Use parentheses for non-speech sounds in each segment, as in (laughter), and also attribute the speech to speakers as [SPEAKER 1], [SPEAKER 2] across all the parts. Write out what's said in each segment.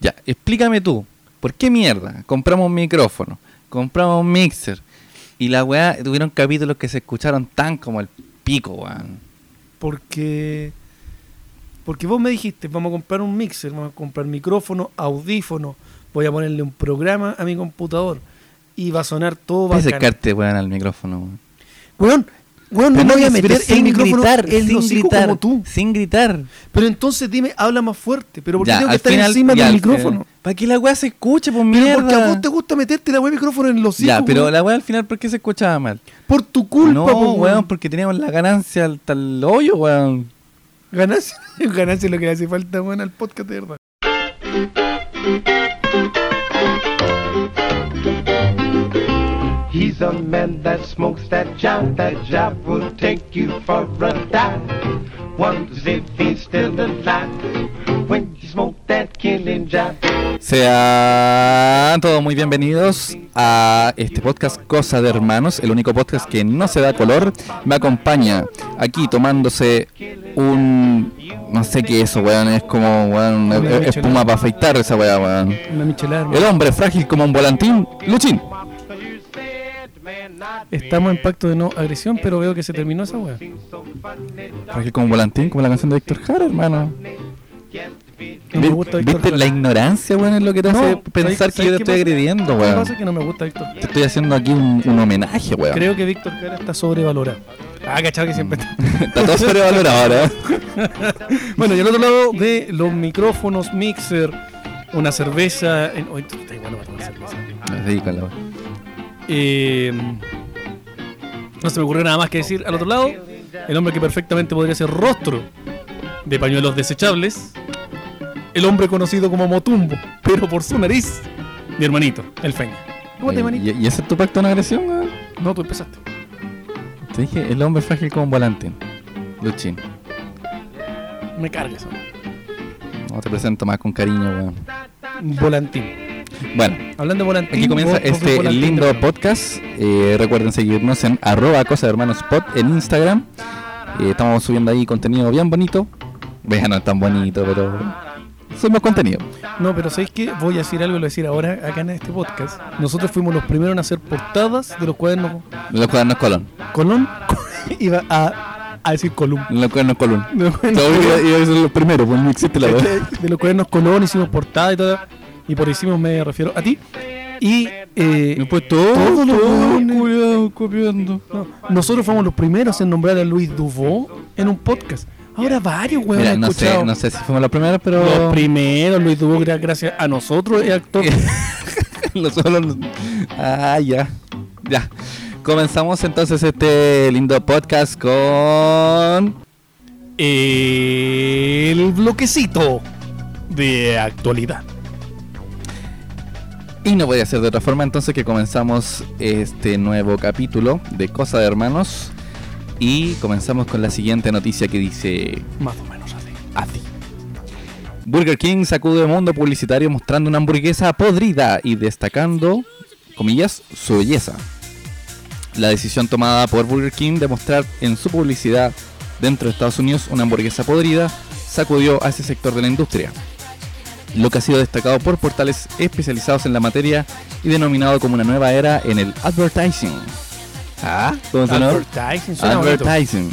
[SPEAKER 1] Ya, explícame tú, ¿por qué mierda? Compramos un micrófono, compramos un mixer y la weá tuvieron capítulos que se escucharon tan como el pico, weón.
[SPEAKER 2] Porque. Porque vos me dijiste, vamos a comprar un mixer, vamos a comprar micrófono, audífono, voy a ponerle un programa a mi computador y va a sonar todo
[SPEAKER 1] Voy a
[SPEAKER 2] Oh, bacán.
[SPEAKER 1] acercarte, weón, al micrófono, weón.
[SPEAKER 2] Weón, weón, no
[SPEAKER 1] Pero
[SPEAKER 2] me voy a
[SPEAKER 1] no, pero
[SPEAKER 2] meter el
[SPEAKER 1] sin
[SPEAKER 2] micrófono
[SPEAKER 1] gritar,
[SPEAKER 2] en el
[SPEAKER 1] sin
[SPEAKER 2] hocico
[SPEAKER 1] gritar,
[SPEAKER 2] como tú.
[SPEAKER 1] Sin gritar.
[SPEAKER 2] Pero entonces dime, habla más fuerte. Pero ¿por qué
[SPEAKER 1] Ya,
[SPEAKER 2] tengo que
[SPEAKER 1] al
[SPEAKER 2] estar
[SPEAKER 1] final-
[SPEAKER 2] encima
[SPEAKER 1] ya,
[SPEAKER 2] del
[SPEAKER 1] al
[SPEAKER 2] micrófono?
[SPEAKER 1] final- Para que la weá se escuche, pues
[SPEAKER 2] Pero
[SPEAKER 1] mierda.
[SPEAKER 2] porque a vos te gusta meterte la web micrófono en los
[SPEAKER 1] ya,
[SPEAKER 2] hijos,
[SPEAKER 1] pero
[SPEAKER 2] weón.
[SPEAKER 1] la weá al final, ¿por qué se escuchaba mal?
[SPEAKER 2] por tu culpa,
[SPEAKER 1] no,
[SPEAKER 2] po,
[SPEAKER 1] weón,
[SPEAKER 2] weón.
[SPEAKER 1] porque teníamos la ganancia al tal hoyo, weón.
[SPEAKER 2] (laughs) Ganancia, ganancia es lo que le hace falta, weón, al podcast de verdad.
[SPEAKER 3] He's a man that smokes that job. That job will take you for a dive. Wonders if he's still alive when you smoke that killing job.
[SPEAKER 1] Sean todos muy bienvenidos a este podcast Cosa de Hermanos, el único podcast que no se da color. Me acompaña aquí tomándose un. No sé qué es eso, weón. Es como, weón,
[SPEAKER 2] Una
[SPEAKER 1] e- e- espuma
[SPEAKER 2] michelada.
[SPEAKER 1] para afeitar esa weá, weón.
[SPEAKER 2] Una michelada, hermano.
[SPEAKER 1] El hombre frágil como un volantín, Luchín.
[SPEAKER 2] Estamos en pacto de no agresión, pero veo que se terminó esa weá.
[SPEAKER 1] Frágil como un volantín, como la canción de Víctor Jara, hermano.
[SPEAKER 2] No me gusta
[SPEAKER 1] ¿Viste
[SPEAKER 2] Víctor Jara.
[SPEAKER 1] la ignorancia, weón, es lo que te
[SPEAKER 2] No,
[SPEAKER 1] hace
[SPEAKER 2] ¿sabes-
[SPEAKER 1] pensar que
[SPEAKER 2] sabes
[SPEAKER 1] yo
[SPEAKER 2] qué
[SPEAKER 1] te estoy
[SPEAKER 2] pasa?
[SPEAKER 1] agrediendo,
[SPEAKER 2] Lo que pasa
[SPEAKER 1] weón?
[SPEAKER 2] es que no me gusta Víctor.
[SPEAKER 1] Te estoy haciendo aquí un, un homenaje, weón.
[SPEAKER 2] Creo que Víctor Jara está sobrevalorado. Ah, cachado que siempre está.
[SPEAKER 1] (laughs)
[SPEAKER 2] (laughs)
[SPEAKER 1] Está (laughs) todo sobrevalorado ahora. ¿eh?
[SPEAKER 2] Bueno, y al otro lado de los micrófonos, mixer, una cerveza. En... Oye, tú, está igual, no va a tomar cerveza.
[SPEAKER 1] Ridículo.
[SPEAKER 2] Eh, no se me ocurrió nada más que decir. Al otro lado, el hombre que perfectamente podría ser rostro de pañuelos desechables. El hombre conocido como Motumbo, pero por su nariz, mi hermanito, el Feña. ¿Cómo te,
[SPEAKER 1] Eh,
[SPEAKER 2] manito?
[SPEAKER 1] ¿Y, y ese es tu pacto de no agresión, weón?
[SPEAKER 2] No, tú empezaste.
[SPEAKER 1] Te dije, el hombre frágil como un volantín. Luchín.
[SPEAKER 2] Me cargas. hombre.
[SPEAKER 1] No te presento más con cariño, weón.
[SPEAKER 2] Volantín.
[SPEAKER 1] Bueno,
[SPEAKER 2] Hablando de volantín.
[SPEAKER 1] aquí comienza
[SPEAKER 2] vos sos
[SPEAKER 1] este
[SPEAKER 2] volantín de
[SPEAKER 1] lindo
[SPEAKER 2] programa.
[SPEAKER 1] podcast. Eh, recuerden seguirnos en arroba cosa de hermanos pod en Instagram. Eh, estamos subiendo ahí contenido bien bonito. Vean, no es tan bonito, pero somos contenido.
[SPEAKER 2] No, pero ¿sabéis qué? Voy a decir algo, lo voy a decir ahora acá en este podcast. Nosotros fuimos los primeros en hacer portadas de los cuadernos
[SPEAKER 1] En los cuadernos Colón.
[SPEAKER 2] Colón. (laughs) Iba a, a decir Colum.
[SPEAKER 1] En los cuadernos Colón.
[SPEAKER 2] De los cuadernos
[SPEAKER 1] Todo
[SPEAKER 2] Colón.
[SPEAKER 1] iba- iba a ser lo primero, pues no existe la verdad.
[SPEAKER 2] ¿Cachai? De los cuadernos Colón hicimos portada y todo. Y por hicimos me refiero a ti. Y eh,
[SPEAKER 1] Pues todo,
[SPEAKER 2] Todos los hueones.
[SPEAKER 1] copiando.
[SPEAKER 2] no, nosotros fuimos los primeros en nombrar a Luis Dubó en un podcast. Ahora varios, weón.
[SPEAKER 1] Mira,
[SPEAKER 2] han
[SPEAKER 1] no sé,
[SPEAKER 2] escuchado.
[SPEAKER 1] no sé si fuimos los primeros, pero. (laughs)
[SPEAKER 2] Los primeros, Luis Dubó, gra- gracias a nosotros, es (laughs) actor.
[SPEAKER 1] Los solos. Ah, ya. Ya. Comenzamos entonces este lindo podcast con.
[SPEAKER 2] El bloquecito de actualidad.
[SPEAKER 1] Y no voy a hacer de otra forma entonces que comenzamos este nuevo capítulo de Cosa de Hermanos. Y comenzamos con la siguiente noticia que dice
[SPEAKER 2] Más o menos así.
[SPEAKER 1] así. Burger King sacude mundo publicitario mostrando una hamburguesa podrida y destacando, comillas, su belleza. La decisión tomada por Burger King de mostrar en su publicidad dentro de Estados Unidos una hamburguesa podrida sacudió a ese sector de la industria, lo que ha sido destacado por portales especializados en la materia y denominado como una nueva era en el advertising. Ah, ¿cómo sonó?
[SPEAKER 2] Advertising, suena bonito.
[SPEAKER 1] Advertising.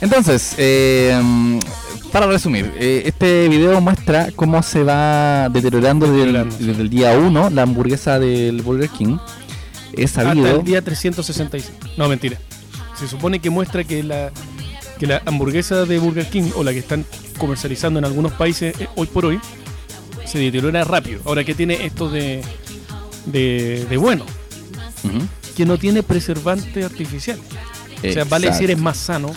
[SPEAKER 1] Entonces, eh, para resumir, eh, este video muestra cómo se va deteriorando desde el,
[SPEAKER 2] Deteriorando.
[SPEAKER 1] desde el día 1 la hamburguesa del Burger King. Es
[SPEAKER 2] Hasta
[SPEAKER 1] sabido.
[SPEAKER 2] el día 365. No, mentira. Se supone que muestra que la, que la hamburguesa de Burger King o la que están comercializando en algunos países eh, hoy por hoy se deteriora rápido. Ahora, ¿qué tiene esto de, de, de bueno?
[SPEAKER 1] Ujú.
[SPEAKER 2] Que no tiene preservante artificial. O sea, vale
[SPEAKER 1] Exacto.
[SPEAKER 2] decir es más sano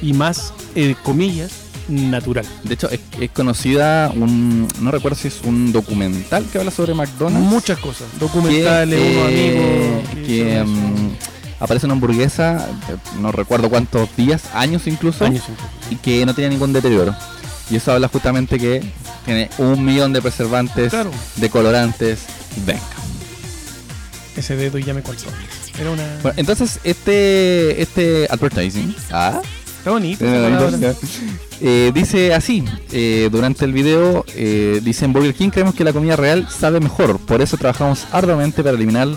[SPEAKER 2] y más, eh, comillas, natural.
[SPEAKER 1] De hecho, es, es conocida un. No recuerdo si es un documental que habla sobre McDonald's.
[SPEAKER 2] Muchas cosas.
[SPEAKER 1] que,
[SPEAKER 2] Documentales, unos
[SPEAKER 1] eh,
[SPEAKER 2] amigos.
[SPEAKER 1] que,
[SPEAKER 2] hicieron eso.
[SPEAKER 1] mm, aparece una hamburguesa, eh, no recuerdo cuántos días, años incluso.
[SPEAKER 2] Años incluso.
[SPEAKER 1] y que no tiene ningún deterioro. Y eso habla justamente que tiene un millón de preservantes,
[SPEAKER 2] Claro.
[SPEAKER 1] de colorantes, venga.
[SPEAKER 2] Ese dedo y ya me colzó. Era una.
[SPEAKER 1] Bueno, entonces este este advertising ah,
[SPEAKER 2] Está bonito.
[SPEAKER 1] Tiene
[SPEAKER 2] esa
[SPEAKER 1] la
[SPEAKER 2] palabra.
[SPEAKER 1] misma- Eh, dice así, eh, durante el video eh, dice en Burger King creemos que la comida real sabe mejor, por eso trabajamos arduamente para eliminar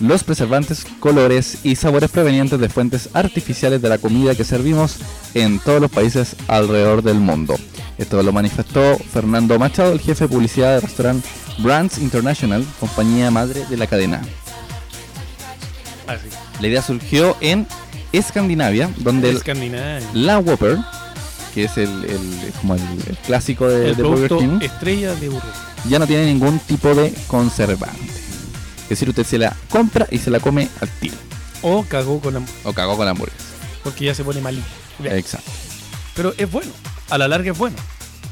[SPEAKER 1] los preservantes, colores y sabores provenientes de fuentes artificiales de la comida que servimos en todos los países alrededor del mundo. Esto lo manifestó Fernando Machado, el jefe de publicidad del restaurante Brands International, compañía madre de la cadena.
[SPEAKER 2] Ah, sí.
[SPEAKER 1] La idea surgió en Escandinavia, donde el,
[SPEAKER 2] Escandinavia.
[SPEAKER 1] la Whopper, que es el, el- como el, el clásico de,
[SPEAKER 2] el
[SPEAKER 1] de Burger
[SPEAKER 2] producto
[SPEAKER 1] King,
[SPEAKER 2] estrella de burger.
[SPEAKER 1] ya no tiene ningún tipo de conservante. Es decir, usted se la compra y se la come al tiro.
[SPEAKER 2] O cagó con la...
[SPEAKER 1] O cagó con la hamburguesa.
[SPEAKER 2] Porque ya se pone malito. Bien.
[SPEAKER 1] Exacto.
[SPEAKER 2] Pero es bueno. A la larga es bueno.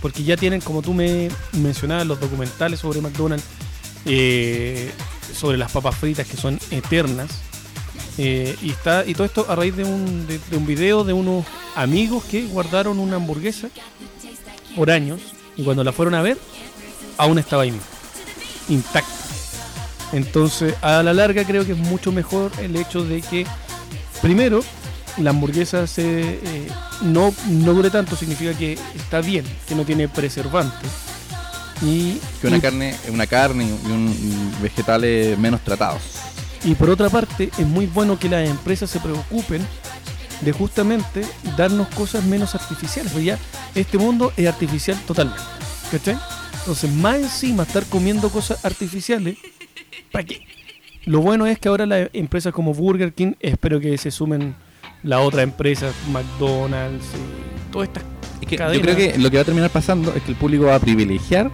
[SPEAKER 2] Porque ya tienen, como tú me mencionabas, los documentales sobre McDonald's, eh, sobre las papas fritas que son eternas. Eh, y está y todo esto a raíz de un, de- de un video de unos amigos que guardaron una hamburguesa por años y cuando la fueron a ver, aún estaba ahí mismo, intacta. Entonces, a la larga creo que es mucho mejor el hecho de que, primero, la hamburguesa se, eh, no, no dure tanto, significa que está bien, que no tiene preservante. Y,
[SPEAKER 1] Que una
[SPEAKER 2] y-
[SPEAKER 1] carne, una carne y, un, y vegetales menos tratados.
[SPEAKER 2] y por otra parte, es muy bueno que las empresas se preocupen de justamente darnos cosas menos artificiales. Porque ya este mundo es artificial totalmente. ¿Cachai? Entonces, más encima estar comiendo cosas artificiales, ¿para qué? Lo bueno es que ahora las empresas como Burger King, espero que se sumen las otras empresas, McDonald's, y todas estas,
[SPEAKER 1] Es que yo
[SPEAKER 2] Cadena.
[SPEAKER 1] creo que lo que va a terminar pasando es que el público va a privilegiar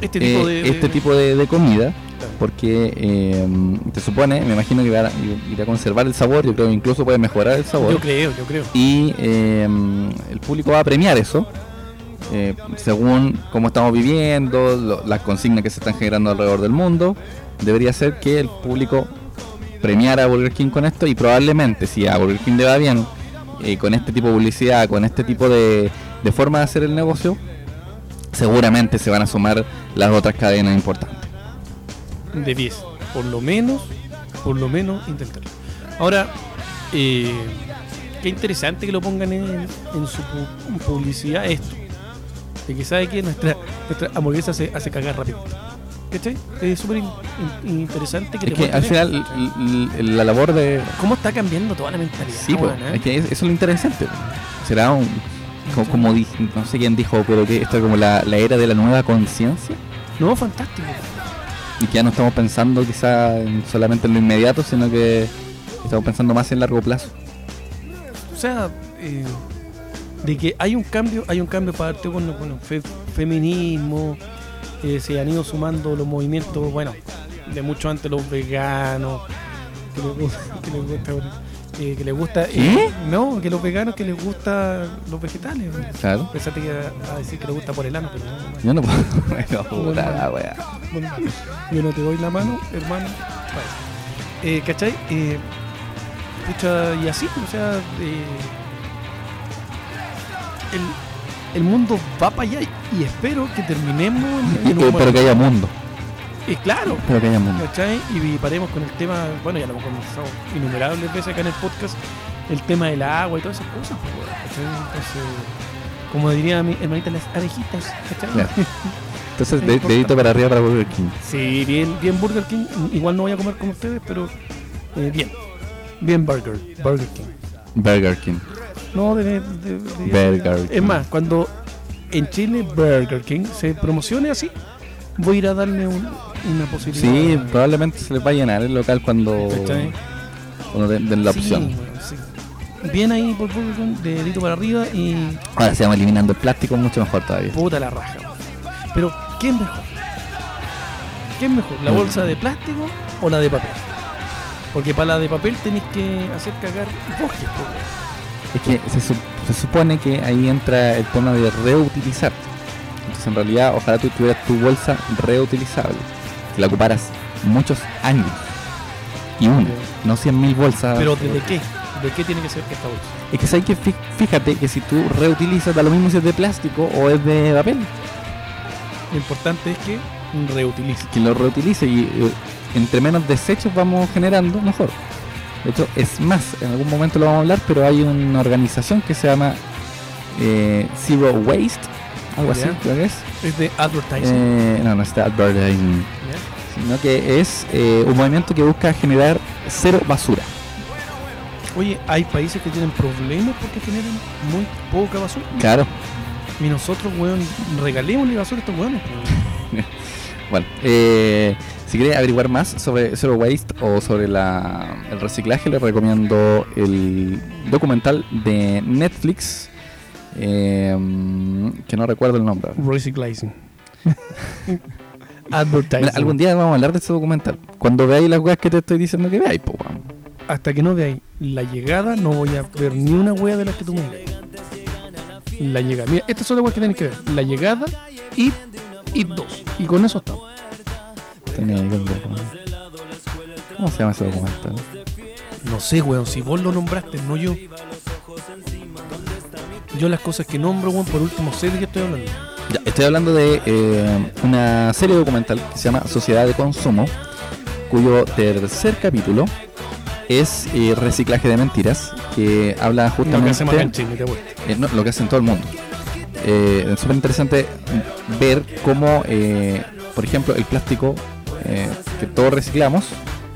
[SPEAKER 2] este
[SPEAKER 1] eh,
[SPEAKER 2] tipo de...
[SPEAKER 1] este
[SPEAKER 2] de-
[SPEAKER 1] tipo de, de comida. Porque eh, se supone, me imagino que va a- irá a conservar el sabor, yo creo que incluso puede mejorar el sabor.
[SPEAKER 2] Yo creo, yo creo.
[SPEAKER 1] y eh, el público va a premiar eso eh, según cómo estamos viviendo, lo- las consignas que se están generando alrededor del mundo. Debería ser que el público premiara a Burger King con esto y probablemente si a Burger King le va bien eh, con este tipo de publicidad, con este tipo de, de forma de hacer el negocio, seguramente se van a sumar las otras cadenas importantes.
[SPEAKER 2] de 10. Por lo menos, por lo menos intentarlo. Ahora, eh, qué interesante que lo pongan en, en su pu- publicidad esto. De que sabe que nuestra, nuestra hamburguesa se hace cagar rápido. ¿Cachai? Es súper in- in- interesante que
[SPEAKER 1] Es
[SPEAKER 2] te
[SPEAKER 1] que
[SPEAKER 2] muestren
[SPEAKER 1] al
[SPEAKER 2] esto.
[SPEAKER 1] final l- l- la labor de,
[SPEAKER 2] ¿Cómo está cambiando toda la mentalidad?
[SPEAKER 1] Sí, po,
[SPEAKER 2] weón, eh?
[SPEAKER 1] es que es- eso es lo interesante. Será un. co- Como, dije, no sé quién dijo, pero que esto es como la, la era de la nueva conciencia.
[SPEAKER 2] No, fantástico.
[SPEAKER 1] Y que ya no estamos pensando quizá en- solamente en lo inmediato, sino que estamos pensando más en largo plazo.
[SPEAKER 2] O sea, eh, de que hay un cambio, hay un cambio partió con bueno, fe- feminismo, eh, se han ido sumando los movimientos, bueno, de mucho antes los veganos, que les gusta, (laughs) que les gusta, eh, que les gusta eh,
[SPEAKER 1] ¿Qué?
[SPEAKER 2] no, que los veganos que les gusta los vegetales.
[SPEAKER 1] Claro.
[SPEAKER 2] Pensaste que iba a decir que le gusta por el ano, pero no,
[SPEAKER 1] Yo no puedo. (laughs) Bueno, puta la wea.
[SPEAKER 2] bueno, yo no te doy la mano, hermano. Vale. Eh, ¿Cachai? Eh, pucha, y así, o sea, eh, el, el mundo va para allá y espero que terminemos en-
[SPEAKER 1] Y-
[SPEAKER 2] en un
[SPEAKER 1] eh, (laughs) pero
[SPEAKER 2] momento.
[SPEAKER 1] que haya mundo.
[SPEAKER 2] Eh, claro,
[SPEAKER 1] Pero que haya mundo.
[SPEAKER 2] ¿cachai? Y paremos con el tema, bueno, ya lo hemos conversado innumerables veces acá en el podcast, el tema del agua y todas esas cosas, pues, weón, ¿cachai? Entonces, como diría mi hermanita, las abejitas, ¿cachai? (laughs)
[SPEAKER 1] Claro. Entonces,
[SPEAKER 2] No
[SPEAKER 1] de-
[SPEAKER 2] importa.
[SPEAKER 1] dedito para arriba para Burger King.
[SPEAKER 2] Sí, bien, bien Burger King. Igual no voy a comer con ustedes, pero eh, bien. Bien Burger, Burger King.
[SPEAKER 1] Burger King.
[SPEAKER 2] No, de, de- de-
[SPEAKER 1] Burger King.
[SPEAKER 2] Es más, cuando en Chile Burger King se promocione así, voy a ir a darle un- una posibilidad.
[SPEAKER 1] Sí, probablemente se les va a llenar el local cuando,
[SPEAKER 2] ¿Cachai?
[SPEAKER 1] cuando den, den la
[SPEAKER 2] Sí,
[SPEAKER 1] opción.
[SPEAKER 2] bueno, sí. Bien ahí por Burger King, de dedito para arriba y
[SPEAKER 1] Ahora se llama eliminando el plástico, mucho mejor todavía.
[SPEAKER 2] puta la raja. Pero, ¿qué es mejor? ¿Qué es mejor? ¿La bolsa de plástico o la de papel? Porque para la de papel tenéis que hacer cagar bosques, po, weón.
[SPEAKER 1] Es que se, su- se supone que ahí entra el tema de reutilizar. Entonces, en realidad, ojalá tú tuvieras tu bolsa reutilizable. Que la ocuparas muchos años. Y una, no 100.000 bolsas.
[SPEAKER 2] Pero ¿desde qué? ¿De qué tiene que ser esta bolsa?
[SPEAKER 1] Es que sabes que fí- fíjate que si tú reutilizas, da lo mismo si es de plástico o es de papel.
[SPEAKER 2] Lo importante es que reutilice.
[SPEAKER 1] Que lo reutilice y eh, entre menos desechos vamos generando, mejor. De hecho, es más, en algún momento lo vamos a hablar, pero hay una organización que se llama eh, Zero Waste, algo así,
[SPEAKER 2] Ya.
[SPEAKER 1] creo que es.
[SPEAKER 2] Es de advertising.
[SPEAKER 1] Eh, no, no está advertising,
[SPEAKER 2] ¿ya?
[SPEAKER 1] sino que es eh, un movimiento que busca generar cero basura.
[SPEAKER 2] Oye, hay países que tienen problemas porque generan muy poca basura.
[SPEAKER 1] Claro.
[SPEAKER 2] Y nosotros, weón, regalémosle basura a estos weones. weón.
[SPEAKER 1] Bueno, eh, si quieres averiguar más sobre Zero Waste o sobre la, el reciclaje, les recomiendo el documental de Netflix, eh, que no recuerdo el nombre.
[SPEAKER 2] Recyclizing.
[SPEAKER 1] Mira,
[SPEAKER 2] advertising.
[SPEAKER 1] algún día vamos a hablar de ese documental. Cuando veáis las weas que te estoy diciendo que veáis, po, weón.
[SPEAKER 2] Hasta que no veáis la llegada, no voy a ver ni una wea de las que tú me digas. La llegada. Mira, estas son las weas que tienen que ver. La llegada y, y dos. Y con eso estamos.
[SPEAKER 1] Tenía ahí con weón. ¿Cómo se llama ese documental?
[SPEAKER 2] No sé, weón, si vos lo nombraste, no yo. Yo las cosas que nombro, weón, por último sé de qué estoy hablando.
[SPEAKER 1] Ya, estoy hablando de eh, una serie documental que se llama Sociedad de Consumo, cuyo tercer capítulo es eh, Reciclaje de Mentiras, que habla justamente...
[SPEAKER 2] Lo que hacemos acá en Chile, te apuesto.
[SPEAKER 1] Eh, no, lo que hace en todo el mundo. Eh, es súper interesante ver cómo, eh, por ejemplo, el plástico eh, que todos reciclamos,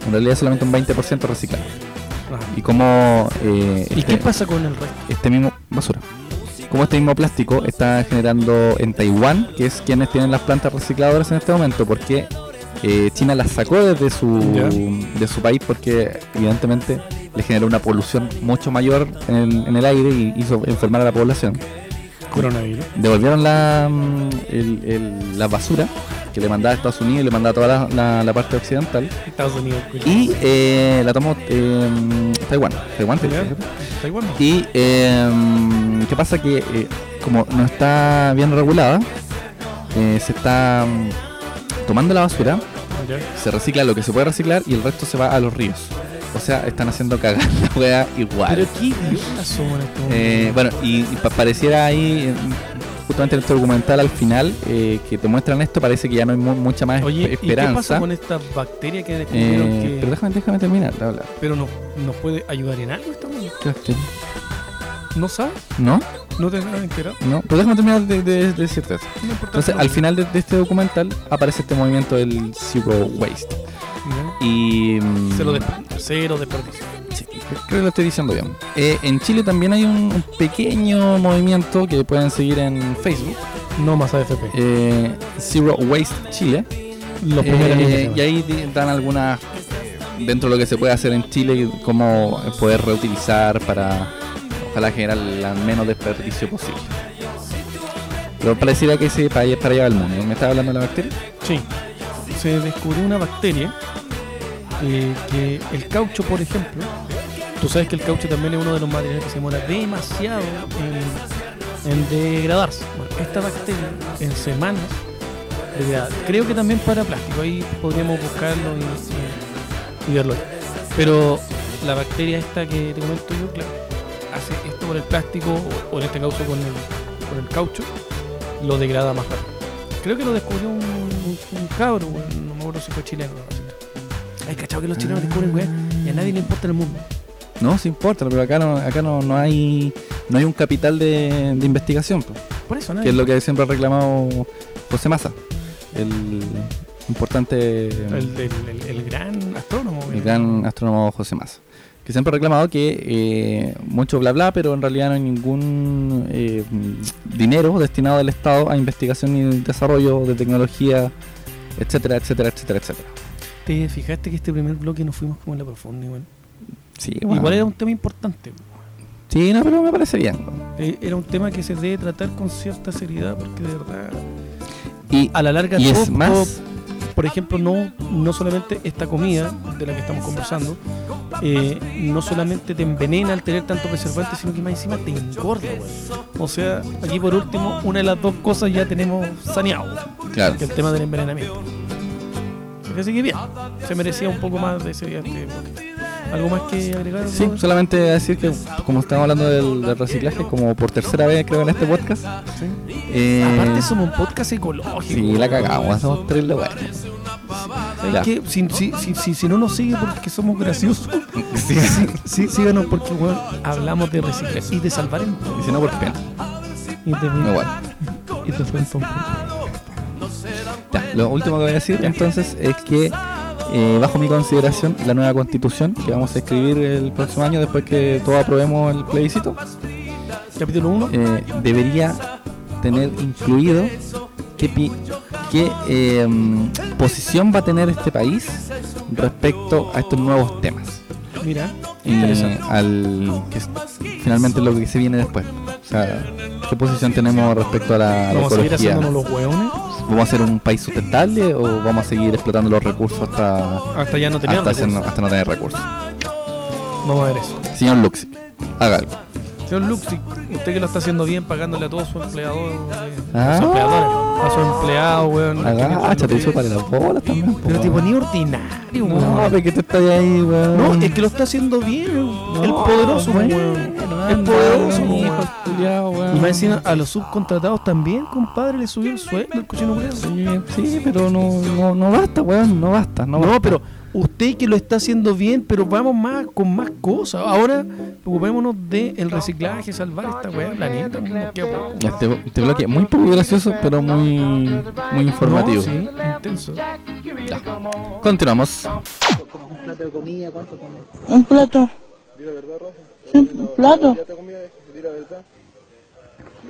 [SPEAKER 1] en realidad solamente un 20% reciclado.
[SPEAKER 2] Ajá.
[SPEAKER 1] Y cómo eh,
[SPEAKER 2] ¿Y
[SPEAKER 1] este,
[SPEAKER 2] qué pasa con el resto?
[SPEAKER 1] este mismo basura, cómo este mismo plástico está generando en Taiwán, que es quienes tienen las plantas recicladoras en este momento, porque eh, China las sacó desde
[SPEAKER 2] Ya.
[SPEAKER 1] su, de su país porque evidentemente le generó una polución mucho mayor en el, en el aire y hizo enfermar a la población
[SPEAKER 2] Coronavirus.
[SPEAKER 1] devolvieron la, mm, el- el- la basura que le mandaba a Estados Unidos y le mandaba a toda la, la- la parte occidental
[SPEAKER 2] Estados Unidos.
[SPEAKER 1] y eh, la tomó eh, Taiwán. Taiwán, te
[SPEAKER 2] ¿Ya?
[SPEAKER 1] dije.
[SPEAKER 2] Taiwán.
[SPEAKER 1] Y eh, qué pasa que eh, como no está bien regulada, eh, se está mm, tomando la basura,
[SPEAKER 2] Ya.
[SPEAKER 1] se recicla lo que se puede reciclar y el resto se va a los ríos. O sea, están haciendo cagar la (laughs) wea igual.
[SPEAKER 2] Pero qué idiotas somos en este momento.
[SPEAKER 1] Eh, bueno, y, y pa- pareciera ahí, eh, justamente en este documental al final, eh, que te muestran esto, parece que ya no hay mu- mucha más
[SPEAKER 2] Oye,
[SPEAKER 1] esp-
[SPEAKER 2] ¿y qué
[SPEAKER 1] esperanza.
[SPEAKER 2] pasa con esta bacteria que descubrieron
[SPEAKER 1] Eh,
[SPEAKER 2] que...
[SPEAKER 1] Pero déjame, déjame terminar de hablar.
[SPEAKER 2] Pero no, nos puede ayudar en algo esta weá? ¿No sabes?
[SPEAKER 1] ¿No?
[SPEAKER 2] ¿No te has enterado?
[SPEAKER 1] No, pero déjame terminar de, de- de decirte eso.
[SPEAKER 2] No importa.
[SPEAKER 1] Entonces, al final de, de este documental aparece este movimiento del Zero Waste.
[SPEAKER 2] Ya.
[SPEAKER 1] Y. mm,
[SPEAKER 2] Cero desperdicio. Cero desperdicio.
[SPEAKER 1] Sí, creo que lo estoy diciendo bien. Eh, en Chile también hay un, un pequeño movimiento que pueden seguir en Facebook,
[SPEAKER 2] No más AFP.
[SPEAKER 1] eh, Zero Waste Chile.
[SPEAKER 2] Los
[SPEAKER 1] Eh,
[SPEAKER 2] primeros niños que se
[SPEAKER 1] y
[SPEAKER 2] van.
[SPEAKER 1] ahí di- dan algunas dentro de lo que se puede hacer en Chile cómo poder reutilizar para ojalá generar el menos desperdicio posible pero pareciera que ese país es para allá va el mundo me estaba hablando de la bacteria
[SPEAKER 2] Sí. Se descubrió una bacteria eh, que el caucho, por ejemplo, tú sabes que el caucho también es uno de los materiales que se demora demasiado en, en degradarse. Bueno, esta bacteria en semanas degrada. Creo que también para plástico, ahí podríamos buscarlo y, y- y verlo ahí. Pero la bacteria esta que te comento yo, claro, hace esto con el plástico o, o en este caso con el, con el caucho, lo degrada más rápido. Creo que lo descubrió un, un, un cabro, weón, no me acuerdo si fue chileno. ¿no? Ay, cachado que los chilenos descubren, weón, y a nadie le importa en el mundo.
[SPEAKER 1] no se importa pero acá no acá no, no hay no hay un capital de, de investigación po,
[SPEAKER 2] Por eso
[SPEAKER 1] que
[SPEAKER 2] nadie.
[SPEAKER 1] es lo que siempre ha reclamado José Massa el importante
[SPEAKER 2] El, el- el- el gran astrónomo,
[SPEAKER 1] el
[SPEAKER 2] weón.
[SPEAKER 1] gran astrónomo José Massa, que siempre ha reclamado que eh, mucho bla bla, pero en realidad no hay ningún eh, dinero destinado del Estado a investigación y desarrollo de tecnología, etcétera, etcétera, etcétera, etcétera.
[SPEAKER 2] ¿Te fijaste que este primer bloque nos fuimos como en la profunda, igual?
[SPEAKER 1] Sí,
[SPEAKER 2] Igual era un tema importante, weón.
[SPEAKER 1] Sí, no, pero me parece bien.
[SPEAKER 2] Eh, Era un tema que se debe tratar con cierta seriedad porque de verdad
[SPEAKER 1] Y, ah,
[SPEAKER 2] a la larga
[SPEAKER 1] y
[SPEAKER 2] todos-
[SPEAKER 1] es más,
[SPEAKER 2] por ejemplo, no, no solamente esta comida de la que estamos conversando, eh, no solamente te envenena al tener tanto preservante, sino que más encima te engorda, güey. O sea, aquí por último, una de las dos cosas ya tenemos saneado, güey,
[SPEAKER 1] claro,
[SPEAKER 2] que el tema del envenenamiento. Así que bien, se merecía un poco más de seriedad. este bloque. ¿Algo más que agregar?
[SPEAKER 1] sí,
[SPEAKER 2] Robert?
[SPEAKER 1] solamente decir que como estamos hablando del, del reciclaje, como por tercera vez creo en este podcast, eh,
[SPEAKER 2] Aparte somos un podcast ecológico.
[SPEAKER 1] sí, la cagamos, somos tres lugares.
[SPEAKER 2] ¿Sabes
[SPEAKER 1] Ya.
[SPEAKER 2] qué? Si, si, si, si, si no nos sigue porque somos graciosos,
[SPEAKER 1] (laughs) Sí.
[SPEAKER 2] sí, sí, síganos porque weón, hablamos de reciclar y de salvar
[SPEAKER 1] Y si no, por pena.
[SPEAKER 2] Y de,
[SPEAKER 1] Igual.
[SPEAKER 2] y de
[SPEAKER 1] Ya, lo último que voy a decir entonces es que eh, bajo mi consideración la nueva constitución que vamos a escribir el próximo año después que todos aprobemos el plebiscito
[SPEAKER 2] Capítulo 1.
[SPEAKER 1] eh, debería tener incluido qué, pi- qué, eh, mm, posición va a tener este país respecto a estos nuevos temas
[SPEAKER 2] Mira,
[SPEAKER 1] y al que es finalmente lo que se viene después o sea qué posición tenemos respecto a la,
[SPEAKER 2] vamos a seguir
[SPEAKER 1] ecología?
[SPEAKER 2] haciéndonos los hueones
[SPEAKER 1] ¿Vamos a ser un país sustentable o vamos a seguir explotando los recursos hasta,
[SPEAKER 2] hasta ya no
[SPEAKER 1] hasta,
[SPEAKER 2] teníamos.
[SPEAKER 1] hacer- hasta no tener recursos?
[SPEAKER 2] Vamos a ver eso.
[SPEAKER 1] Señor Luxi, haga algo.
[SPEAKER 2] Señor Luxi, usted que lo está haciendo bien pagándole a todos sus eh, empleadores,
[SPEAKER 1] Ah.
[SPEAKER 2] a sus empleadores, a sus empleados, weón.
[SPEAKER 1] Agáchate, chúpale las bolas también. po,
[SPEAKER 2] Pero tipo
[SPEAKER 1] weón.
[SPEAKER 2] ni
[SPEAKER 1] No,
[SPEAKER 2] ordinario, weón.
[SPEAKER 1] pero que tú estás ahí, weón.
[SPEAKER 2] No, es que lo está haciendo bien. el poderoso,
[SPEAKER 1] bueno,
[SPEAKER 2] weón.
[SPEAKER 1] anda,
[SPEAKER 2] El poderoso,
[SPEAKER 1] weón,
[SPEAKER 2] weón.
[SPEAKER 1] hijo culiao, weón.
[SPEAKER 2] Y más encima a los subcontratados también, compadre, le subió el sueldo el cochino culiao.
[SPEAKER 1] Sí, pero no, no, no basta, weón. No basta, no,
[SPEAKER 2] No,
[SPEAKER 1] basta.
[SPEAKER 2] pero usted que lo está haciendo bien, pero vamos más con más cosas. Ahora ocupémonos del reciclaje, salvar esta weá, del planeta. no, qué weá.
[SPEAKER 1] Este, este bloque es muy poco gracioso, pero muy, muy informativo.
[SPEAKER 2] No, sí, intenso.
[SPEAKER 1] Continuamos.
[SPEAKER 4] Un plato. Sí, un plato.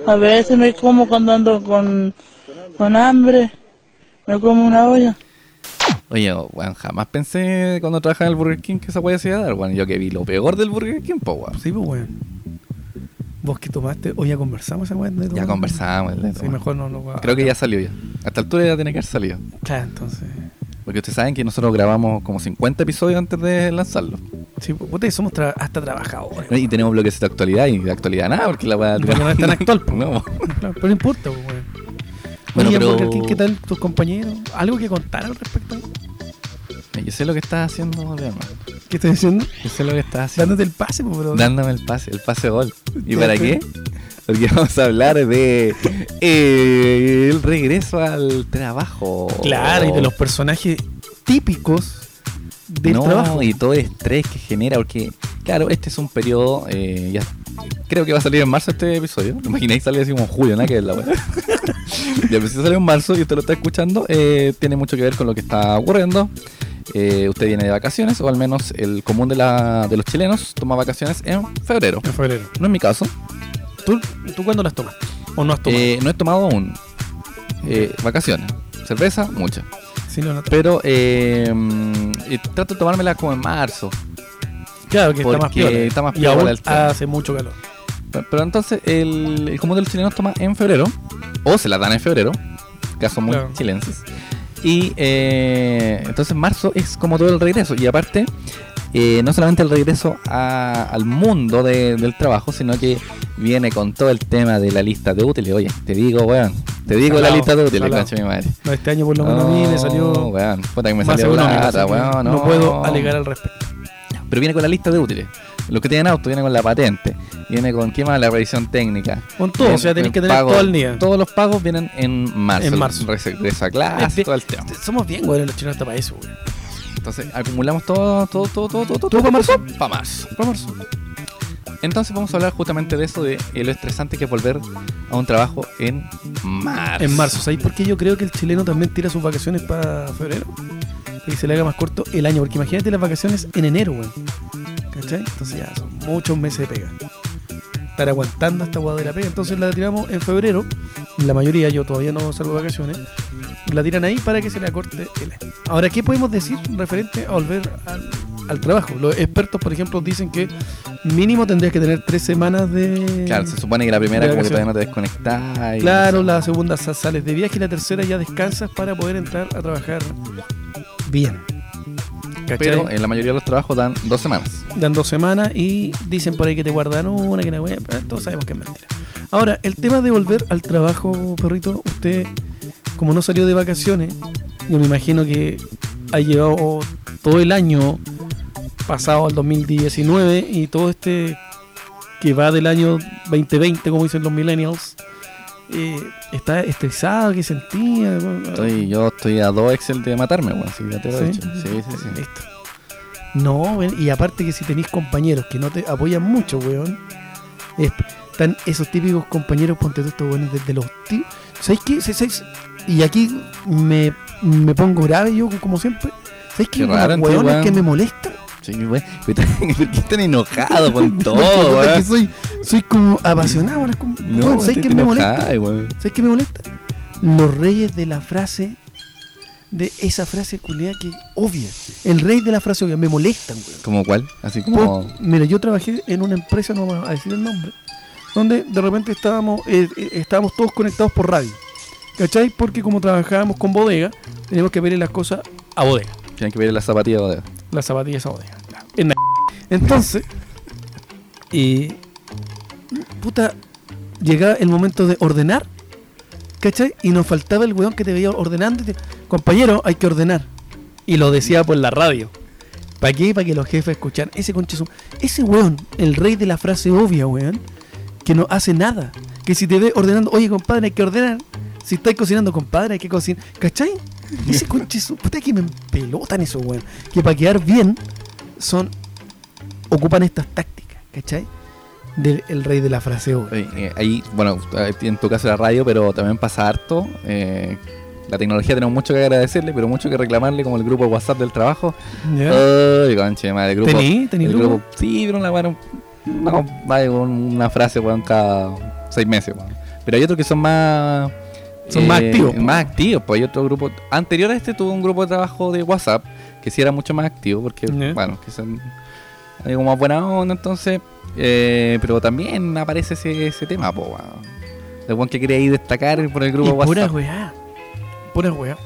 [SPEAKER 4] A veces me como cuando ando con, con hambre. Me como una olla.
[SPEAKER 1] Oye, weón, jamás pensé cuando trabajaba en el Burger King que esa weá se iba a dar, weón. Yo que vi lo peor del Burger King, po, weón.
[SPEAKER 2] Sí, pues weón. Vos que tomaste, o ya conversamos esa weá. de
[SPEAKER 1] Ya
[SPEAKER 2] tomar?
[SPEAKER 1] conversamos. el
[SPEAKER 2] Sí, mejor no lo va.
[SPEAKER 1] Creo que ya salió ya. A esta altura ya tiene que haber salido.
[SPEAKER 2] Claro, entonces.
[SPEAKER 1] Porque ustedes saben que nosotros grabamos como 50 episodios antes de lanzarlo.
[SPEAKER 2] Sí, pues, ustedes somos tra- hasta trabajadores.
[SPEAKER 1] Y tenemos bloques de actualidad y de actualidad nada, porque la weá
[SPEAKER 2] Porque
[SPEAKER 1] (laughs)
[SPEAKER 2] no es tan actual, po.
[SPEAKER 1] No.
[SPEAKER 2] Claro, pero no importa, pues, weón.
[SPEAKER 1] Bueno,
[SPEAKER 2] Oye,
[SPEAKER 1] pero-
[SPEAKER 2] Burger King, ¿qué tal tus compañeros? ¿Algo que contar al respecto?
[SPEAKER 1] Yo sé lo que estás haciendo, León.
[SPEAKER 2] ¿Qué estás diciendo?
[SPEAKER 1] Yo sé lo que estás haciendo.
[SPEAKER 2] Dándote el pase, pues, bro.
[SPEAKER 1] Dándome el pase, el pase gol. ¿Y
[SPEAKER 2] Ya,
[SPEAKER 1] para
[SPEAKER 2] pero-
[SPEAKER 1] qué? Porque (laughs) vamos a hablar de eh, el regreso al trabajo.
[SPEAKER 2] Claro, y de los personajes típicos del
[SPEAKER 1] Oh. no,
[SPEAKER 2] trabajo.
[SPEAKER 1] y todo el estrés que genera, porque, claro, este es un periodo, eh, ya creo que va a salir en marzo este episodio. ¿Te imagináis salir así como en julio, nada que ver la wea. (laughs) ya, pero si salió en marzo y usted lo está escuchando, eh, tiene mucho que ver con lo que está ocurriendo. Eh, usted viene de vacaciones, o al menos el común de, la, de los chilenos toma vacaciones en febrero.
[SPEAKER 2] En febrero.
[SPEAKER 1] No es mi caso,
[SPEAKER 2] ¿Tú, ¿Tú cuándo las tomas? ¿O no has tomado?
[SPEAKER 1] eh, no he tomado aún eh, vacaciones. Cerveza, mucha.
[SPEAKER 2] Sí, no, no.
[SPEAKER 1] Pero eh, mm, eh, trato de tomármela como en marzo.
[SPEAKER 2] Claro que está más
[SPEAKER 1] porque
[SPEAKER 2] piola.
[SPEAKER 1] está más
[SPEAKER 2] y
[SPEAKER 1] piola
[SPEAKER 2] aún
[SPEAKER 1] el tema.
[SPEAKER 2] hace mucho calor.
[SPEAKER 1] Pero, pero entonces el, el común de los chilenos toma en febrero, o se la dan en febrero, caso muy
[SPEAKER 2] Claro.
[SPEAKER 1] chilenses. Y eh, entonces marzo es como todo el regreso. Y aparte, eh, no solamente el regreso a- al mundo de- del trabajo, sino que viene con todo el tema de la lista de útiles. Oye, te digo, weón, te digo la
[SPEAKER 2] Salado,
[SPEAKER 1] lista de útiles,
[SPEAKER 2] salado.
[SPEAKER 1] concha mi madre.
[SPEAKER 2] No, este año por lo menos
[SPEAKER 1] No,
[SPEAKER 2] a mí me salió
[SPEAKER 1] weón, puta que me
[SPEAKER 2] más
[SPEAKER 1] salió
[SPEAKER 2] económico. así
[SPEAKER 1] plata,
[SPEAKER 2] que
[SPEAKER 1] weón,
[SPEAKER 2] no puedo alegar al respecto.
[SPEAKER 1] Pero viene con la lista de útiles. Los que tienen auto, viene con la patente, viene con qué más la revisión técnica.
[SPEAKER 2] Con todo, o sea, tenés que tener
[SPEAKER 1] Pago-
[SPEAKER 2] todo el día.
[SPEAKER 1] Todos los pagos vienen en marzo.
[SPEAKER 2] En marzo.
[SPEAKER 1] Regreso a clase,
[SPEAKER 2] Este-
[SPEAKER 1] todo el tema.
[SPEAKER 2] Somos bien, güey, los chinos hasta para eso, güey.
[SPEAKER 1] Entonces acumulamos todo, todo, todo, todo, todo.
[SPEAKER 2] ¿Tú pa' marzo?
[SPEAKER 1] Para marzo. Pa' marzo. Entonces vamos a hablar justamente de eso, de eh, lo estresante que es volver a un trabajo en marzo.
[SPEAKER 2] En marzo, ¿sabéis por qué yo creo que el chileno también tira sus vacaciones para febrero? Y se le haga más corto el año, porque imagínate las vacaciones en enero, weón. ¿Cachai? Entonces ya son muchos meses de pega. Estar aguantando esta guada de la pega. Entonces la tiramos en febrero. La mayoría, yo todavía no salgo de vacaciones. La tiran ahí para que se le acorte el año. Ahora, ¿qué podemos decir referente a volver al, al trabajo? Los expertos, por ejemplo, dicen que mínimo tendrías que tener tres semanas de.
[SPEAKER 1] Claro, se supone que la primera
[SPEAKER 2] De
[SPEAKER 1] como que todavía
[SPEAKER 2] vacaciones.
[SPEAKER 1] no te desconectas. y
[SPEAKER 2] Claro,
[SPEAKER 1] no sé.
[SPEAKER 2] la segunda sa- sales de viaje y la tercera ya descansas para poder entrar a trabajar bien. ¿Cachai?
[SPEAKER 1] Pero en la mayoría de los trabajos dan dos semanas.
[SPEAKER 2] Dan dos semanas y dicen por ahí que te guardan una, que la wea, pero todos sabemos que es mentira. Ahora, el tema de volver al trabajo, perrito, usted, como no salió de vacaciones, yo me imagino que ha llevado todo el año pasado al 2019 y todo este que va del año 2020, como dicen los millennials, eh, está estresado, que sentía. bueno,
[SPEAKER 1] Estoy, yo estoy a dos Excel de matarme, weón. Así que ya te lo he
[SPEAKER 2] ¿Sí?
[SPEAKER 1] dicho. Sí, sí, sí.
[SPEAKER 2] Listo. No, weón, y aparte que si tenéis compañeros que no te apoyan mucho, weón. es- están esos típicos compañeros, ponte tú estos weones desde los tíos. ¿Sabéis qué? Sí, sí, sí. Y aquí me, me pongo grave yo, como siempre. ¿Sabéis qué?
[SPEAKER 1] Qué raro en ti,
[SPEAKER 2] weones
[SPEAKER 1] weón.
[SPEAKER 2] que me molestan.
[SPEAKER 1] Sí, (laughs) weón. ¿Por qué están
[SPEAKER 2] (laughs)
[SPEAKER 1] enojados con
[SPEAKER 2] Porque,
[SPEAKER 1] todo,
[SPEAKER 2] puta, que
[SPEAKER 1] weón?
[SPEAKER 2] soy, soy como apasionado. ahora es como- weón, ¿Sabéis qué me molesta?
[SPEAKER 1] weón.
[SPEAKER 2] ¿Sabes qué me molesta? Los reyes de la frase. De esa frase culiada que obvia. El rey de la frase obvia. Me molestan, weón.
[SPEAKER 1] ¿Cómo cuál? Así como.
[SPEAKER 2] Por- Mira, yo trabajé en una empresa, no vamos a decir el nombre, donde de repente estábamos, eh, eh, estábamos todos conectados por radio. ¿Cachai? Porque como trabajábamos con bodega, teníamos que pedir las cosas a bodega.
[SPEAKER 1] Tienen que ver las zapatillas, weón.
[SPEAKER 2] Las zapatillas a bodega. En la- Entonces, eh, puta, llegaba el momento de ordenar, ¿cachai? Y nos faltaba el weón que te veía ordenando. y te- Compañero, hay que ordenar. Y lo decía por la radio. ¿Para qué? Para que los jefes escucharan. Ese conchazo. Ese weón, el rey de la frase obvia, weón, que no hace nada. Que si te ve ordenando, oye, compadre, hay que ordenar. Si estáis cocinando, compadre, hay que cocinar. ¿Cachai? Ese conchazo. Puta que me pelotan esos weón. Que para quedar bien, son. ocupan estas tácticas, ¿cachai? Del el rey de la frase obvia.
[SPEAKER 1] Oye, eh, ahí, bueno, eh, en tu caso la radio, pero también pasa harto. eh, la tecnología tenemos mucho que agradecerle, pero mucho que reclamarle, como el grupo WhatsApp del trabajo.
[SPEAKER 2] Eh,
[SPEAKER 1] Ay, conche, madre, el grupo.
[SPEAKER 2] ¿Tení? ¿Tení
[SPEAKER 1] el
[SPEAKER 2] grupo?
[SPEAKER 1] grupo. Sí, pero una, bueno, no, vale, con una frase weón, cada seis meses. weón. Pero hay otros que son más. eh,
[SPEAKER 2] Son más activos, po.
[SPEAKER 1] Más activos, pues hay otro grupo. Anterior a este tuve un grupo de trabajo de WhatsApp que sí era mucho más activo, porque,
[SPEAKER 2] Ya.
[SPEAKER 1] bueno, que son algo más buena onda, entonces. eh, pero también aparece ese, ese tema, po, weón. De weón que quería ir destacar por el grupo
[SPEAKER 2] Y
[SPEAKER 1] WhatsApp.
[SPEAKER 2] pura weá. Pura weá.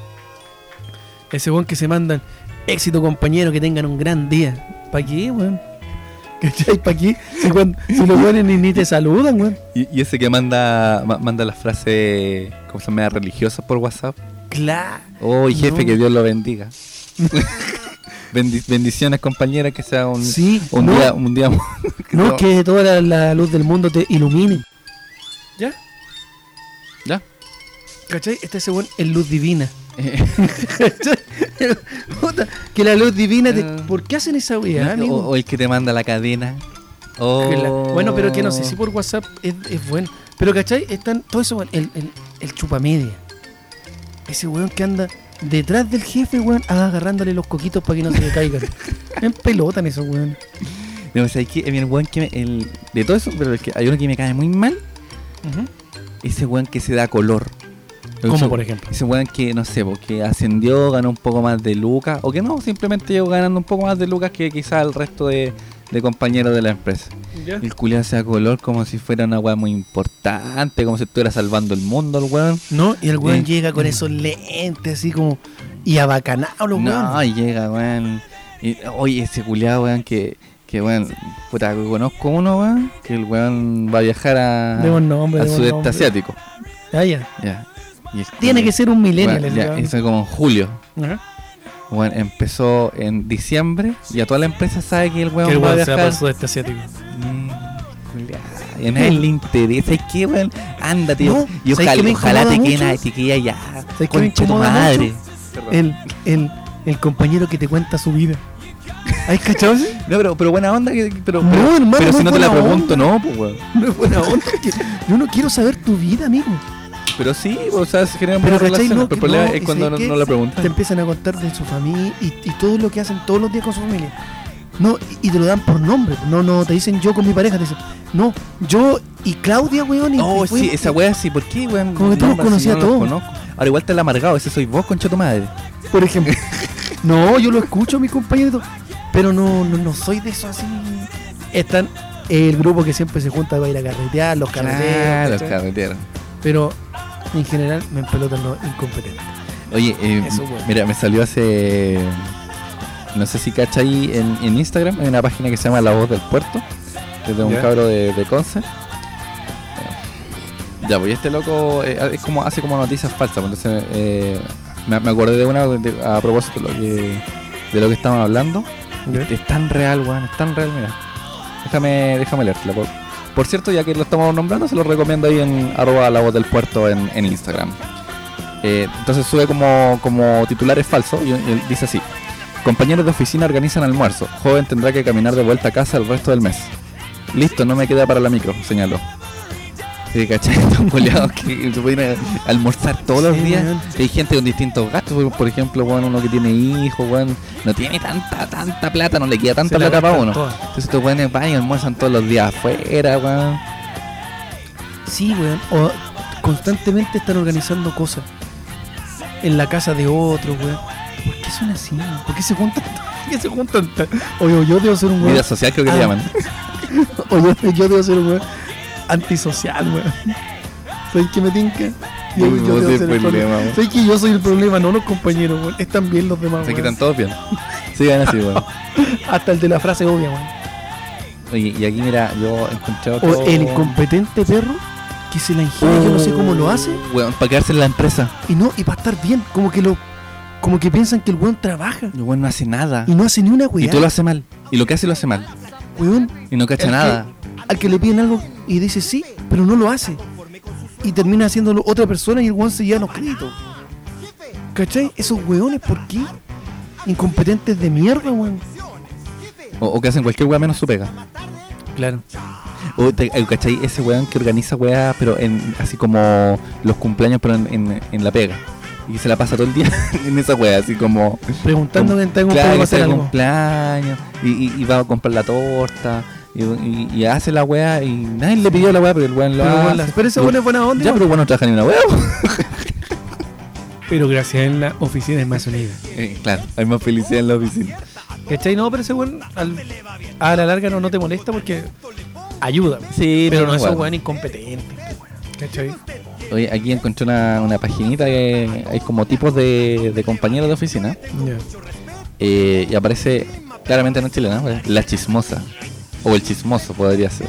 [SPEAKER 2] Ese weón que se mandan, éxito compañero, que tengan un gran día. ¿Pa' qué, weón? (laughs) ¿Cachai? ¿Pa' qué? Si, cuan- si los weones ni, ni te saludan, weón.
[SPEAKER 1] Y, y ese que manda ma- manda las frases, como se llama, religiosas por WhatsApp.
[SPEAKER 2] Claro.
[SPEAKER 1] Oh, jefe,
[SPEAKER 2] No.
[SPEAKER 1] que Dios lo bendiga. (laughs) Bendi- bendiciones, compañera, que sea un,
[SPEAKER 2] Sí,
[SPEAKER 1] un
[SPEAKER 2] no.
[SPEAKER 1] día. Un (laughs) día
[SPEAKER 2] No, es que toda la, la luz del mundo te ilumine. ¿Ya?
[SPEAKER 1] Ya.
[SPEAKER 2] ¿Cachai? Este ese weón es luz divina. (laughs)
[SPEAKER 1] Eh,
[SPEAKER 2] ¿Cachai? Puta, que la luz divina te...
[SPEAKER 1] Ah.
[SPEAKER 2] ¿Por qué hacen esa
[SPEAKER 1] (laughs)
[SPEAKER 2] weá,
[SPEAKER 1] o,
[SPEAKER 2] amigo?
[SPEAKER 1] o el que te manda la cadena.
[SPEAKER 2] Que la-
[SPEAKER 1] Oh.
[SPEAKER 2] Bueno, pero que no sé si por WhatsApp es, es bueno. Pero, ¿cachai? Están todo eso, bueno, el, el, el chupamedia. Ese weón que anda detrás del jefe, weón, agarrándole los coquitos para que no se le
[SPEAKER 1] (laughs)
[SPEAKER 2] caigan. en pelotan esos weón.
[SPEAKER 1] No, o sea, es que, eh, mira, el weón que me- el- de todo eso, pero el que, hay uno que me cae muy mal. Ese weón que se da color. Ese-
[SPEAKER 2] ejemplo?
[SPEAKER 1] Ese weón que, no sé, porque ascendió, ganó un poco más de lucas, o que no, simplemente llegó ganando un poco más de lucas que quizás el resto de, de compañeros de la empresa. El culiado se da color como si fuera una weá muy importante, como si estuviera salvando el mundo el weón.
[SPEAKER 2] No, y el weón
[SPEAKER 1] Eh.
[SPEAKER 2] llega con esos lentes así como. Y abacanado los
[SPEAKER 1] No,
[SPEAKER 2] weón.
[SPEAKER 1] y llega, weón. Y, oye, ese culiado, weón, que, que weón, puta, que conozco uno, weón, que el weón va a viajar a,
[SPEAKER 2] Demos nombre,
[SPEAKER 1] al
[SPEAKER 2] demos
[SPEAKER 1] sudeste
[SPEAKER 2] nombre.
[SPEAKER 1] asiático.
[SPEAKER 2] Ah, ya.
[SPEAKER 1] Ya. Y el
[SPEAKER 2] Tiene
[SPEAKER 1] culiao-
[SPEAKER 2] que ser un millennial
[SPEAKER 1] Weón,
[SPEAKER 2] el
[SPEAKER 1] ya,
[SPEAKER 2] weón.
[SPEAKER 1] eso como en julio.
[SPEAKER 2] Ajá.
[SPEAKER 1] Bueno, empezó en diciembre y a toda la empresa sabe que el weón va a viajar.
[SPEAKER 2] sudeste asiático.
[SPEAKER 1] Mm, culiao. Y a nadie le interesa. ¿Sabes qué, weón? Anda, tío.
[SPEAKER 2] No,
[SPEAKER 1] y
[SPEAKER 2] ¿sabes
[SPEAKER 1] ojalá,
[SPEAKER 2] que me
[SPEAKER 1] ojalá te
[SPEAKER 2] incomoda
[SPEAKER 1] queden
[SPEAKER 2] mucho?
[SPEAKER 1] ahí, te quede allá.
[SPEAKER 2] qué me
[SPEAKER 1] Concha tu
[SPEAKER 2] incomoda
[SPEAKER 1] madre.
[SPEAKER 2] El, el, el compañero que te cuenta su vida. ¿Hay cachado ese?
[SPEAKER 1] No, pero, pero buena onda. que- Pero,
[SPEAKER 2] No,
[SPEAKER 1] pero,
[SPEAKER 2] hermano,
[SPEAKER 1] pero
[SPEAKER 2] no
[SPEAKER 1] si no te la
[SPEAKER 2] buena
[SPEAKER 1] pregunto, no, pues, weón.
[SPEAKER 2] No es buena onda. que- yo no quiero saber tu vida, amigo.
[SPEAKER 1] (laughs) Pero sí, o sea, se generan
[SPEAKER 2] Pero
[SPEAKER 1] buenas
[SPEAKER 2] ¿cachai?
[SPEAKER 1] relaciones. pero el
[SPEAKER 2] No, que-
[SPEAKER 1] problema
[SPEAKER 2] no,
[SPEAKER 1] es
[SPEAKER 2] ¿y
[SPEAKER 1] cuando no,
[SPEAKER 2] sabes qué?
[SPEAKER 1] no la
[SPEAKER 2] Te
[SPEAKER 1] preguntan.
[SPEAKER 2] empiezan a contar de su familia y, y todo lo que hacen todos los días con su familia. No, y, y te lo dan por nombre. No, no, te dicen yo con mi pareja. Te dicen, no, yo y Claudia, weón. Y,
[SPEAKER 1] No,
[SPEAKER 2] y fue-
[SPEAKER 1] Oh, sí, esa weá sí, ¿por qué, weón?
[SPEAKER 2] Como que todos
[SPEAKER 1] No, si yo
[SPEAKER 2] conocía
[SPEAKER 1] no
[SPEAKER 2] a
[SPEAKER 1] los
[SPEAKER 2] todos.
[SPEAKER 1] conozco. Ahora igual te la amargado, ese soy vos, concha tu madre.
[SPEAKER 2] Por
[SPEAKER 1] (laughs)
[SPEAKER 2] ejemplo. no, yo lo escucho a mis compañeros. Pero no, no, no soy de eso así. Están el grupo que siempre se junta para ir a carretear, los
[SPEAKER 1] Claro,
[SPEAKER 2] carreteros. ¿cachai?
[SPEAKER 1] carreteros.
[SPEAKER 2] pero en general me empelotan los incompetentes.
[SPEAKER 1] Oye, eh,
[SPEAKER 2] Eso, weón.
[SPEAKER 1] mira, me salió hace. No sé si cacha ahí en, en Instagram, hay una página que se llama La Voz del Puerto, desde un
[SPEAKER 2] Ya.
[SPEAKER 1] cabro de, de Conce. Eh, Ya, pues y este loco eh, es como, hace como noticias falsas, pues, entonces eh, me, me acordé de una de- a propósito de lo que, de lo que estaban hablando. Es tan real, weón, es tan real, mira. Déjame, déjame leértela, por, Por cierto, ya que lo estamos nombrando, se lo recomiendo ahí en arroba la voz del puerto en, en Instagram. Eh, entonces sube como, como titulares falsos y, y dice así. Compañeros de oficina organizan almuerzo. Joven tendrá que caminar de vuelta a casa el resto del mes. Listo, no me queda para la micro, señaló. Sí, ¿cachai? (laughs) Estos culiados que se pueden a- almorzar todos los
[SPEAKER 2] Sí,
[SPEAKER 1] días.
[SPEAKER 2] weón.
[SPEAKER 1] Hay gente con distintos gastos. por- Por ejemplo, weón, uno que tiene hijos, weón, no tiene tanta, tanta plata, no le queda tanta
[SPEAKER 2] Se la
[SPEAKER 1] plata para
[SPEAKER 2] gastan
[SPEAKER 1] uno.
[SPEAKER 2] todas.
[SPEAKER 1] Entonces estos weones van y almuerzan todos los días afuera, weón.
[SPEAKER 2] Sí, weón. O constantemente están organizando cosas. En la casa de otro, weón. ¿Por qué son así? ¿Por qué se juntan? (laughs) ¿Por qué se juntan? tan- Oye, yo debo ser un weón.
[SPEAKER 1] Vida social creo que
[SPEAKER 2] Ah.
[SPEAKER 1] le llaman.
[SPEAKER 2] (laughs) Oye, yo debo ser un weón antisocial, weón. ¿Sabes qué me tinca? Yo,
[SPEAKER 1] Uy, vos
[SPEAKER 2] yo debo
[SPEAKER 1] sois
[SPEAKER 2] ser el
[SPEAKER 1] problema,
[SPEAKER 2] problema.
[SPEAKER 1] weón.
[SPEAKER 2] ¿Sabes que yo soy el problema? No los compañeros, weón. Están bien los demás,
[SPEAKER 1] Se
[SPEAKER 2] weón.
[SPEAKER 1] quitan todos bien. Sigan así, weón.
[SPEAKER 2] Hasta el de la frase obvia, weón.
[SPEAKER 1] Oye, y aquí mira, yo encontré otro...
[SPEAKER 2] O el incompetente perro que se la ingenia, yo no sé cómo
[SPEAKER 1] Oh.
[SPEAKER 2] lo hace.
[SPEAKER 1] Weón, para quedarse en la empresa.
[SPEAKER 2] Y no, y para estar bien, como que lo. Como que piensan que el weón trabaja
[SPEAKER 1] El weón no hace nada.
[SPEAKER 2] y no hace ni una weá.
[SPEAKER 1] Y todo lo hace mal. Y lo que hace lo hace mal.
[SPEAKER 2] weón,
[SPEAKER 1] Y no cacha
[SPEAKER 2] al que-
[SPEAKER 1] nada.
[SPEAKER 2] al que le piden algo y dice sí, pero no lo hace. Y termina haciéndolo otra persona y el weón se lleva los créditos. ¿Cachai? Esos weones, ¿por qué? Incompetentes de mierda, weón.
[SPEAKER 1] O, o que hacen cualquier weá menos su pega.
[SPEAKER 2] Claro.
[SPEAKER 1] O te- eh, ¿cachai? Ese weón que organiza weá, pero en, así como los cumpleaños, pero en, en- en la pega. Y se la pasa todo el día (laughs) en esa weá, así como.
[SPEAKER 2] Preguntándome en tengo
[SPEAKER 1] claro,
[SPEAKER 2] para
[SPEAKER 1] que
[SPEAKER 2] hacer
[SPEAKER 1] sea
[SPEAKER 2] algo.
[SPEAKER 1] cumpleaños. Y, y- y va a comprar la torta. Y, y- y hace la weá. Y nadie le pidió la weá, pero el weón lo
[SPEAKER 2] Pero,
[SPEAKER 1] hace.
[SPEAKER 2] weón, la- pero ese weón es buena onda.
[SPEAKER 1] Ya, pero bueno, no trabaja ni una weá. (laughs)
[SPEAKER 2] Pero gracias en la oficina es más unida.
[SPEAKER 1] Eh, claro, hay más felicidad en la oficina.
[SPEAKER 2] ¿Cachai? No, pero ese weón al- a la larga no, no te molesta porque ayuda.
[SPEAKER 1] Sí,
[SPEAKER 2] pero no es un
[SPEAKER 1] weón.
[SPEAKER 2] weón incompetente. este ¿Cachai?
[SPEAKER 1] Oye, aquí encontré una, una paginita que hay como tipos de, de compañeros de oficina. eh, y aparece, claramente no es chilena, pues, la chismosa. O el chismoso podría ser.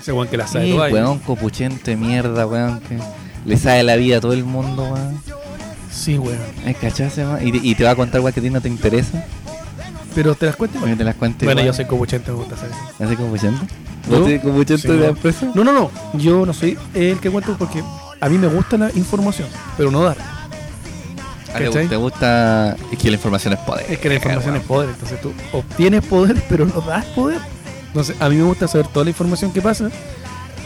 [SPEAKER 2] Ese weón que la sabe
[SPEAKER 1] Sí,
[SPEAKER 2] toda y-
[SPEAKER 1] weón, copuchente, mierda, weón. Que le sabe la vida a todo el mundo, weón.
[SPEAKER 2] Sí, weón.
[SPEAKER 1] Ay, cachase, weón. Y, te- y te va a contar, weón, que a ti no te interesa.
[SPEAKER 2] Pero te das cuenta,
[SPEAKER 1] Para que te las cuente.
[SPEAKER 2] Bueno,
[SPEAKER 1] weón.
[SPEAKER 2] yo soy copuchento, me gusta saber.
[SPEAKER 1] ¿Hace copuchente?
[SPEAKER 2] ¿Yo?
[SPEAKER 1] ¿Vos tenés copuchente
[SPEAKER 2] Sí,
[SPEAKER 1] de la
[SPEAKER 2] weón.
[SPEAKER 1] empresa?
[SPEAKER 2] No, no, no. Yo no soy el que cuento porque a mí me gusta la información, pero no dar.
[SPEAKER 1] Ah, ¿Te,
[SPEAKER 2] ¿Cachai?
[SPEAKER 1] gu- te gusta? Es que la información es poder.
[SPEAKER 2] Es que la información
[SPEAKER 1] weón.
[SPEAKER 2] es poder, entonces tú obtienes poder, pero no das poder. Entonces, a mí me gusta saber toda la información que pasa,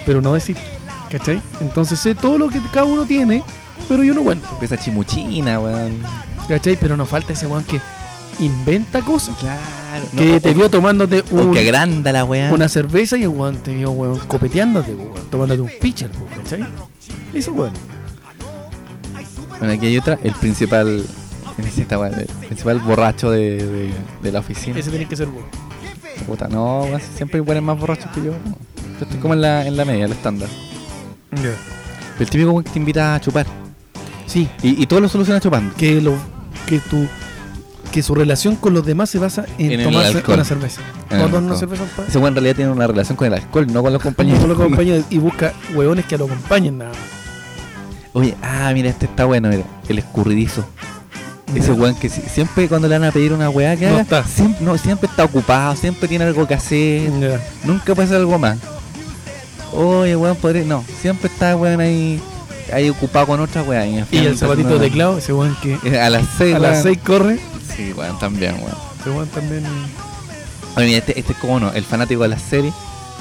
[SPEAKER 2] pero no decir. ¿Cachai? Entonces sé todo lo que cada uno tiene, pero yo no cuento.
[SPEAKER 1] Esa chimuchina, weón.
[SPEAKER 2] ¿Cachai? Pero nos falta ese weón que inventa cosas.
[SPEAKER 1] Claro.
[SPEAKER 2] Que te vio tomándote
[SPEAKER 1] O
[SPEAKER 2] un,
[SPEAKER 1] que agranda la weá.
[SPEAKER 2] una cerveza y el weón te vio, weón, copeteándote, weón, tomándote un pitcher, weón, ¿cachai? Eso, weón.
[SPEAKER 1] Bueno, aquí hay otra. El principal. ¿quién es esta weá? El principal borracho de, de- de la oficina.
[SPEAKER 2] Ese tiene que ser weón.
[SPEAKER 1] Puta, no, weón, si siempre hay weones más borrachos que yo. Yo estoy como en la, en la media, el estándar. Pero el típico weón que te invita a chupar.
[SPEAKER 2] Sí,
[SPEAKER 1] Y, y todo lo soluciona chupando.
[SPEAKER 2] que lo que tu que su relación con los demás se basa en,
[SPEAKER 1] En el
[SPEAKER 2] tomarse
[SPEAKER 1] alcohol.
[SPEAKER 2] una cerveza.
[SPEAKER 1] En
[SPEAKER 2] No,
[SPEAKER 1] el
[SPEAKER 2] no, una
[SPEAKER 1] alcohol.
[SPEAKER 2] cerveza pa-
[SPEAKER 1] Ese weón en realidad tiene una relación con el alcohol, no con los compañeros.
[SPEAKER 2] no solo acompaña y busca hueones que lo acompañen nada más.
[SPEAKER 1] Oye, ah, mira, este está bueno, mira. El escurridizo. Ese
[SPEAKER 2] Ya.
[SPEAKER 1] weón que si- siempre cuando le van a pedir una weá que
[SPEAKER 2] No
[SPEAKER 1] haga,
[SPEAKER 2] está.
[SPEAKER 1] Siempre, no, siempre está ocupado, siempre tiene algo que hacer.
[SPEAKER 2] Ya.
[SPEAKER 1] Nunca pasa algo más. Oye, weón, podré. No, siempre está, weón, ahí, ahí ocupado con otra weón.
[SPEAKER 2] Y el zapatito de teclado, ese weón que
[SPEAKER 1] Eh, (laughs) A las 6,
[SPEAKER 2] a las 6 corre,
[SPEAKER 1] Sí, weón, también, weón.
[SPEAKER 2] ese weón también.
[SPEAKER 1] Oye, mira, este, este es como uno, el fanático de las series.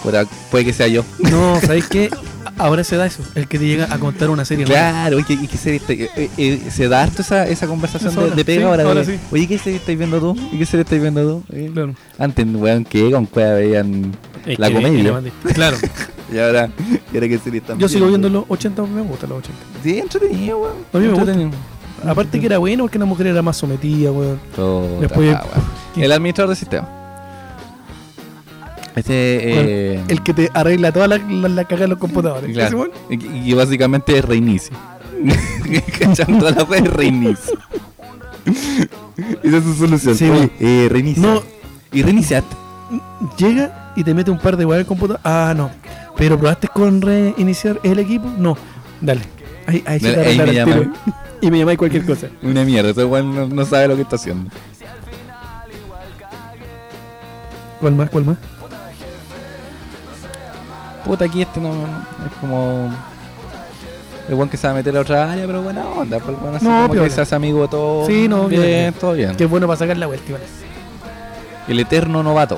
[SPEAKER 1] Puta, puede que sea yo.
[SPEAKER 2] (laughs) No, ¿sabéis qué? Ahora se da eso, el que te llega a contar una serie. nueva.
[SPEAKER 1] Claro, oye, ¿y qué serie estáis- eh, eh, eh, se da harto esa, esa conversación
[SPEAKER 2] Esa
[SPEAKER 1] de,
[SPEAKER 2] hora,
[SPEAKER 1] de pega
[SPEAKER 2] sí,
[SPEAKER 1] ahora. de-
[SPEAKER 2] ahora sí.
[SPEAKER 1] Oye, ¿qué serie estáis viendo tú? ¿Y qué serie estáis viendo tú? Eh,
[SPEAKER 2] Claro.
[SPEAKER 1] Antes, weón, que con cueva veían
[SPEAKER 2] Es
[SPEAKER 1] la
[SPEAKER 2] que-
[SPEAKER 1] comedia.
[SPEAKER 2] era
[SPEAKER 1] (laughs)
[SPEAKER 2] más difícil. Claro.
[SPEAKER 1] Y ahora, ¿y ahora qué serie están
[SPEAKER 2] Yo sigo viendo los 80, me gustan los 80.
[SPEAKER 1] Sí, entretenido, weón.
[SPEAKER 2] A mí me gusta.
[SPEAKER 1] Entretenido.
[SPEAKER 2] Aparte que era bueno porque la mujer era más sometida, weón.
[SPEAKER 1] Puta
[SPEAKER 2] Después-
[SPEAKER 1] la wea. el administrador de sistema. Este eh,
[SPEAKER 2] El que te arregla toda la, la, la caga de los computadores.
[SPEAKER 1] claro.
[SPEAKER 2] Ese weón.
[SPEAKER 1] y, y básicamente es reinicio. (laughs) Cachando toda la wea es reinicio. (laughs) Esa es su solución.
[SPEAKER 2] Sí,
[SPEAKER 1] Oye,
[SPEAKER 2] weón.
[SPEAKER 1] eh, reinicia.
[SPEAKER 2] No.
[SPEAKER 1] Y reiniciate.
[SPEAKER 2] Llega y te mete un par de weas al computador. Ah, no. Pero probaste con reiniciar el equipo. No. Dale. Ahí, ahí se te
[SPEAKER 1] Ahí
[SPEAKER 2] arregla
[SPEAKER 1] me
[SPEAKER 2] el
[SPEAKER 1] llaman.
[SPEAKER 2] tiro. Y me llamáis cualquier cosa.
[SPEAKER 1] Una mierda, ese weón no, no sabe lo que está haciendo.
[SPEAKER 2] ¿Cuál más? ¿Cuál más?
[SPEAKER 1] puta, aquí este no. Es como. El buen que se va a meter a otra área, pero buena onda. Pues, bueno, así
[SPEAKER 2] No,
[SPEAKER 1] como que
[SPEAKER 2] piola.
[SPEAKER 1] se hace amigo de todo.
[SPEAKER 2] Sí, no,
[SPEAKER 1] bien.
[SPEAKER 2] bien.
[SPEAKER 1] Todo bien.
[SPEAKER 2] Qué bueno para sacar la vuelta, igual.
[SPEAKER 1] El eterno novato.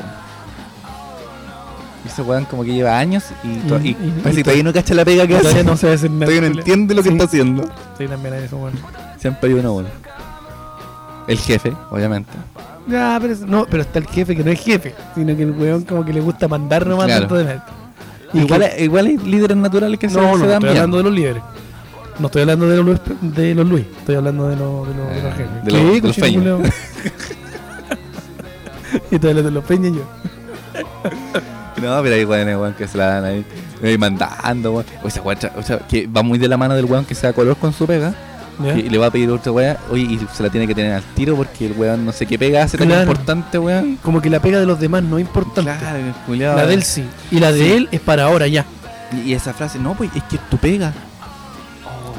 [SPEAKER 1] Ese weón como que lleva años y, to-
[SPEAKER 2] Y-
[SPEAKER 1] y
[SPEAKER 2] y-
[SPEAKER 1] parece que (laughs)
[SPEAKER 2] y
[SPEAKER 1] todavía no cacha la pega que hace.
[SPEAKER 2] Todavía no se hace
[SPEAKER 1] (laughs)
[SPEAKER 2] nada.
[SPEAKER 1] Todavía no
[SPEAKER 2] Julia.
[SPEAKER 1] entiende lo que
[SPEAKER 2] Sí.
[SPEAKER 1] está haciendo.
[SPEAKER 2] Sí, también hay eso, bueno.
[SPEAKER 1] Siempre hay uno bueno. El jefe, obviamente.
[SPEAKER 2] Ya, pero, es- no, pero está el jefe que no es jefe, sino que el weón como que le gusta mandar nomás
[SPEAKER 1] Claro.
[SPEAKER 2] tanto de nada. Y
[SPEAKER 1] Igual,
[SPEAKER 2] que-
[SPEAKER 1] hay- igual hay líderes naturales que se,
[SPEAKER 2] no, no,
[SPEAKER 1] se
[SPEAKER 2] no
[SPEAKER 1] dan
[SPEAKER 2] estoy
[SPEAKER 1] bien.
[SPEAKER 2] hablando de los líderes. No estoy hablando de los, Luis- de los Luis, estoy hablando de los, de los, de los
[SPEAKER 1] Ah,
[SPEAKER 2] jefes.
[SPEAKER 1] de los-
[SPEAKER 2] ¿Qué,
[SPEAKER 1] de los
[SPEAKER 2] cochino
[SPEAKER 1] peñas. (laughs)
[SPEAKER 2] culiao? y estoy hablando de los peñas yo.
[SPEAKER 1] No, pero hay weones, weón, que se la dan ahí, ahí mandando, weón. O sea, weón, tra- o sea, que va muy de la mano del weón que se da color con su pega.
[SPEAKER 2] ¿ya?
[SPEAKER 1] Y, y le va a pedir otra weá, oye, y se la tiene que tener al tiro porque el weón no sé qué pega hace tan
[SPEAKER 2] Claro.
[SPEAKER 1] importante, weón.
[SPEAKER 2] Como que la pega de los demás no es importante.
[SPEAKER 1] el culiao.
[SPEAKER 2] La de él sí. Y la de él es para ahora ya.
[SPEAKER 1] Y, y esa frase, no, pues es que es tu pega.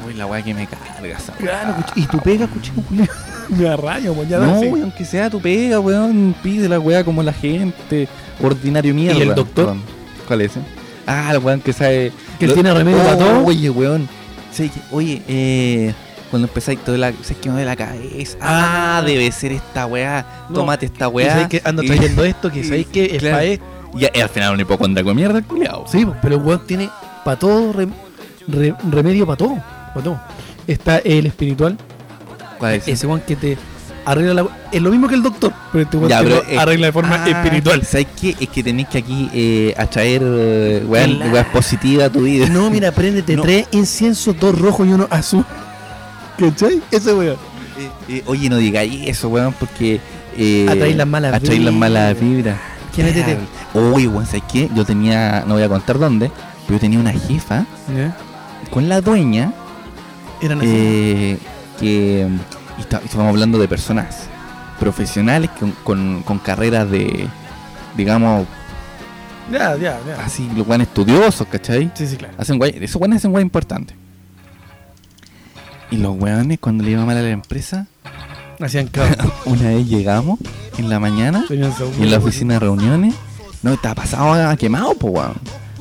[SPEAKER 1] Uy, Oh, la weá que me carga esa weá.
[SPEAKER 2] y tu pega, cochino
[SPEAKER 1] (laughs)
[SPEAKER 2] culiao. Me arraño, pues ya
[SPEAKER 1] No,
[SPEAKER 2] sí.
[SPEAKER 1] weón, aunque sea tu pega, weón, pide la weá como la gente, ordinario mierda.
[SPEAKER 2] ¿Y el doctor?
[SPEAKER 1] Perdón. ¿Cuál es? eh? Ah, el weón que sabe.
[SPEAKER 2] Que él
[SPEAKER 1] Lo-
[SPEAKER 2] tiene remedio para
[SPEAKER 1] Oh,
[SPEAKER 2] todo.
[SPEAKER 1] Oye, weón. Sí, que- oye, eh, cuando empezáis todo la. ¿Sabes que me duele la cabeza? Ah, debe ser esta weá.
[SPEAKER 2] No.
[SPEAKER 1] Tómate esta
[SPEAKER 2] Que
[SPEAKER 1] weá.
[SPEAKER 2] sabéis que ando
[SPEAKER 1] Y-
[SPEAKER 2] trayendo esto, que sabéis que es
[SPEAKER 1] Claro.
[SPEAKER 2] para esto.
[SPEAKER 1] Y, a- al final un hipocondriaco de mierda, el culiao.
[SPEAKER 2] Sí, po, pero el weón tiene para todo rem- re- remedio para todo, pa' todo. Está el espiritual,
[SPEAKER 1] ¿Cuál es?
[SPEAKER 2] ese weón que te arregla la es lo mismo que el doctor, pero este weón
[SPEAKER 1] Ya,
[SPEAKER 2] te
[SPEAKER 1] pero,
[SPEAKER 2] lo
[SPEAKER 1] eh,
[SPEAKER 2] arregla de forma
[SPEAKER 1] ah, (laughs)
[SPEAKER 2] espiritual.
[SPEAKER 1] ¿Sabes qué? Es que tenéis que aquí eh, atraer eh, weas,
[SPEAKER 2] Claro.
[SPEAKER 1] weas positivas a tu vida.
[SPEAKER 2] No, mira, préndete
[SPEAKER 1] No.
[SPEAKER 2] tres inciensos, dos rojos y uno azul. ¿Cachai? Ese weón.
[SPEAKER 1] Eh, eh, oye, no digáis eso, weón, porque. Eh,
[SPEAKER 2] Atraí las malas
[SPEAKER 1] atraí las
[SPEAKER 2] vibras.
[SPEAKER 1] malas vibras.
[SPEAKER 2] Que métete.
[SPEAKER 1] Oye, weón, ¿sabes qué? Yo tenía. No voy a contar dónde, pero yo tenía una jefa con la dueña
[SPEAKER 2] Eran así.
[SPEAKER 1] eh, que. y está- y estábamos hablando de personas profesionales con, con, con carreras de. digamos,
[SPEAKER 2] ya, ya, ya.
[SPEAKER 1] así, los weones estudiosos, ¿cachai?
[SPEAKER 2] Sí, sí, claro.
[SPEAKER 1] Hacen guay, esos weones hacen guay importante. Y los weones, cuando le iba mal a la empresa, (laughs)
[SPEAKER 2] Hacían caos.
[SPEAKER 1] una vez llegamos en la mañana
[SPEAKER 2] Tenían
[SPEAKER 1] y en la
[SPEAKER 2] (laughs)
[SPEAKER 1] oficina de reuniones, no, estaba pasado a quemado, po, weón.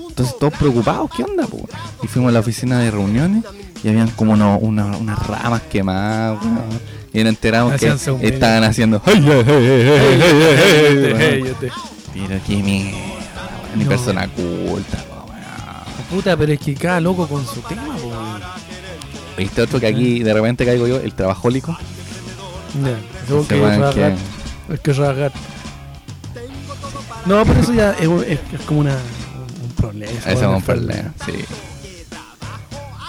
[SPEAKER 1] Entonces todos preocupados, ¿qué onda, po? Y fuimos a la oficina de reuniones y habían como uno- una- unas ramas quemadas, weón. Y nos enteramos que
[SPEAKER 2] Hacían según
[SPEAKER 1] estaban haciendo... "Hey, hey, hey, hey, hey, hey, hey", weón. Pero qué mierda, weón, ni
[SPEAKER 2] No.
[SPEAKER 1] persona culta, po, weón.
[SPEAKER 2] Puta, pero es que cada loco con su tema, po, weón.
[SPEAKER 1] Este otro que aquí de repente caigo yo, el trabajólico.
[SPEAKER 2] Ya, tengo
[SPEAKER 1] Ese
[SPEAKER 2] que
[SPEAKER 1] weón
[SPEAKER 2] rasgar.
[SPEAKER 1] que-
[SPEAKER 2] Hay que rasgar. No, pero eso ya es, un- es- es como una, un- un problema.
[SPEAKER 1] Ese es un problema, sí.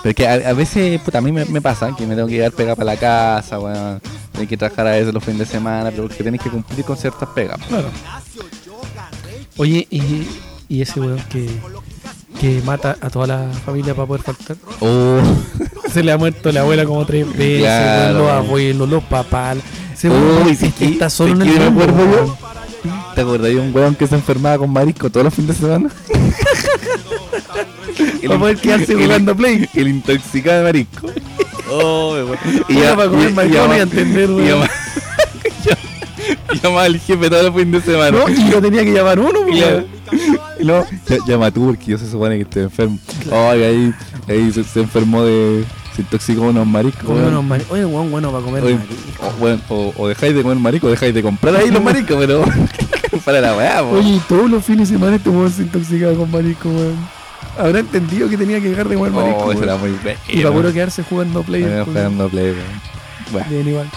[SPEAKER 1] Porque a, a veces, puta, a mí me, me pasa que me tengo que llegar pegada para la casa, weón. Tengo que trabajar a veces los fines de semana, pero porque tenés que cumplir con ciertas pegas.
[SPEAKER 2] Claro. Oye, y, y ese weón que, que mata a toda la familia para poder faltar.
[SPEAKER 1] Oh,
[SPEAKER 2] Se le ha muerto la abuela como tres veces,
[SPEAKER 1] Claro.
[SPEAKER 2] weón, los abuelos, los papás. Se
[SPEAKER 1] Uy, sí, sí,
[SPEAKER 2] está
[SPEAKER 1] sí,
[SPEAKER 2] solo en
[SPEAKER 1] que
[SPEAKER 2] el
[SPEAKER 1] me
[SPEAKER 2] mundo,
[SPEAKER 1] acuerdo yo.
[SPEAKER 2] weón.
[SPEAKER 1] ¿Te acordás de un weón que se enfermaba con marisco todos los fines de semana?
[SPEAKER 2] Para poder quedarse
[SPEAKER 1] el-
[SPEAKER 2] jugando Play.
[SPEAKER 1] El intoxicado de marisco. Oh, weón.
[SPEAKER 2] Ahora para comer marisco
[SPEAKER 1] llama-
[SPEAKER 2] y entender,
[SPEAKER 1] y
[SPEAKER 2] weón.
[SPEAKER 1] llama- (laughs) y Llamaba al jefe todos los fines de semana. (laughs)
[SPEAKER 2] No, y yo tenía que llamar uno, pues,
[SPEAKER 1] Y
[SPEAKER 2] weón.
[SPEAKER 1] y luego, "Ya- llama tú porque yo se supone que estoy enfermo. Ay, ahí, ahí se, se enfermó de. Se intoxicó con unos mariscos.
[SPEAKER 2] Come
[SPEAKER 1] weón.
[SPEAKER 2] unos mari- Oye, weón, bueno para comer.
[SPEAKER 1] Oye,
[SPEAKER 2] marisco.
[SPEAKER 1] o, bueno, o- o dejáis de comer marisco, o dejáis de comprar ahí los mariscos, pero. (laughs) para la weá, po.
[SPEAKER 2] Oye, y todos los fines de semana este weón se intoxicaba con marisco, weón. Habrá entendido que tenía que dejar de comer marisco.
[SPEAKER 1] Oh, eso
[SPEAKER 2] weón.
[SPEAKER 1] era muy bueno.
[SPEAKER 2] Y para puro quedarse jugando play.
[SPEAKER 1] Estaba
[SPEAKER 2] weón.
[SPEAKER 1] jugando Play, weón. Bueno,
[SPEAKER 2] Bien, igual.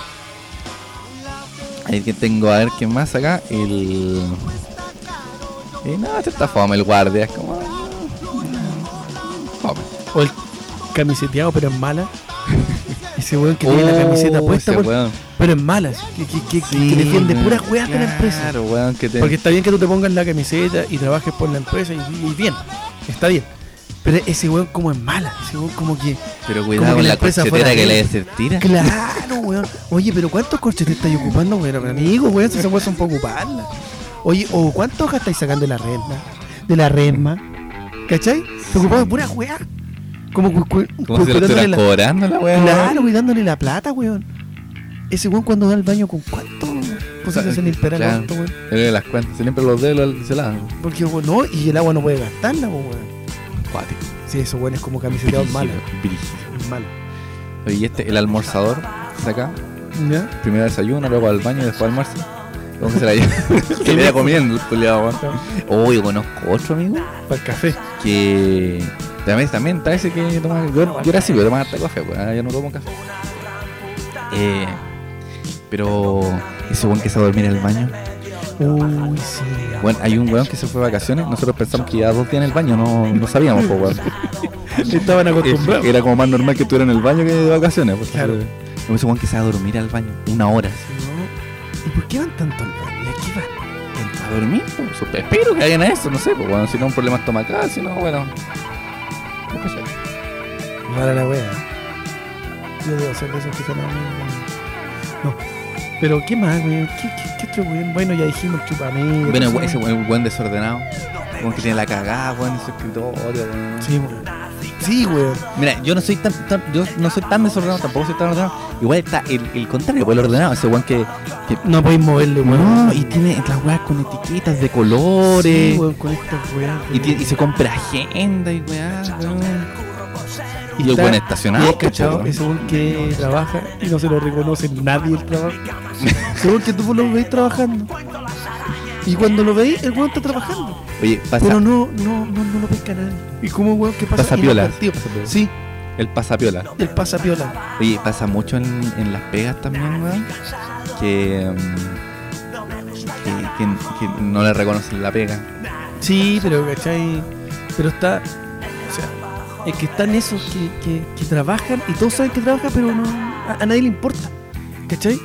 [SPEAKER 1] ahí que tengo a ver quién más acá. El. Eh, no, este está fome el guardia, es como. ah, Fome.
[SPEAKER 2] O el camiseteado, pero
[SPEAKER 1] (laughs)
[SPEAKER 2] es mala. Ese weón que tiene
[SPEAKER 1] Oh,
[SPEAKER 2] la camiseta puesta,
[SPEAKER 1] ese
[SPEAKER 2] por-
[SPEAKER 1] weón.
[SPEAKER 2] pero es mala. Que, que, que- que
[SPEAKER 1] Sí,
[SPEAKER 2] defiende
[SPEAKER 1] weón,
[SPEAKER 2] puras weas de la empresa.
[SPEAKER 1] Claro, weón, que te...
[SPEAKER 2] Porque está bien que tú te pongas la camiseta y trabajes por la empresa y, y bien, está bien. Pero ese weón como es mala, ese weón como que...
[SPEAKER 1] Pero cuidado
[SPEAKER 2] como que
[SPEAKER 1] con
[SPEAKER 2] la
[SPEAKER 1] la
[SPEAKER 2] empresa
[SPEAKER 1] cochetera
[SPEAKER 2] fuera
[SPEAKER 1] que
[SPEAKER 2] de
[SPEAKER 1] le
[SPEAKER 2] él.
[SPEAKER 1] desertira.
[SPEAKER 2] Claro, weón. Oye, pero ¿cuántos corchetes estáis ocupando, weón? Amigo, weón, esas weas son para ocuparlas. Oye, o ¿cuántos hojas estáis sacando de la resma? De la resma. ¿Cachai? Te ocupamos pura weá. Como cu- cu-
[SPEAKER 1] ¿Cómo se lo
[SPEAKER 2] cuidándole
[SPEAKER 1] estuvieran
[SPEAKER 2] la,
[SPEAKER 1] cobrando la weá?
[SPEAKER 2] Claro, cuidándole la plata, weón. Ese weón cuando da al baño con cuánto, Pues se le impera el
[SPEAKER 1] Claro.
[SPEAKER 2] orto, weón.
[SPEAKER 1] Yo le doy las cuentas, se limpian los dedos y se lavan.
[SPEAKER 2] Porque weón, no, y el agua no puede gastarla, po, weón.
[SPEAKER 1] Cuático.
[SPEAKER 2] Sí, esos buenos
[SPEAKER 1] (laughs)
[SPEAKER 2] como camiseteados malos.
[SPEAKER 1] Brígido.
[SPEAKER 2] Malo.
[SPEAKER 1] Oye, y este, el almorzador, de acá,
[SPEAKER 5] ¿Ya?
[SPEAKER 1] primero desayuno, luego al baño y después almuerzo. ¿Cómo que se la (laughs) lleva? que le da comiendo el culiao, weón. Oh, yo conozco otro amigo
[SPEAKER 2] Para el café.
[SPEAKER 1] que también, también está ese que toma. Yo, yo era así, pero tomaba hasta café, pues, ah, yo no tomo café. Eh, pero ese weón que se va a dormir en el baño.
[SPEAKER 2] Uy, sí.
[SPEAKER 1] Bueno, hay un weón que se fue de vacaciones. Nosotros pensamos que iba dos días en el baño, no, no sabíamos, pues, weón.
[SPEAKER 2] (laughs) Estaban acostumbrados.
[SPEAKER 1] Eh, Era como más normal que estuviera en el baño que de vacaciones. Pues,
[SPEAKER 2] Claro.
[SPEAKER 1] No ese weón que se va a dormir al baño, una hora.
[SPEAKER 2] No. ¿Y por qué van tanto al baño? ¿A qué van?
[SPEAKER 1] ¿A dormir? pues, supe- Espero que hagan eso, no sé, pues, bueno, si no un problema estomacal, si no, bueno. no pasa nada.
[SPEAKER 2] Mala la wea. ¿eh? Yo debo hacer de esos que están ahí, No. Pero, ¿qué más, weón? ¿Qué, qué, qué otro weón? Bueno, ya dijimos chupamé.
[SPEAKER 1] Bueno, ese buen, buen desordenado, como que tiene la cagada, weón, en su escritorio. weón.
[SPEAKER 2] Sí, weón. Sí, weón.
[SPEAKER 1] Mira, yo no soy tan, tan- yo no soy tan desordenado, tampoco soy tan ordenado. Igual está el, el contrario, igual ordenado, ese weón que.
[SPEAKER 2] No podéis moverle, weón.
[SPEAKER 1] No, y tiene las weas con etiquetas de
[SPEAKER 2] Sí,
[SPEAKER 1] colores.
[SPEAKER 2] weón, con estas weas.
[SPEAKER 1] y,
[SPEAKER 2] weón.
[SPEAKER 1] ti- y se compra agenda y weá, weón. Y los
[SPEAKER 2] está-
[SPEAKER 1] buen
[SPEAKER 2] Y
[SPEAKER 1] estacionado,
[SPEAKER 2] es cachado, ese weón que trabaja y no se lo reconoce nadie
[SPEAKER 1] (laughs)
[SPEAKER 2] el trabajo. Según que tú lo veis trabajando. Y cuando lo veis, el weón está trabajando.
[SPEAKER 1] Oye, pasa,
[SPEAKER 2] Pero no, no, no, no lo pesca nadie. ¿Y cómo weón que pasa?
[SPEAKER 1] pasa piola.
[SPEAKER 2] inadvertido? Sí,
[SPEAKER 1] El pasapiola.
[SPEAKER 2] el pasa piola.
[SPEAKER 1] Oye, pasa mucho en, en Las Pegas también, weón. Que, mm, que, que- que no le reconocen la pega.
[SPEAKER 2] Sí, pero cachai. Pero está. O sea, es que están esos que, que, que trabajan y todos saben que trabajan, pero no, a, a nadie le importa. ¿Cachai?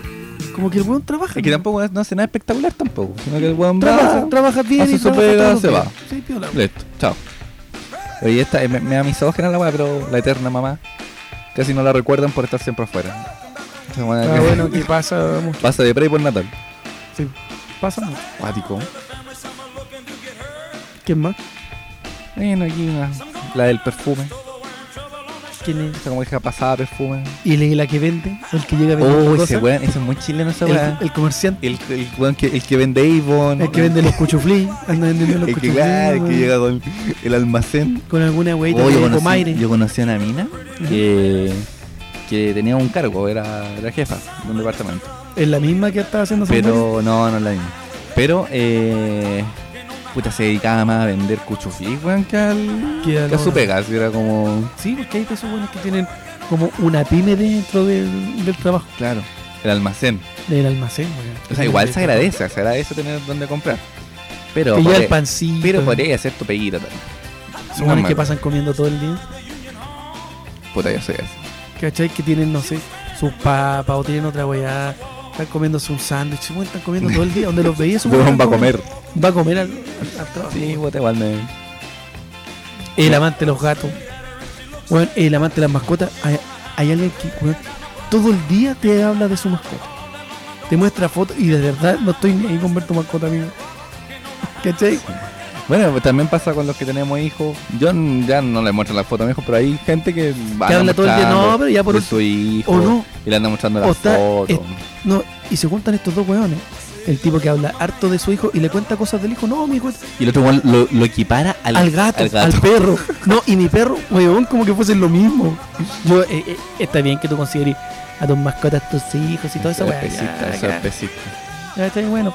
[SPEAKER 2] Como que el weón trabaja.
[SPEAKER 1] Es que
[SPEAKER 2] ¿no?
[SPEAKER 1] tampoco es- no hace nada espectacular tampoco. Sino que el weón
[SPEAKER 2] Trabaja,
[SPEAKER 1] va,
[SPEAKER 2] trabaja bien
[SPEAKER 1] hace
[SPEAKER 2] y
[SPEAKER 1] su
[SPEAKER 2] trabaja
[SPEAKER 1] pega,
[SPEAKER 2] todos los
[SPEAKER 1] se
[SPEAKER 2] días.
[SPEAKER 1] va.
[SPEAKER 2] Sí, piola.
[SPEAKER 1] Listo, chao. Oye, esta eh, me, me da misógena la weá, pero la eterna mamá. Casi no la recuerdan por estar siempre afuera. Esa weá
[SPEAKER 2] Ah,
[SPEAKER 1] que-
[SPEAKER 2] bueno, que pasa mucho.
[SPEAKER 1] (laughs) Pasa de pre y por natal.
[SPEAKER 2] Sí, pasa mucho.
[SPEAKER 1] Cuático.
[SPEAKER 2] ¿Quién más?
[SPEAKER 1] Bueno, aquí una- la del perfume.
[SPEAKER 2] ¿Quién es?
[SPEAKER 1] Esa como deja pasada perfume.
[SPEAKER 2] ¿Y la- la que vende? ¿El que llega a vender
[SPEAKER 1] Oh,
[SPEAKER 2] la
[SPEAKER 1] ese
[SPEAKER 2] cosa?
[SPEAKER 1] weón, ese es muy chileno esa weá.
[SPEAKER 2] el, el comerciante.
[SPEAKER 1] El, el weón que, el que vende Avon.
[SPEAKER 2] El que vende los cuchuflí. Anda vendiendo los
[SPEAKER 1] El que,
[SPEAKER 2] cuchuflí.
[SPEAKER 1] claro, el que
[SPEAKER 2] weón.
[SPEAKER 1] llega con el almacén.
[SPEAKER 2] Con alguna
[SPEAKER 1] Oh,
[SPEAKER 2] weita
[SPEAKER 1] yo,
[SPEAKER 2] de
[SPEAKER 1] conocí,
[SPEAKER 2] comaire.
[SPEAKER 1] yo conocí a una mina que, que tenía un cargo, era, era jefa de un departamento.
[SPEAKER 2] Es la misma que estaba haciendo Samuel.
[SPEAKER 1] Pero no, no es la misma. Pero, eh, puta, se dedicaba más a vender cuchuflis, weón, que, al,
[SPEAKER 2] Que a
[SPEAKER 1] que a
[SPEAKER 2] lo-
[SPEAKER 1] su pega. así era como,
[SPEAKER 2] Sí, porque hay de esos buenos que tienen como una pyme dentro del, del trabajo,
[SPEAKER 1] claro, el almacén.
[SPEAKER 2] del almacén. weón.
[SPEAKER 1] O sea, igual se agradece, se agradece tener donde comprar. Pero,
[SPEAKER 2] Que lleva el
[SPEAKER 1] podría-
[SPEAKER 2] pancito.
[SPEAKER 1] pero podría hacer tu peguita también.
[SPEAKER 2] Son buenos
[SPEAKER 1] No, man.
[SPEAKER 2] que pasan comiendo todo el día.
[SPEAKER 1] Puta, yo soy así.
[SPEAKER 2] ¿Cachai? Que tienen, no sé, sus papas o tienen otra weá. Están comiéndose un sándwich. weón, Están comiendo todo el día. Donde
[SPEAKER 1] (laughs)
[SPEAKER 2] los veías.
[SPEAKER 1] Weón, va a comer.
[SPEAKER 2] Va a comer al, al- al trabajo.
[SPEAKER 1] Sí, puta, igual me...
[SPEAKER 2] El amante de los gatos. Bueno, el amante de las mascotas. Hay, hay alguien que weón, todo el día te habla de su mascota. Te muestra fotos y de verdad no estoy ni ahí con ver tu mascota, amigo. ¿Cachai?
[SPEAKER 1] Bueno, pues también pasa con los que tenemos hijos. Yo n- ya no le muestro la foto a mi hijo, pero hay gente que va
[SPEAKER 2] habla todo el día, no, pero ya por
[SPEAKER 1] de
[SPEAKER 2] último-
[SPEAKER 1] su hijo
[SPEAKER 2] o no.
[SPEAKER 1] y le anda mostrando
[SPEAKER 2] O
[SPEAKER 1] la
[SPEAKER 2] está-
[SPEAKER 1] foto.
[SPEAKER 2] es- No, y se juntan estos dos weones. El tipo que habla harto de su hijo y le cuenta cosas del hijo. No, mi hijo es-
[SPEAKER 1] Y el otro igual lo, lo equipara al,
[SPEAKER 2] al gato, al,
[SPEAKER 1] (laughs)
[SPEAKER 2] perro. No, y mi perro, weón, como que fuesen lo mismo. Yo, eh, eh, está bien que tú consideres a tus mascotas, tus hijos y todo eso, weón.
[SPEAKER 1] Pesita,
[SPEAKER 2] Ya,
[SPEAKER 1] eso es
[SPEAKER 2] ya.
[SPEAKER 1] pesita.
[SPEAKER 2] ¿Cachai? Bueno.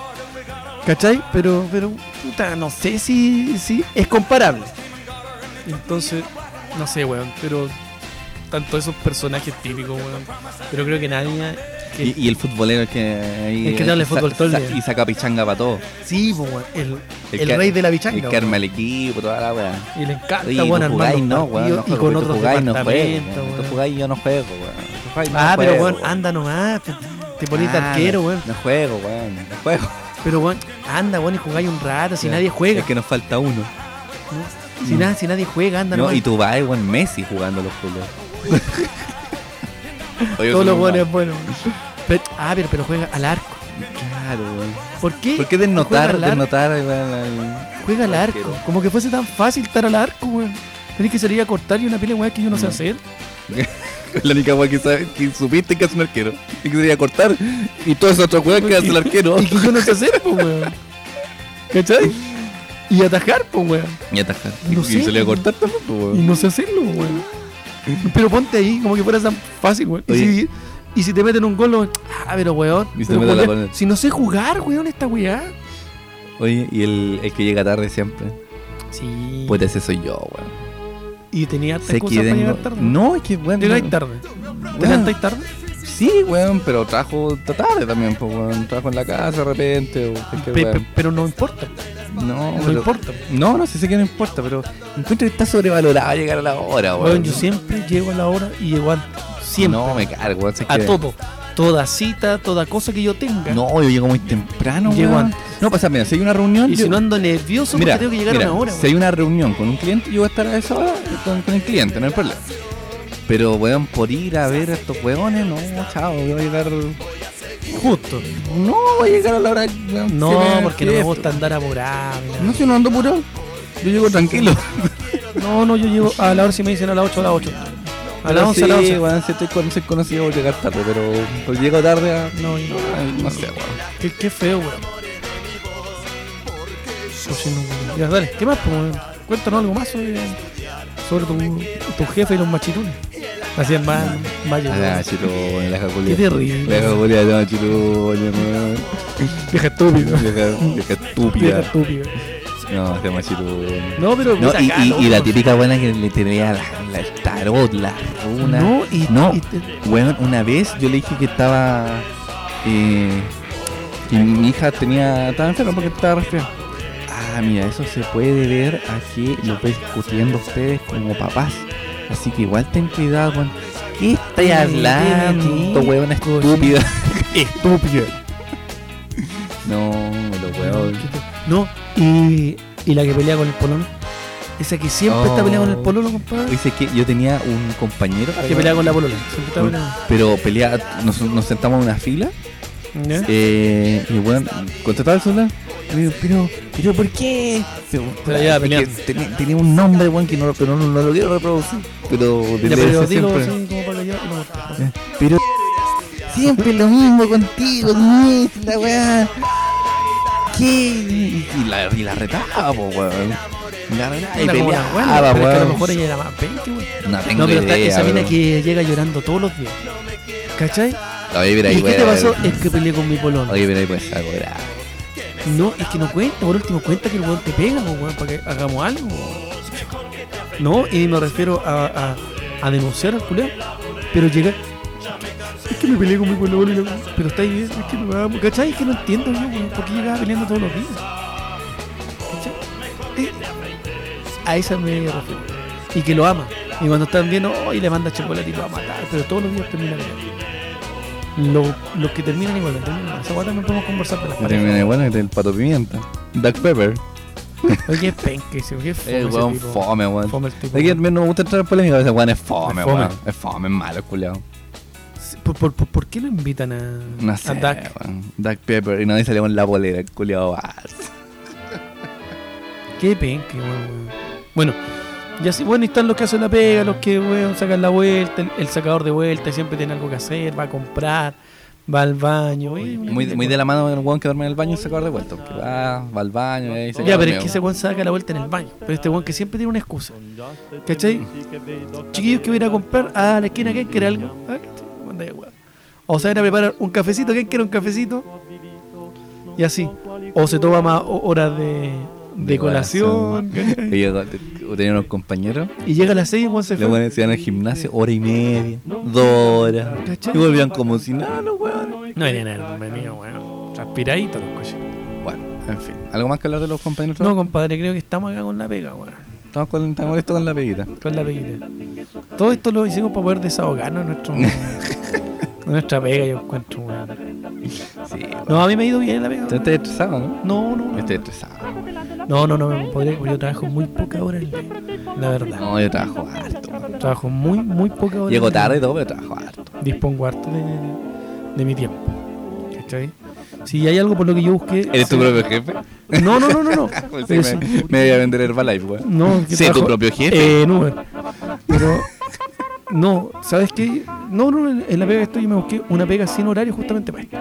[SPEAKER 2] ¿Cachai? Pero, pero, puta, no sé si, si es comparable.
[SPEAKER 5] Entonces, no sé, weón, pero tanto esos personajes típicos, weón.
[SPEAKER 2] Pero creo que nadie. que-
[SPEAKER 1] Y, y el futbolero que ahí-
[SPEAKER 2] El que te habla de
[SPEAKER 1] sa-
[SPEAKER 2] fútbol todo el
[SPEAKER 1] sa-
[SPEAKER 2] día.
[SPEAKER 1] Y saca pichanga para todo.
[SPEAKER 2] Sí, po, weón, el, el,
[SPEAKER 1] que-
[SPEAKER 2] rey de la bichanga.
[SPEAKER 1] El que arma el equipo, toda la weá.
[SPEAKER 2] weón. Y le encanta,
[SPEAKER 1] Oye,
[SPEAKER 2] weón,
[SPEAKER 1] no
[SPEAKER 2] armar
[SPEAKER 1] jugáis,
[SPEAKER 2] los
[SPEAKER 1] no,
[SPEAKER 2] partidos
[SPEAKER 1] weón. no
[SPEAKER 2] Y
[SPEAKER 1] juego,
[SPEAKER 2] con
[SPEAKER 1] tú
[SPEAKER 2] otros
[SPEAKER 1] jugáis, no juego.
[SPEAKER 2] departamentos,
[SPEAKER 1] weón. Tú
[SPEAKER 2] weón.
[SPEAKER 1] jugáis, yo no juego, weón. Tú jugáis, no
[SPEAKER 2] Ah, pero
[SPEAKER 1] juego,
[SPEAKER 2] weón, anda nomás. Te, te ponís de
[SPEAKER 1] Ah,
[SPEAKER 2] arquero,
[SPEAKER 1] no-
[SPEAKER 2] weón.
[SPEAKER 1] No juego, weón. No juego.
[SPEAKER 2] Pero, weón, anda, weón, y jugáis un rato. Si
[SPEAKER 1] Ya.
[SPEAKER 2] nadie juega.
[SPEAKER 1] Es que nos falta uno.
[SPEAKER 2] ¿no? si, nada, si nadie juega, anda
[SPEAKER 1] No,
[SPEAKER 2] nomás.
[SPEAKER 1] y tú vas, weón, Messi jugando los
[SPEAKER 2] (laughs)
[SPEAKER 1] culos. Oye, son
[SPEAKER 2] Todos los
[SPEAKER 1] un
[SPEAKER 2] buenos, bueno. Pero- ah, pero, pero juega al arco.
[SPEAKER 1] mal- Claro, weón.
[SPEAKER 2] ¿Por qué?
[SPEAKER 1] ¿Por qué
[SPEAKER 2] Juega
[SPEAKER 1] desnotar,
[SPEAKER 2] al arco.
[SPEAKER 1] desnotar, weón, al-
[SPEAKER 2] Juega al arco.
[SPEAKER 1] Arquero.
[SPEAKER 2] Como que fuese tan fácil estar al arco, weón. Tenés que salir a cortar y una pila, weón, que yo no
[SPEAKER 1] Mm.
[SPEAKER 2] sé hacer.
[SPEAKER 1] La única weón que, sabe- que supiste que hace un arquero. Y que sería cortar.
[SPEAKER 2] (laughs)
[SPEAKER 1] Y todas esas otras weas que hace el arquero. (laughs)
[SPEAKER 2] Y que yo no sé hacer, pues, weón. ¿Cachai? Y atajar, pues, weón.
[SPEAKER 1] Y atajar.
[SPEAKER 2] No
[SPEAKER 1] y
[SPEAKER 2] sé.
[SPEAKER 1] se le iba a cortar también, pues,
[SPEAKER 2] Y
[SPEAKER 1] weón.
[SPEAKER 2] no sé hacerlo, weón. Pero ponte ahí, como que fuera tan fácil, weón. Y
[SPEAKER 1] Oye.
[SPEAKER 2] si, y si te meten un gol, weón, ah, pero weón.
[SPEAKER 1] Y se
[SPEAKER 2] pero
[SPEAKER 1] te mete la
[SPEAKER 2] weón,
[SPEAKER 1] pared.
[SPEAKER 2] si no sé jugar, weón, esta weá.
[SPEAKER 1] Oye, y el, el que llega tarde siempre.
[SPEAKER 2] Sí.
[SPEAKER 1] Pues ese soy yo, weón.
[SPEAKER 2] y tenía hartas
[SPEAKER 1] Sé que
[SPEAKER 2] cosas para
[SPEAKER 1] tengo-
[SPEAKER 2] llegar tarde.
[SPEAKER 1] No, es que, weón.
[SPEAKER 2] Llegáis
[SPEAKER 1] no- Ah,
[SPEAKER 2] tarde. ¿Te
[SPEAKER 1] Weón.
[SPEAKER 2] levantáis tarde?
[SPEAKER 1] Sí, weón, pero trabajo ta- tarde también, pues, weón. Trabajo en la casa de repente, o es que,
[SPEAKER 2] Pe-
[SPEAKER 1] weón,
[SPEAKER 2] pe- pero no importa.
[SPEAKER 1] No,
[SPEAKER 2] No
[SPEAKER 1] pero- Ah,
[SPEAKER 2] importa.
[SPEAKER 1] No, no, sí sé que no importa, pero encuentro que está sobrevalorado llegar a la hora, weón.
[SPEAKER 2] Weón, yo siempre llego a la hora y llego antes. Siempre.
[SPEAKER 1] No, me cargo, weón. sé
[SPEAKER 2] a
[SPEAKER 1] que-
[SPEAKER 2] todo. Toda cita, toda cosa que yo tenga.
[SPEAKER 1] No, yo llego muy temprano,
[SPEAKER 2] Llego
[SPEAKER 1] weón.
[SPEAKER 2] antes.
[SPEAKER 1] No, pasa, mira, si hay una reunión.
[SPEAKER 2] Y
[SPEAKER 1] yo-
[SPEAKER 2] si no ando nervioso, porque
[SPEAKER 1] mira,
[SPEAKER 2] tengo que llegar
[SPEAKER 1] mira,
[SPEAKER 2] a una hora.
[SPEAKER 1] Si hay una reunión con un cliente, yo voy a estar a esa hora con, con el cliente, no hay problema. Pero, weón, por ir a ver a estos weones, no, chao, yo voy a llegar.
[SPEAKER 2] weón. Justo.
[SPEAKER 1] No, voy a llegar a la hora. weón,
[SPEAKER 2] No,
[SPEAKER 1] que me-
[SPEAKER 2] porque
[SPEAKER 1] que
[SPEAKER 2] no me
[SPEAKER 1] esto.
[SPEAKER 2] gusta andar apurado. ni nada.
[SPEAKER 1] No, si no ando puro. Yo llego tranquilo.
[SPEAKER 2] No, no, yo llego a la hora si me dicen a las 8, a las 8. A las 11, a las 11.
[SPEAKER 1] weón, si estoy con, soy conocido voy a llegar tarde, pero, pero llego tarde a.
[SPEAKER 2] No, yo-
[SPEAKER 1] No, no sé, weón.
[SPEAKER 2] Qué, qué feo, weón. Oye, no, ya, dale, ¿qué más, po, weón? Cuéntanos algo más sobre, sobre tu, tu jefe y los machitunes. Hacían más, más
[SPEAKER 1] A
[SPEAKER 2] llegadas.
[SPEAKER 1] la chirón, Ah, la jaculía.
[SPEAKER 2] Qué terrible.
[SPEAKER 1] La jaculía, no, chirón, weón.
[SPEAKER 2] Vieja estúpida.
[SPEAKER 1] Vieja vieja
[SPEAKER 2] Vieja
[SPEAKER 1] estúpida.
[SPEAKER 2] estúpida.
[SPEAKER 1] No, se llama chirón.
[SPEAKER 2] No, pero.
[SPEAKER 1] No,
[SPEAKER 2] puta,
[SPEAKER 1] y, y,
[SPEAKER 2] calo,
[SPEAKER 1] y la
[SPEAKER 2] weón.
[SPEAKER 1] típica buena que le tenía la, la- el tarot, la runa.
[SPEAKER 2] No, y.
[SPEAKER 1] No,
[SPEAKER 2] y te-
[SPEAKER 1] Bueno, una vez yo le dije que estaba. Eh, que mi hija tenía. Estaba enferma porque estaba resfriada. Ah, mira, eso se puede ver aquí, lo ven discutiendo ustedes como papás. Así que igual ten cuidado, weón. ¿Qué estás hablando, weón
[SPEAKER 2] (laughs)
[SPEAKER 1] estúpida?
[SPEAKER 2] estúpida.
[SPEAKER 1] No, los weón.
[SPEAKER 2] No, y, y la que pelea con el pololo. Esa que siempre está peleando con el
[SPEAKER 1] Oh.
[SPEAKER 2] pololo, compadre.
[SPEAKER 1] Dice que yo tenía un compañero
[SPEAKER 2] Que pelea con la polola. Siempre está peleando.
[SPEAKER 1] Pero pelea, nos, nos sentamos en una fila
[SPEAKER 2] ¿Ya?
[SPEAKER 1] Eh, y bueno, contrataba el celular. Y digo, pero, pero ¿por qué? Pero,
[SPEAKER 2] Pero ya,
[SPEAKER 1] es que
[SPEAKER 2] peleando.
[SPEAKER 1] tenía, tenía un nombre, weón, que no, pero no, no lo quiero reproducir. Pero,
[SPEAKER 2] Ya,
[SPEAKER 1] desde
[SPEAKER 2] pero
[SPEAKER 1] ese
[SPEAKER 2] dilo
[SPEAKER 1] siempre,
[SPEAKER 2] así como para que yo. no.
[SPEAKER 1] pero siempre lo mismo contigo, Nick, la weá. ¿Qué? Y y la, y la retaba, po, weón. La retaba y
[SPEAKER 2] Era como la
[SPEAKER 1] peleaba,
[SPEAKER 2] buena, pero es que a lo
[SPEAKER 1] weón.
[SPEAKER 2] mejor ella era más 20, güey.
[SPEAKER 1] No
[SPEAKER 2] No,
[SPEAKER 1] Ah, tengo
[SPEAKER 2] pero está
[SPEAKER 1] idea,
[SPEAKER 2] esa mina
[SPEAKER 1] bro.
[SPEAKER 2] que llega llorando todos los días. ¿Cachai?
[SPEAKER 1] Oye, mira, ahí,
[SPEAKER 2] ¿Y qué te
[SPEAKER 1] weón.
[SPEAKER 2] pasó? Es que peleé con mi polón.
[SPEAKER 1] Oye, mira, ahí pues, algo era-
[SPEAKER 2] No, es que no cuenta, por último cuenta que el weón te pega, pues, weón, para que hagamos algo. weón. No, y me refiero a, a, a denunciar al culiao. Pero llega. Es que me peleé con mi polón y la weón, Pero está ahí, bien, es que me va ¿Cachai? Es que no entiendo yo, weón, por qué llegaba peleando todos los días. ¿Cachai? Eh, a esa me refiero. Y que lo ama. Y cuando están viendo, oh, y le manda chocolate y lo va a matar. Pero todos los días termina peleando. Lo- los que terminan igualmente, terminan igual. Esa guata no podemos conversar con las
[SPEAKER 1] Y
[SPEAKER 2] parejas.
[SPEAKER 1] terminé, Bueno, el pato pimienta. Duck Pepper.
[SPEAKER 2] Oye, penque, ese oye, fome
[SPEAKER 1] El
[SPEAKER 2] ese
[SPEAKER 1] weón
[SPEAKER 2] tipo.
[SPEAKER 1] fome, weón.
[SPEAKER 2] Fome el tipo.
[SPEAKER 1] Es que me- no me gusta entrar en polémica, pero ese weón es fome,
[SPEAKER 2] Es fome.
[SPEAKER 1] weón. Es fome, es malo, culiao.
[SPEAKER 2] ¿Por, por, por, por qué lo invitan a,
[SPEAKER 1] No sé,
[SPEAKER 2] a Dak?
[SPEAKER 1] weón. Duck Pepper. Y nadie salió con la bolera, culiao. Ah,
[SPEAKER 2] Qué penque, weón. weón. Bueno, y así, bueno, y están los que hacen la pega, los que, weón, sacan la vuelta, el, el sacador de vuelta, siempre tiene algo que hacer, va a comprar, va al baño. eh, una
[SPEAKER 1] Muy,
[SPEAKER 2] vida,
[SPEAKER 1] muy de
[SPEAKER 2] weón.
[SPEAKER 1] la mano el weón que duerme en el baño y se acaba de vuelta. porque Va, va al baño y se queda
[SPEAKER 2] Ya, pero es
[SPEAKER 1] dormido.
[SPEAKER 2] que ese weón saca la vuelta en el baño. Pero este weón que siempre tiene una excusa. ¿Cachai? Chiquillos que voy a ir a comprar a la esquina, ¿quién quiere algo? Ah, ¿cachai? Manda ya, weón. O se van a preparar un cafecito, ¿quién quiere un cafecito? Y así. O se toma más ho- horas de, de
[SPEAKER 1] De
[SPEAKER 2] colación. ¿cachai?
[SPEAKER 1] Y yo te- tenía unos compañeros,
[SPEAKER 2] Y llega a las 6 y el weón se
[SPEAKER 1] le
[SPEAKER 2] fue.
[SPEAKER 1] weones se iban al gimnasio hora y media, dos horas,
[SPEAKER 2] ¿Cachai?
[SPEAKER 1] y volvían como si nada, los weones.
[SPEAKER 2] No venía nada, venía, weón. Transpiradito los coches.
[SPEAKER 1] Bueno, en fin. ¿Algo más que hablar de los compañeros?
[SPEAKER 2] No, compadre, creo que estamos acá con la pega, weón.
[SPEAKER 1] Estamos con, estamos listos con la peguita.
[SPEAKER 2] Con la peguita. Todo esto lo hicimos para poder desahogarnos
[SPEAKER 1] (laughs)
[SPEAKER 2] de nuestro, de nuestra pega, yo encuentro, weón.
[SPEAKER 1] Sí, weón.
[SPEAKER 2] No, a mí me ha ido bien en la pega.
[SPEAKER 1] Tú estás estresado, ¿no?
[SPEAKER 2] No,
[SPEAKER 1] Yo
[SPEAKER 2] no, no.
[SPEAKER 1] Estoy Este estresado.
[SPEAKER 2] No, no, no, me podría, yo trabajo muy poca hora en la- la verdad.
[SPEAKER 1] No, yo trabajo harto. weón.
[SPEAKER 2] Trabajo muy, muy poca hora.
[SPEAKER 1] Llego
[SPEAKER 2] en la-
[SPEAKER 1] tarde y todo, pero trabajo harto.
[SPEAKER 2] Dispongo harto de, de mi tiempo. ¿Cachai? Si hay algo por lo que yo busqué.
[SPEAKER 1] ¿Eres tu
[SPEAKER 2] sí.
[SPEAKER 1] propio jefe? Pues
[SPEAKER 2] No, no, no, no.
[SPEAKER 1] (laughs)
[SPEAKER 2] no. Eso.
[SPEAKER 1] me, me voy a vender ¿eh? Herbalife, weón.
[SPEAKER 2] No, que
[SPEAKER 1] Sé tu
[SPEAKER 2] trabajo-
[SPEAKER 1] propio jefe.
[SPEAKER 2] Eh, no, weón. Pero. No, ¿sabes qué? No, no, en en la pega que estoy yo me busqué una pega sin horario justamente para esto.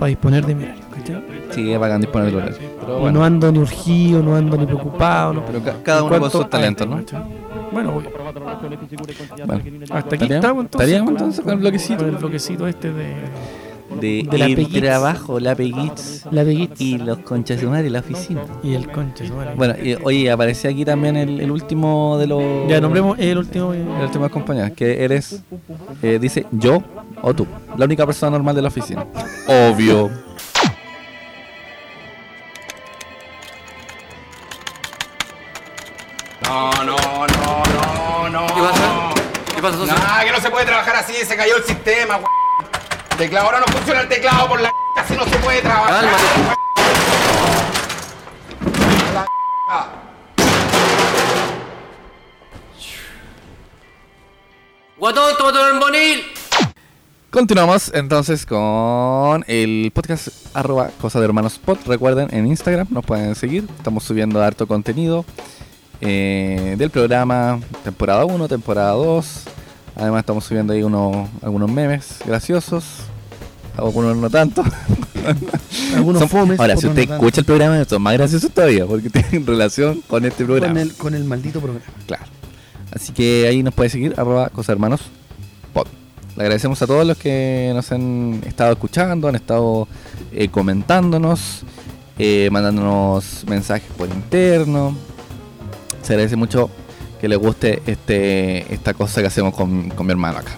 [SPEAKER 6] para disponer de mi horario, ¿cachai?
[SPEAKER 1] Sí, es bacán disponer del horario. Pero
[SPEAKER 6] Y
[SPEAKER 1] Oh, bueno,
[SPEAKER 6] no ando ni urgido, no ando ni preocupado. No.
[SPEAKER 1] pero ca- cada uno con
[SPEAKER 6] ¿Cuánto?
[SPEAKER 1] sus talentos, ¿no?
[SPEAKER 6] este, Bueno, voy.
[SPEAKER 1] Ah, Bueno,
[SPEAKER 6] hasta aquí
[SPEAKER 1] ¿Estaríamos-
[SPEAKER 6] estamos entonces.
[SPEAKER 1] estaríamos entonces con el bloquecito?
[SPEAKER 6] Con el bloquecito este de
[SPEAKER 1] de,
[SPEAKER 6] De la
[SPEAKER 1] el
[SPEAKER 6] Peguits.
[SPEAKER 1] trabajo, la Peguits
[SPEAKER 6] la Vegas
[SPEAKER 1] y los conchas de madre, la oficina.
[SPEAKER 6] y el concha. su madre.
[SPEAKER 1] Bueno, y, oye, aparece aquí también el, el último de los.
[SPEAKER 6] Ya nombremos el último. eh,
[SPEAKER 1] El último de las compañías, que eres. eh, dice yo o tú. La única persona normal de la oficina. Obvio.
[SPEAKER 7] No, no, no, no, no.
[SPEAKER 8] ¿Qué pasa? ¿Qué pasa, socio?
[SPEAKER 7] Nah, que no se puede trabajar así, se cayó el sistema, weón. Teclado, ahora no funciona el teclado por la c- así no se puede trabajar.
[SPEAKER 8] Cálmate. Guatón, toma tu bombonil.
[SPEAKER 1] Continuamos entonces con el podcast arroba cosa de hermanos pod. Recuerden, en Instagram nos pueden seguir. Estamos subiendo harto contenido eh, del programa, temporada 1, temporada 2. Además estamos subiendo ahí unos, algunos memes graciosos. Algunos no tanto.
[SPEAKER 6] Algunos
[SPEAKER 1] Son-
[SPEAKER 6] fomes.
[SPEAKER 1] Ahora, si
[SPEAKER 6] otros
[SPEAKER 1] usted
[SPEAKER 6] no tanto.
[SPEAKER 1] escucha el programa, son más graciosos todavía, porque (laughs) tienen relación con este programa.
[SPEAKER 6] Con el, con el maldito programa.
[SPEAKER 1] Claro. Así que ahí nos puede seguir, arroba Cosa Hermanos Pod. Le agradecemos a todos los que nos han estado escuchando, han estado eh, comentándonos, eh, mandándonos mensajes por interno. Se agradece mucho que les guste este esta cosa que hacemos con, con mi hermano acá.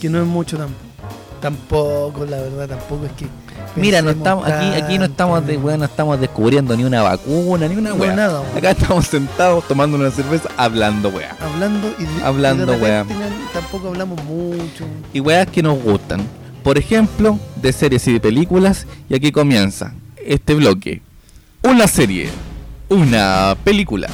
[SPEAKER 6] Que no es mucho tampoco. Tampoco, la verdad, tampoco es que.
[SPEAKER 1] Mira, no
[SPEAKER 6] pensemos
[SPEAKER 1] estamos, aquí, aquí no estamos de,
[SPEAKER 6] tanto.
[SPEAKER 1] weón, no estamos descubriendo ni una vacuna, ni una
[SPEAKER 6] No,
[SPEAKER 1] weá.
[SPEAKER 6] nada, weón.
[SPEAKER 1] Acá estamos sentados tomando una cerveza, hablando weá.
[SPEAKER 6] Hablando y de-
[SPEAKER 1] Hablando,
[SPEAKER 6] y de repente
[SPEAKER 1] weá.
[SPEAKER 6] no- Tampoco hablamos mucho.
[SPEAKER 1] y weas que nos gustan. Por ejemplo, de series y de películas. Y aquí comienza este bloque. Una serie. Una película.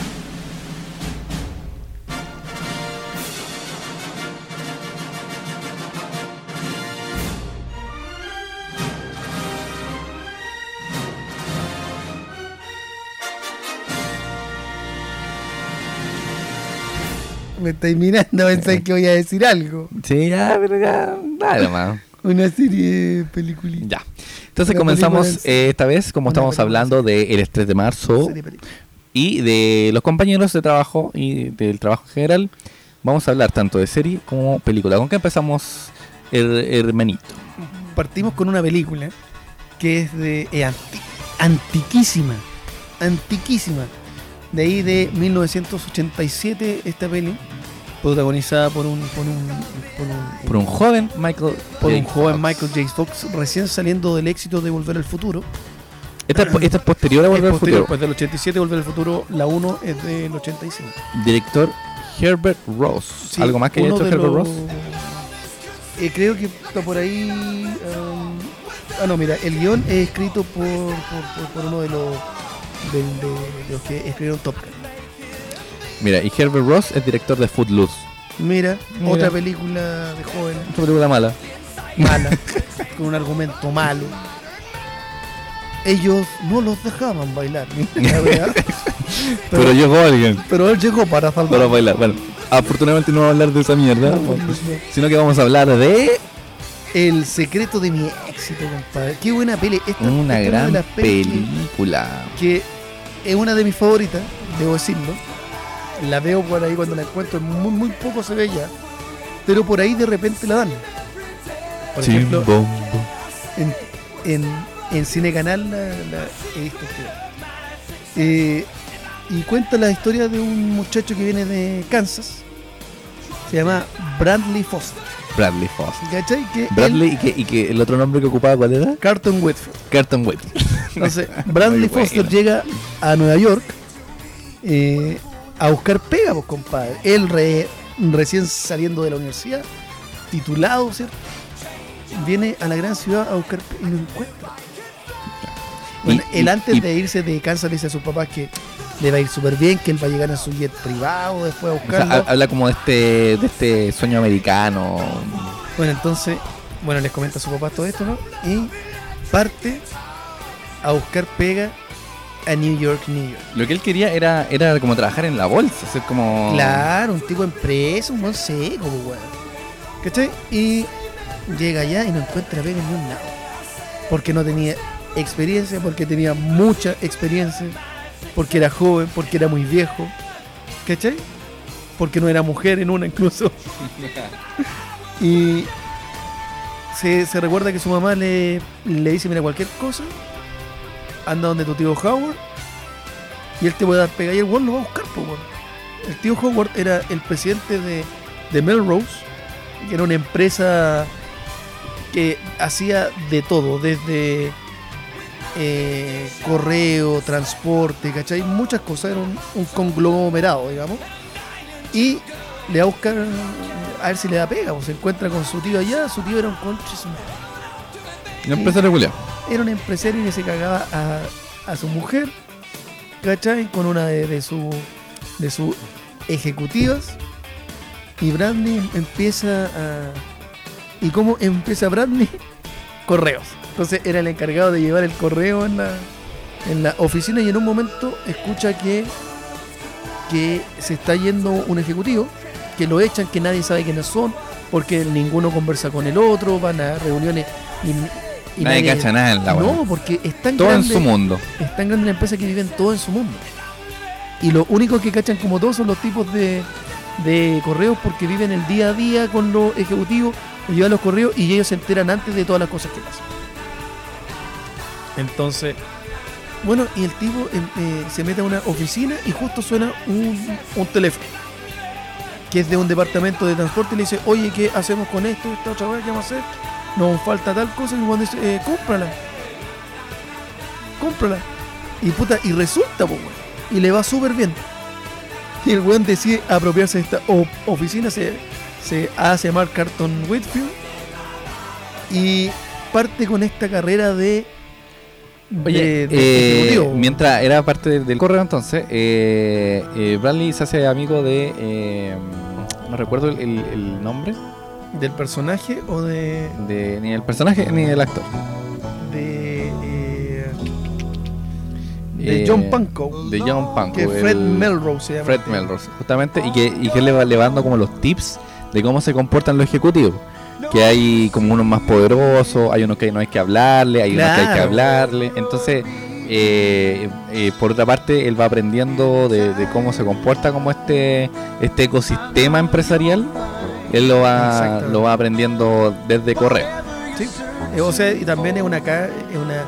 [SPEAKER 6] Me estáis mirando, pensáis que voy a decir algo.
[SPEAKER 1] Sí, ya, pero ya, dale, man.
[SPEAKER 6] (laughs) Una serie peliculita.
[SPEAKER 1] Ya. Entonces
[SPEAKER 6] Una película
[SPEAKER 1] comenzamos
[SPEAKER 6] en
[SPEAKER 1] eh, esta vez, como
[SPEAKER 6] Una
[SPEAKER 1] estamos
[SPEAKER 6] película
[SPEAKER 1] hablando del el estrés de marzo
[SPEAKER 6] Serie película.
[SPEAKER 1] y de los compañeros de trabajo y del trabajo en general, vamos a hablar tanto de serie como película. ¿Con qué empezamos, her- hermanito?
[SPEAKER 6] Partimos con una película que es de es anti- antiquísima. Antiquísima. De ahí de 1987 esta peli, protagonizada por un por un por un,
[SPEAKER 1] Por un joven Michael.
[SPEAKER 6] por un
[SPEAKER 1] J.
[SPEAKER 6] joven
[SPEAKER 1] Fox.
[SPEAKER 6] Michael J. Fox recién saliendo del éxito de Volver al Futuro.
[SPEAKER 1] Esta es, po- esta es posterior a Volver
[SPEAKER 6] Es
[SPEAKER 1] al
[SPEAKER 6] posterior,
[SPEAKER 1] Futuro.
[SPEAKER 6] Pues del 87 Volver al Futuro, la 1 es del 85.
[SPEAKER 1] Director Herbert Ross.
[SPEAKER 6] pues. Sí,
[SPEAKER 1] ¿Algo más que haya
[SPEAKER 6] uno
[SPEAKER 1] hecho
[SPEAKER 6] de
[SPEAKER 1] Herbert
[SPEAKER 6] los-
[SPEAKER 1] Ross?
[SPEAKER 6] Eh, creo que está por ahí. um, ah, no, mira, el guión es escrito por, por- por- por uno de los, de, de- de los que escribieron Top Gun.
[SPEAKER 1] Mira, y Herbert Ross es director de Footloose.
[SPEAKER 6] Mira,
[SPEAKER 1] Mira.
[SPEAKER 6] otra película de joven, (laughs)
[SPEAKER 1] Otra película mala.
[SPEAKER 6] mala, con un argumento malo. Ellos no los dejaban bailar, ni
[SPEAKER 1] (laughs)
[SPEAKER 6] la verdad.
[SPEAKER 1] Pero, llegó alguien
[SPEAKER 6] pero él llegó para salvar.
[SPEAKER 1] para bailar. Bueno, afortunadamente no vamos a hablar de esa mierda, pues,
[SPEAKER 6] pues,
[SPEAKER 1] sino que vamos a hablar de
[SPEAKER 6] El secreto de mi éxito, compadre. Qué buena peli. Esta, esta es
[SPEAKER 1] una
[SPEAKER 6] de
[SPEAKER 1] gran
[SPEAKER 6] las pelis que-
[SPEAKER 1] película.
[SPEAKER 6] que es una de mis favoritas, debo decirlo. La veo por ahí cuando la encuentro, muy, muy poco se ve ya, pero por ahí de repente la dan. Por ejemplo,
[SPEAKER 1] Chimbombo.
[SPEAKER 6] en, en, en Cine Canal la, la he visto. creo. Eh, y cuenta la historia de un muchacho que viene de Kansas, se llama Bradley Foster.
[SPEAKER 1] Bradley Foster.
[SPEAKER 6] ¿Cachai? Que él-
[SPEAKER 1] Bradley y que, y que el otro nombre que ocupaba, ¿cuál era?
[SPEAKER 6] Carlton Whitfield.
[SPEAKER 1] Carton Whit. (laughs)
[SPEAKER 6] Entonces, Bradley
[SPEAKER 1] Muy buena.
[SPEAKER 6] Foster llega a Nueva York eh, a buscar pega, pues, compadre. Él re- recién saliendo de la universidad, titulado, ¿cierto? Viene a la gran ciudad a buscar pe- y no encuentra. Bueno,
[SPEAKER 1] Y-
[SPEAKER 6] él
[SPEAKER 1] y-
[SPEAKER 6] antes
[SPEAKER 1] y-
[SPEAKER 6] de irse de Kansas le dice a sus papás que le va a ir súper bien, que él va a llegar en su jet privado después a
[SPEAKER 1] O sea,
[SPEAKER 6] buscarlo.
[SPEAKER 1] ha- habla como de este, de este sueño americano.
[SPEAKER 6] Bueno, entonces, bueno, les comenta a su papá todo esto, ¿no? Y parte a buscar pega a New York, New York.
[SPEAKER 1] Lo que él quería era, era como trabajar en la bolsa, hacer como...
[SPEAKER 6] Claro, un tipo empresa, un buen seco, pues, weón. ¿Cachai? Y llega allá y no encuentra pega en ningún lado. porque no tenía experiencia, porque tenía mucha experiencia, porque era joven, porque era muy viejo. ¿Cachai? Porque no era mujer en una incluso. y se, se recuerda que su mamá le, le dice, mira, cualquier cosa, anda donde tu tío Howard y él te puede dar pega y el weón lo va a buscar, po, weón. El tío Howard era el presidente de, de Melrose, que era una empresa que hacía de todo, desde eh, correo, transporte, ¿cachai? Muchas cosas, era un, un conglomerado, digamos. Y le va a buscar eh, a ver si le da pega, pues se encuentra con su tío allá, su tío era un conche su madre.
[SPEAKER 1] Una empresa regular.
[SPEAKER 6] Era un empresario que se cagaba a, a su mujer, ¿cachai? Con una de, de su- de sus ejecutivas. Y Brandy empieza a. ¿Y cómo empieza Brandy? (laughs) Correos. Entonces era el encargado de llevar el correo en la, en la oficina y en un momento escucha que, que se está yendo un ejecutivo, que lo echan, que nadie sabe quiénes son, porque ninguno conversa con el otro, van a reuniones y, y
[SPEAKER 1] Nadie cacha nada en la
[SPEAKER 6] No,
[SPEAKER 1] weá.
[SPEAKER 6] porque es tan
[SPEAKER 1] Todo en
[SPEAKER 6] grande-
[SPEAKER 1] su mundo.
[SPEAKER 6] es tan grande la empresa que viven todo en su mundo. Y lo único que cachan como todos son los tipos de, de correos porque viven el día a día con los ejecutivos, les llevan los correos y ellos se enteran antes de todas las cosas que pasan.
[SPEAKER 2] Entonces,
[SPEAKER 6] Bueno, y el tipo em, eh, se mete a una oficina y justo suena un, un teléfono, que es de un departamento de transporte y le dice, oye, ¿qué hacemos con esto? ¿Esta otra vez? ¿Qué vamos a hacer? Nos falta tal cosa y cuando dice, "Eh, cómprala. cómprala. Y puta, y resulta, pues, weón. Y le va súper bien. Y el weón decide apropiarse de esta o- oficina, se, se hace llamar Carton Whitfield. Y parte con esta carrera de.
[SPEAKER 1] Oye,
[SPEAKER 6] de- de
[SPEAKER 1] eh,
[SPEAKER 6] ejecutivo.
[SPEAKER 1] mientras era parte del- del correo entonces, eh, eh, Bradley se hace amigo de... eh, no recuerdo el, el- el nombre,
[SPEAKER 6] ¿Del personaje o de.?
[SPEAKER 1] de, ni el personaje ni el actor.
[SPEAKER 6] de. eh, de
[SPEAKER 1] Eh,
[SPEAKER 6] John Pankow.
[SPEAKER 1] De John Pankow.
[SPEAKER 6] Que Fred
[SPEAKER 1] el-
[SPEAKER 6] Melrose se llama.
[SPEAKER 1] Fred Melrose, justamente, y que, y que le va le va dando como los tips de cómo se comportan los ejecutivos. Que hay como unos más poderosos, hay unos que no hay que hablarle, hay unos que hay que
[SPEAKER 6] Claro.
[SPEAKER 1] hablarle. Entonces, eh, eh, por otra parte, él va aprendiendo de, de cómo se comporta como este, este ecosistema empresarial. Él lo va,
[SPEAKER 6] Exactamente.
[SPEAKER 1] lo va aprendiendo desde correo.
[SPEAKER 6] Sí. Eh, O sea, y también es una, ca- es una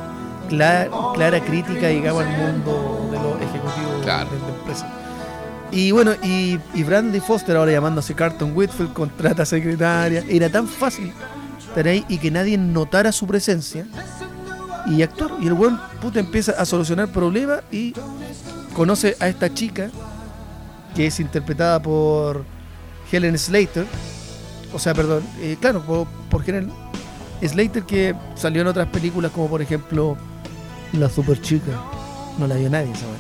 [SPEAKER 6] clara, clara crítica, digamos, al mundo de los ejecutivos
[SPEAKER 1] Claro.
[SPEAKER 6] de, de empresa. Y bueno, y, y Brandy Foster, ahora llamándose Carton Whitfield, contrata secretaria. Era tan fácil estar ahí y que nadie notara su presencia y actuar. Y el buen puta empieza a solucionar problemas y conoce a esta chica que es interpretada por Helen Slater. O sea, perdón, eh, claro, por, por Helen Slater que salió en otras películas como por ejemplo La Super Chica. No la vio nadie esa weá.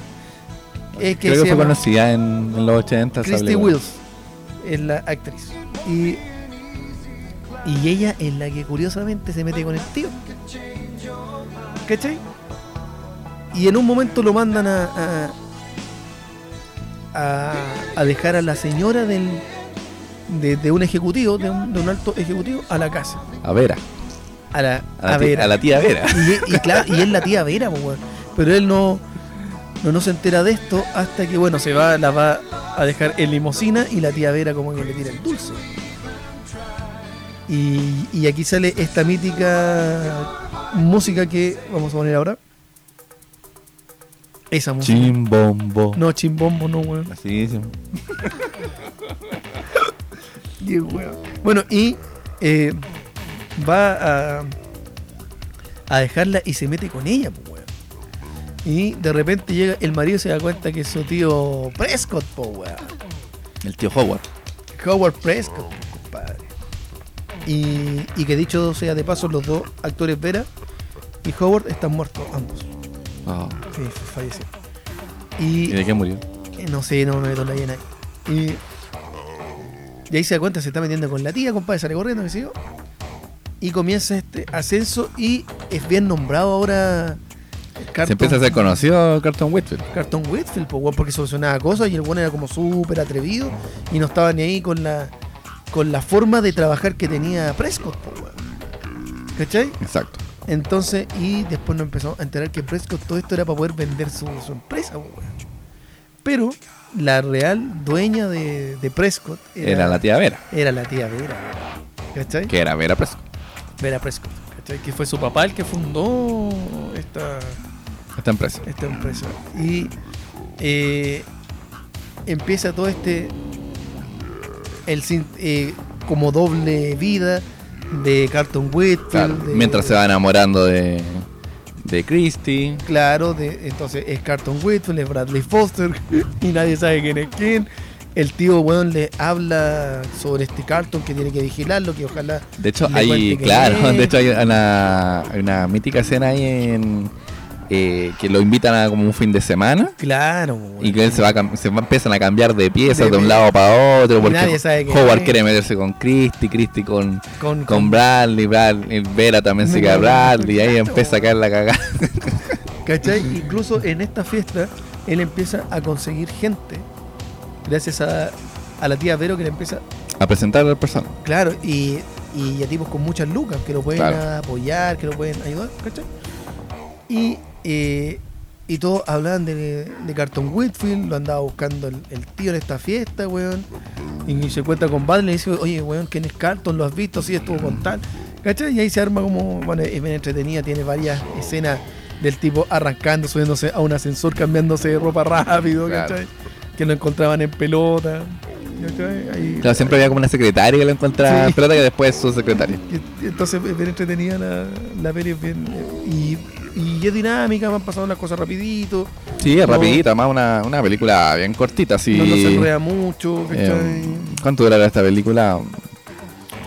[SPEAKER 6] Es que
[SPEAKER 1] Creo
[SPEAKER 6] se
[SPEAKER 1] que fue
[SPEAKER 6] llama
[SPEAKER 1] conocida en, en los 80. esa
[SPEAKER 6] Christy
[SPEAKER 1] película.
[SPEAKER 6] Wills es la actriz. Y, y ella es la que curiosamente se mete con el tío. ¿Cachai? Y en un momento lo mandan a, a, a- a dejar a la señora del, de, de un ejecutivo, de un, de un alto ejecutivo, a la casa.
[SPEAKER 1] A Vera.
[SPEAKER 6] A la,
[SPEAKER 1] A la,
[SPEAKER 6] a
[SPEAKER 1] ti-
[SPEAKER 6] Vera.
[SPEAKER 1] a la tía Vera.
[SPEAKER 6] (laughs) Y, y claro, y es la tía Vera, po, weón. Pero él no, no, no se entera de esto hasta que, bueno, se va, la va a dejar en limosina y la tía Vera como que le tira el dulce. Y, y aquí sale esta mítica música que vamos a poner ahora. Esa música.
[SPEAKER 1] Chimbombo.
[SPEAKER 6] No, chimbombo, no, weón.
[SPEAKER 1] Así sí.
[SPEAKER 6] Qué hueá. Bueno, y eh, va a, a dejarla y se mete con ella, pues, weón. Y de repente llega el marido y se da cuenta que es su tío Prescott, pues, weón.
[SPEAKER 1] El tío Howard.
[SPEAKER 6] Howard Prescott, pues, compadre. Y, y que dicho sea de paso, los dos actores Vera y Howard están muertos, ambos.
[SPEAKER 1] Ah,
[SPEAKER 6] Sí, fallecieron.
[SPEAKER 1] ¿Y de qué murió?
[SPEAKER 6] Eh, No sé, no me meto en la llena ahí. Y, y ahí se da cuenta, se está metiendo con la tía, compadre, sale corriendo, qué sé yo. Y comienza este ascenso y es bien nombrado ahora Carton,
[SPEAKER 1] Se empieza a ser conocido Carton Whitfield.
[SPEAKER 6] Carton Whitfield, po, weón, porque solucionaba cosas y el bueno era como súper atrevido y no estaba ni ahí con la con la forma de trabajar que tenía Prescott, po, weón. ¿Cachai?
[SPEAKER 1] Exacto.
[SPEAKER 6] Entonces, y después nos empezamos a enterar que Prescott todo esto era para poder vender su, su empresa, po, weón. Pero la real dueña de, de Prescott
[SPEAKER 1] Era la tía Vera,
[SPEAKER 6] era la tía Vera, weón. ¿cachai?
[SPEAKER 1] que era Vera Prescott.
[SPEAKER 6] Vera Prescott, ¿cachai?
[SPEAKER 2] Que fue su papá el que fundó esta.
[SPEAKER 1] Esta empresa.
[SPEAKER 6] esta empresa. Y eh, empieza todo este. El, sin- eh, como doble vida de Carlton Whitfield.
[SPEAKER 1] Claro,
[SPEAKER 6] de-
[SPEAKER 1] mientras se va enamorando de, de Christie.
[SPEAKER 6] Claro, de, entonces es Carlton Whitfield, es Bradley Foster, (laughs) y nadie sabe quién es quién. El tío, weón, le habla sobre este Carlton que tiene que vigilarlo, que ojalá.
[SPEAKER 1] De hecho,
[SPEAKER 6] le
[SPEAKER 1] hay,
[SPEAKER 6] cuente que
[SPEAKER 1] claro, (laughs)
[SPEAKER 6] es.
[SPEAKER 1] de hecho hay una, hay una mítica escena ahí en eh, que lo invitan a como un fin de semana
[SPEAKER 6] Claro, weón.
[SPEAKER 1] y que él se va, a cam- se va- empiezan a cambiar de piezas
[SPEAKER 6] De
[SPEAKER 1] de, un
[SPEAKER 6] pie-
[SPEAKER 1] lado para otro porque
[SPEAKER 6] Nadie sabe quién
[SPEAKER 1] Howard
[SPEAKER 6] es.
[SPEAKER 1] quiere meterse con Christie, Christie con, con Bradley, Bradley, Vera también se
[SPEAKER 6] No,
[SPEAKER 1] queda a
[SPEAKER 6] no,
[SPEAKER 1] Bradley y ahí
[SPEAKER 6] exacto,
[SPEAKER 1] empieza a caer la cagada. (laughs)
[SPEAKER 6] ¿Cachai? Incluso en esta fiesta, él empieza a conseguir gente. Gracias a, a la tía Vero que le empieza.
[SPEAKER 1] A presentar a la persona.
[SPEAKER 6] Claro, y, y a tipos con muchas lucas que lo pueden
[SPEAKER 1] Claro.
[SPEAKER 6] apoyar, que lo pueden ayudar, ¿cachai? Y, eh, y todos hablaban de, de Carton Whitfield, lo andaba buscando el, el tío en esta fiesta, weón. Y se cuenta con Bad, le dice, oye, weón, ¿quién es Carton? ¿Lo has visto? Sí, estuvo con tal. ¿Cachai? Y ahí se arma como, bueno, es bien entretenida, tiene varias escenas del tipo arrancando, subiéndose a un ascensor, cambiándose de ropa rápido,
[SPEAKER 1] Claro.
[SPEAKER 6] ¿cachai? Que lo encontraban en pelota. ¿cachai? Ahí-
[SPEAKER 1] Claro, siempre había como una secretaria que lo encontraba
[SPEAKER 6] Sí.
[SPEAKER 1] en pelota que después es su secretaria.
[SPEAKER 6] y- y Entonces es bien entretenida la, la peli, es bien, eh, y, y es dinámica, van pasando las cosas rapidito,
[SPEAKER 1] Sí, es
[SPEAKER 6] No.
[SPEAKER 1] rapidito, además una, una película bien cortita, así.
[SPEAKER 6] no nos enreda mucho, ¿cachai?
[SPEAKER 1] Eh, ¿Cuánto durará esta película?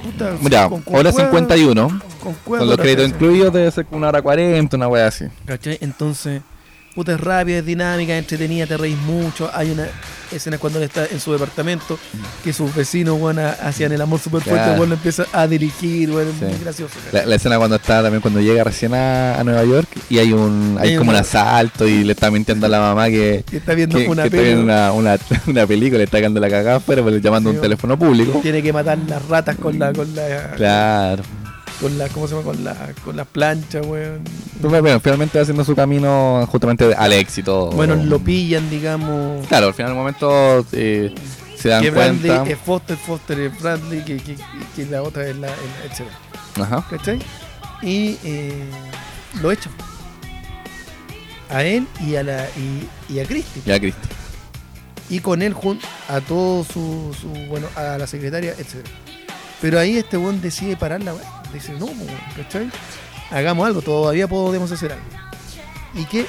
[SPEAKER 6] Puta,
[SPEAKER 1] Mira,
[SPEAKER 6] con- con
[SPEAKER 1] hora
[SPEAKER 6] cueva-
[SPEAKER 1] 51.
[SPEAKER 6] con cueva
[SPEAKER 1] Con los
[SPEAKER 6] dura
[SPEAKER 1] créditos
[SPEAKER 6] trece,
[SPEAKER 1] incluidos debe ser como una hora 40, una wea así.
[SPEAKER 6] ¿cachai? Entonces, puta, es rápida, es dinámica, es entretenida, te reís mucho, hay una escena cuando él está en su departamento, que sus vecinos, weón, ha- hacían el amor súper fuerte,
[SPEAKER 1] Claro.
[SPEAKER 6] weón, lo empieza a dirigir, weón,
[SPEAKER 1] Sí.
[SPEAKER 6] es muy gracioso.
[SPEAKER 1] La, la escena cuando está también cuando llega recién a, a Nueva York y hay un hay
[SPEAKER 6] Hay
[SPEAKER 1] como un
[SPEAKER 6] una-
[SPEAKER 1] asalto y le está mintiendo a la mamá que,
[SPEAKER 6] Y está viendo
[SPEAKER 1] que-
[SPEAKER 6] una
[SPEAKER 1] que está
[SPEAKER 6] peli,
[SPEAKER 1] viendo una, una, (laughs) una película, le está cagando la cagada afuera, pero llamando a
[SPEAKER 6] Sí,
[SPEAKER 1] un
[SPEAKER 6] bueno.
[SPEAKER 1] teléfono público.
[SPEAKER 6] Tiene que matar las ratas con la, con la,
[SPEAKER 1] Claro.
[SPEAKER 6] con la, ¿cómo se llama? Con la, con la plancha, weón.
[SPEAKER 1] Pero bueno, finalmente va haciendo su camino justamente al éxito.
[SPEAKER 6] Bueno, lo pillan, digamos.
[SPEAKER 1] Claro, al final del momento eh, se dan
[SPEAKER 6] que Bradley
[SPEAKER 1] cuenta.
[SPEAKER 6] es Foster, Foster es Bradley, que, que, que la otra es la, es la- etcétera,
[SPEAKER 1] Ajá.
[SPEAKER 6] ¿Cachai? Y eh, lo echan. A él y a la y, y a Christie.
[SPEAKER 1] Ya, Cristi.
[SPEAKER 6] Y con él junto a todo su, su- bueno, a la secretaria, etcétera. Pero ahí este weón decide parar la weá. Dice, no, pues, weón, ¿cachai? Hagamos algo, todavía podemos hacer algo. ¿Y qué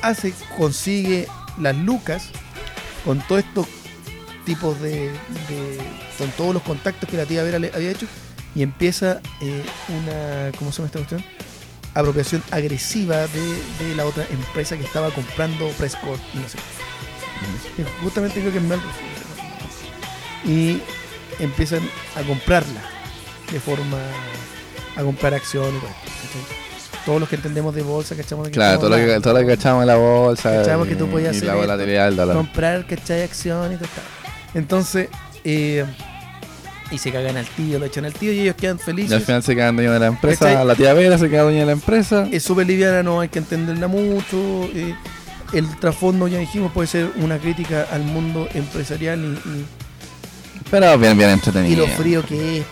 [SPEAKER 6] hace? Consigue las lucas con todos estos tipos de, de- con todos los contactos que la tía Vera le había hecho y empieza eh, una ¿cómo se llama esta cuestión? apropiación agresiva de, de la otra empresa que estaba comprando Prescott y no sé qué. Que justamente creo que es Melrose y empiezan a comprarla de forma a comprar acciones y todo esto, ¿cachai? todos los que entendemos de bolsa cachamos de que
[SPEAKER 1] Claro, todo
[SPEAKER 6] estamos
[SPEAKER 1] lo, que,
[SPEAKER 6] hablando
[SPEAKER 1] todo lo que cachamos en la bolsa.
[SPEAKER 6] Cachamos que tú
[SPEAKER 1] y-
[SPEAKER 6] podías
[SPEAKER 1] Ah, y
[SPEAKER 6] hacer
[SPEAKER 1] la
[SPEAKER 6] esto,
[SPEAKER 1] volatilidad del dólar.
[SPEAKER 6] comprar, ¿cachai? Acciones y todo tal. Entonces, eh, y se cagan al tío, lo echan al tío y ellos quedan
[SPEAKER 1] Y al
[SPEAKER 6] felices.
[SPEAKER 1] final se quedan dueños de la empresa.
[SPEAKER 6] ¿Cachai?
[SPEAKER 1] La tía Vera se queda dueña de la empresa.
[SPEAKER 6] Es súper liviana, no hay que entenderla mucho. eh, el trasfondo, ya dijimos, puede ser una crítica al mundo empresarial y- y,
[SPEAKER 1] Pero bien, bien
[SPEAKER 6] y
[SPEAKER 1] entretenida.
[SPEAKER 6] lo frío que es.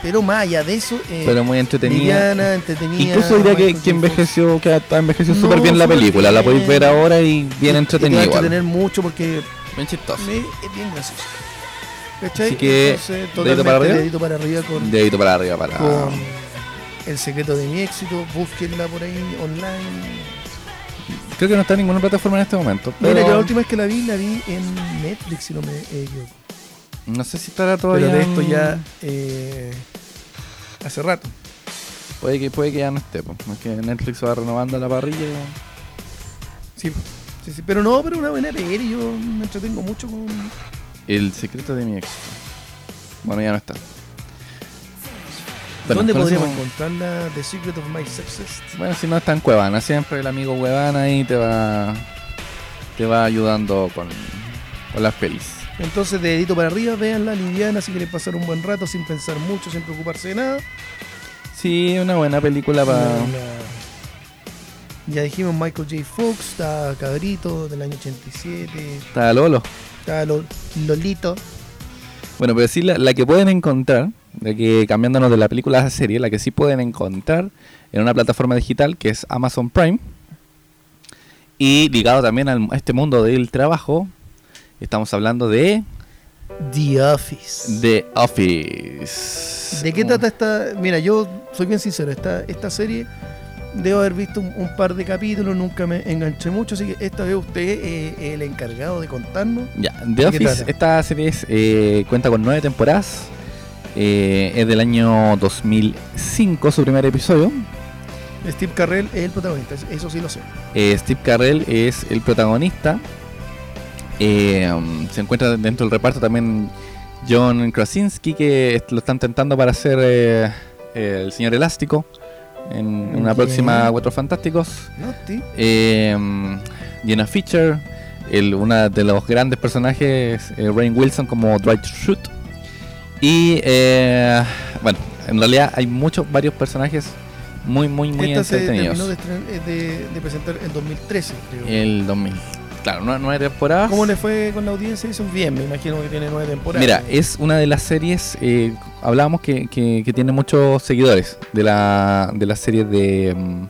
[SPEAKER 6] Pero más allá de eso, eh,
[SPEAKER 1] Pero muy entretenida.
[SPEAKER 6] liviana, entretenida.
[SPEAKER 1] Incluso diría
[SPEAKER 6] bueno,
[SPEAKER 1] que, que
[SPEAKER 6] cualquier
[SPEAKER 1] envejeció, que ha- envejeció
[SPEAKER 6] No,
[SPEAKER 1] súper bien la
[SPEAKER 6] súper
[SPEAKER 1] película. La podéis ver
[SPEAKER 6] bien.
[SPEAKER 1] ahora y
[SPEAKER 6] cosa.
[SPEAKER 1] bien
[SPEAKER 6] Y- y te va a
[SPEAKER 1] entretenida. igual.
[SPEAKER 6] entretener mucho porque
[SPEAKER 1] Bien chistosa.
[SPEAKER 6] me- es bien gracioso. ¿Cachai?
[SPEAKER 1] Así que,
[SPEAKER 6] Entonces,
[SPEAKER 1] dedito para
[SPEAKER 6] totalmente
[SPEAKER 1] arriba.
[SPEAKER 6] dedito para arriba con,
[SPEAKER 1] Dedito para arriba, para.
[SPEAKER 6] con El secreto de mi éxito, búsquenla por ahí online.
[SPEAKER 1] Creo que no está en ninguna plataforma en este momento.
[SPEAKER 6] Mira,
[SPEAKER 1] pero
[SPEAKER 6] yo la última vez que la vi, la vi en Netflix, si no me equivoco.
[SPEAKER 1] No sé si estará todavía.
[SPEAKER 6] Pero de esto
[SPEAKER 1] en-
[SPEAKER 6] ya eh, hace rato.
[SPEAKER 1] Puede que, puede que ya no esté. po. Es que Netflix va renovando la parrilla.
[SPEAKER 6] Sí, sí, sí. Pero no, pero una buena peli, yo me entretengo mucho con...
[SPEAKER 1] El secreto de mi éxito. Bueno, ya no está. Bueno,
[SPEAKER 6] ¿Dónde
[SPEAKER 1] con eso-
[SPEAKER 6] podríamos encontrarla? The Secret of My Success.
[SPEAKER 1] Bueno, si no está en Cuevana, siempre el amigo Cuevana ahí te va te va ayudando con, con las pelis.
[SPEAKER 6] Entonces, de dedito para arriba, veanla liviana si quieren pasar un buen rato sin pensar mucho, sin preocuparse de nada.
[SPEAKER 1] Sí, una buena película para.
[SPEAKER 6] Ya dijimos Michael J. Fox, está Cabrito del año 87,
[SPEAKER 1] Está Lolo.
[SPEAKER 6] está Lo- Lolito.
[SPEAKER 1] Bueno, pero sí, la, la que pueden encontrar, la que cambiándonos de la película a la serie, la que sí pueden encontrar en una plataforma digital que es Amazon Prime. Y ligado también al- a este mundo del trabajo, estamos hablando de
[SPEAKER 6] The Office.
[SPEAKER 1] The Office.
[SPEAKER 6] ¿De qué trata esta? Mira, yo soy bien sincero, esta, esta serie debo haber visto un, un par de capítulos, nunca me enganché mucho, así que esta vez usted es eh, el encargado de contarnos.
[SPEAKER 1] Mm, Ya,
[SPEAKER 6] qué
[SPEAKER 1] The Office,
[SPEAKER 6] trata?
[SPEAKER 1] esta serie es, eh, cuenta con nueve temporadas. eh, es del año 2005 su primer episodio.
[SPEAKER 6] Steve Carrell es el protagonista, es- eso sí lo sé.
[SPEAKER 1] Eh, Steve Carrell es el protagonista. Eh, um, se encuentra dentro del reparto también John Krasinski, que est- lo están tentando para hacer eh, eh, el señor Elástico en una
[SPEAKER 6] Ya.
[SPEAKER 1] próxima Cuatro Fantásticos.
[SPEAKER 6] ¿No, Steve?
[SPEAKER 1] Eh, um, Jenna Fischer, el, una de los grandes personajes, eh, Rainn Wilson como Dwight Schrute. Y eh, bueno, en realidad hay muchos, varios personajes muy, muy, muy
[SPEAKER 6] esta se
[SPEAKER 1] entretenidos.
[SPEAKER 6] terminó de, estren- eh, de- de presentar en 2013, creo.
[SPEAKER 1] El 2000. Claro, nue- nueve temporadas.
[SPEAKER 6] ¿Cómo le fue con la audiencia? Hizo bien, me imagino que tiene nueve temporadas.
[SPEAKER 1] Mira, es una de las series, eh, hablábamos que, que- que tiene muchos seguidores de la, de las series de, mm,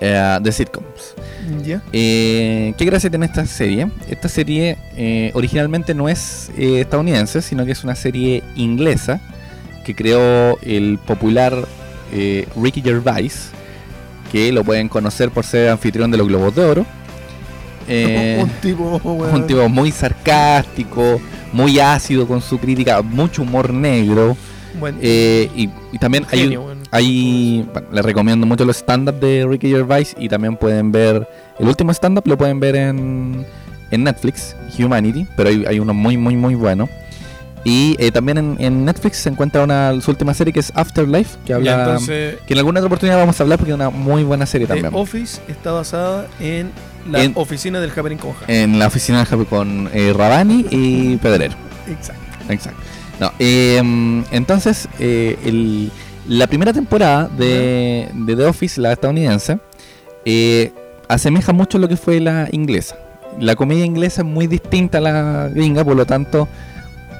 [SPEAKER 1] eh, de sitcoms.
[SPEAKER 6] ¿Ya?
[SPEAKER 1] Eh, ¿Qué gracia tiene esta serie? Esta serie eh, originalmente no es eh, estadounidense, sino que es una serie inglesa que creó el popular eh, Ricky Gervais, que lo pueden conocer por ser anfitrión de los Globos de Oro. Eh,
[SPEAKER 6] (laughs) un tipo,
[SPEAKER 1] Es un tipo muy sarcástico, muy ácido con su crítica, mucho humor negro.
[SPEAKER 6] Bueno,
[SPEAKER 1] eh, y, y también hay,
[SPEAKER 6] genio, weón.
[SPEAKER 1] hay- bueno, les recomiendo mucho los stand-up de Ricky Gervais y también pueden ver, el último stand-up lo pueden ver en, en Netflix, Humanity, pero hay, hay uno muy, muy, muy bueno. Y eh, también en, en Netflix se encuentra una, su última serie que es Afterlife, que habla...
[SPEAKER 2] Ya, entonces,
[SPEAKER 1] que en alguna otra oportunidad vamos a hablar porque es una muy buena serie
[SPEAKER 6] The
[SPEAKER 1] también.
[SPEAKER 6] Office está basada en la
[SPEAKER 1] En-
[SPEAKER 6] oficina del Javerin Conja.
[SPEAKER 1] En la oficina de Javi con eh, Rabani y Pedrero.
[SPEAKER 6] Exacto.
[SPEAKER 1] Exacto. No, em, entonces, eh, el- la primera temporada de, de The Office, la estadounidense, eh, asemeja mucho a lo que fue la inglesa. La comedia inglesa es muy distinta a la gringa, por lo tanto,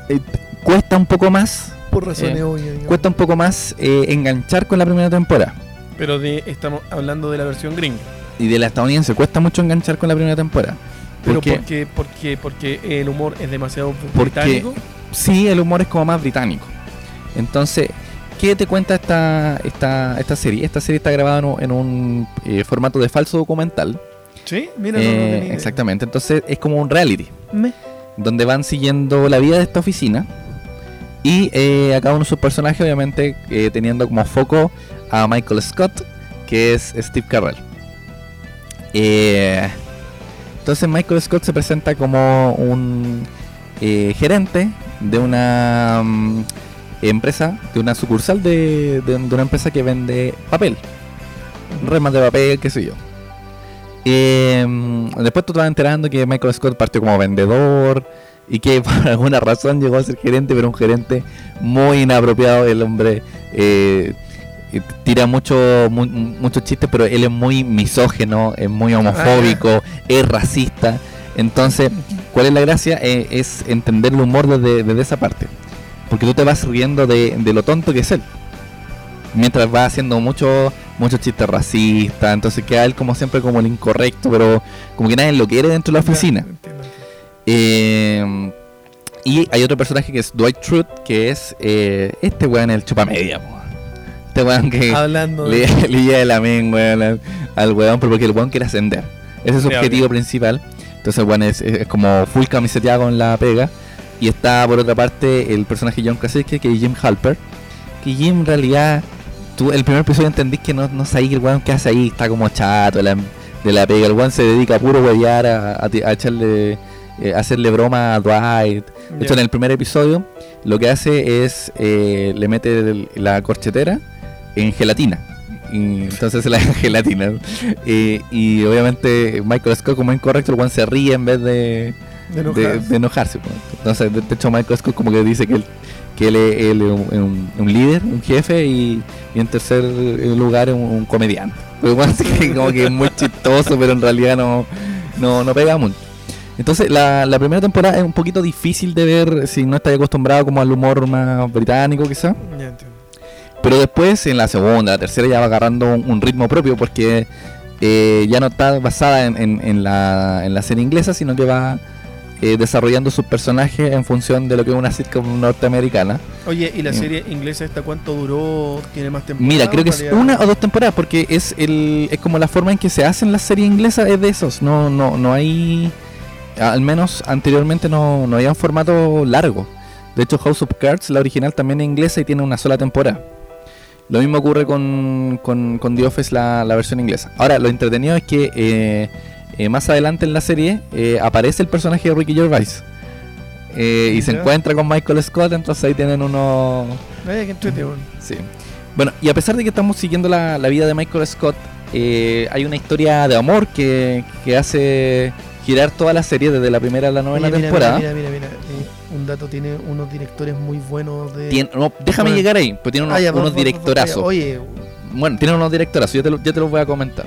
[SPEAKER 1] eh, cuesta un poco más,
[SPEAKER 6] Por razones
[SPEAKER 1] Eh,
[SPEAKER 6] obvias. digamos.
[SPEAKER 1] cuesta un poco más eh, enganchar con la primera temporada.
[SPEAKER 2] pero de- estamos hablando de la versión gringa.
[SPEAKER 1] Y de la estadounidense cuesta mucho enganchar con la primera temporada.
[SPEAKER 2] Pero
[SPEAKER 1] Porque-
[SPEAKER 2] porque, porque, porque el humor es demasiado
[SPEAKER 1] Porque-
[SPEAKER 2] británico.
[SPEAKER 1] sí, el humor es como más británico. Entonces, ¿qué te cuenta esta, esta, esta serie? Esta serie está grabada en un, en un, eh, formato de falso documental.
[SPEAKER 6] Sí, mira, no, no
[SPEAKER 1] Eh,
[SPEAKER 6] tenía idea.
[SPEAKER 1] exactamente. Entonces, es como un reality,
[SPEAKER 6] Me-
[SPEAKER 1] donde van siguiendo la vida de esta oficina. Y eh, a cada uno de sus personajes, obviamente, eh, teniendo como foco a Michael Scott, que es Steve Carell. Eh, entonces Michael Scott se presenta como un eh, gerente de una mm, empresa, de una sucursal de, de- de una empresa que vende papel, remas de papel, qué sé yo. Eh, mm, después tú te vas enterando que Michael Scott partió como vendedor y que (laughs) por alguna razón llegó a ser gerente, pero un gerente muy inapropiado. El hombre eh, eh, tira mucho mu- muchos chistes, pero él es muy misógeno, es muy homofóbico, es racista. Entonces, ¿cuál es la gracia? Eh, es entender el humor desde, desde esa parte. Porque tú te vas riendo de, de lo tonto que es él. Mientras va haciendo muchos muchos chistes racistas, entonces queda él como siempre como el incorrecto, pero como que nadie lo quiere dentro de la oficina.
[SPEAKER 6] Ya, entiendo.
[SPEAKER 1] Eh, y hay otro personaje que es Dwight Truth, que es eh, este weón, el chupamedia. po. Este weón que (laughs)
[SPEAKER 6] Hablando de...
[SPEAKER 1] le, le llega el amén, weón, al, al weón, pero porque el weón quiere ascender. Ese es su
[SPEAKER 2] Ya,
[SPEAKER 1] objetivo principal. Entonces el weón es, es como full camiseteado con la pega. Y está por otra parte el personaje John Krasinski, que es Jim Halper. Que Jim en realidad, tú el primer episodio entendís que no, no sabía que el weón que hace ahí está como chato de la, de la pega. El weón se dedica a puro huevear, a, a ti- a echarle, eh, a hacerle broma a Dwight. De hecho, en el primer episodio, lo que hace es eh, le mete el- la corchetera en gelatina. Y entonces se la (laughs) deja en gelatina. Eh, y obviamente Michael Scott, como es incorrecto, el weón se ríe en vez de,
[SPEAKER 6] de
[SPEAKER 1] de,
[SPEAKER 6] enojarse.
[SPEAKER 1] de enojarse. pues. Entonces, de, de hecho, Michael Scott como que dice que él, que él, es- él es un, es un- un líder, un jefe y, y en tercer eh, lugar es un, un comediante. Pero bueno, (laughs) así que como que es muy chistoso, pero en realidad no, no, no pega mucho. Entonces la, la primera temporada es un poquito difícil de ver si no estás acostumbrado como al humor más británico quizá.
[SPEAKER 6] Ya entiendo.
[SPEAKER 1] Pero después en la segunda, la tercera ya va agarrando un, un ritmo propio porque eh, ya no está basada en, en- en la, en la serie inglesa, sino que va eh, desarrollando sus personajes en función de lo que es una sitcom norteamericana.
[SPEAKER 6] Oye, ¿y la
[SPEAKER 1] Bien.
[SPEAKER 6] serie inglesa esta cuánto duró? ¿Tiene más temporadas?
[SPEAKER 1] Mira, creo que es
[SPEAKER 6] ¿Cuál era?
[SPEAKER 1] una o dos temporadas porque es el es como la forma en que se hacen las series inglesas es de esos. No no no hay al menos anteriormente no no había un formato largo. De hecho House of Cards la original también es inglesa y tiene una sola temporada. Lo mismo ocurre con, con, con The Office, la, la versión inglesa. Ahora, lo entretenido es que eh, eh, más adelante en la serie eh, aparece el personaje de Ricky Gervais. Eh, y se
[SPEAKER 6] Ya.
[SPEAKER 1] encuentra con Michael Scott, entonces ahí tienen unos,
[SPEAKER 6] Ay, qué Eh, entrete, weón.
[SPEAKER 1] Sí. Bueno, y a pesar de que estamos siguiendo la, la vida de Michael Scott, eh, hay una historia de amor que, que hace girar toda la serie desde la primera a la
[SPEAKER 6] Oye,
[SPEAKER 1] novena
[SPEAKER 6] mira,
[SPEAKER 1] temporada.
[SPEAKER 6] Mira, mira, mira, mira. Eh, un dato tiene unos directores muy buenos de.
[SPEAKER 1] Tien- no, déjame
[SPEAKER 6] Bueno.
[SPEAKER 1] llegar ahí, pues tiene unos,
[SPEAKER 6] Ah, ya,
[SPEAKER 1] unos
[SPEAKER 6] vamos, vamos,
[SPEAKER 1] directorazos.
[SPEAKER 6] vamos, Oye,
[SPEAKER 1] Bueno, tiene unos directorazos, yo te, lo- ya te los voy a comentar.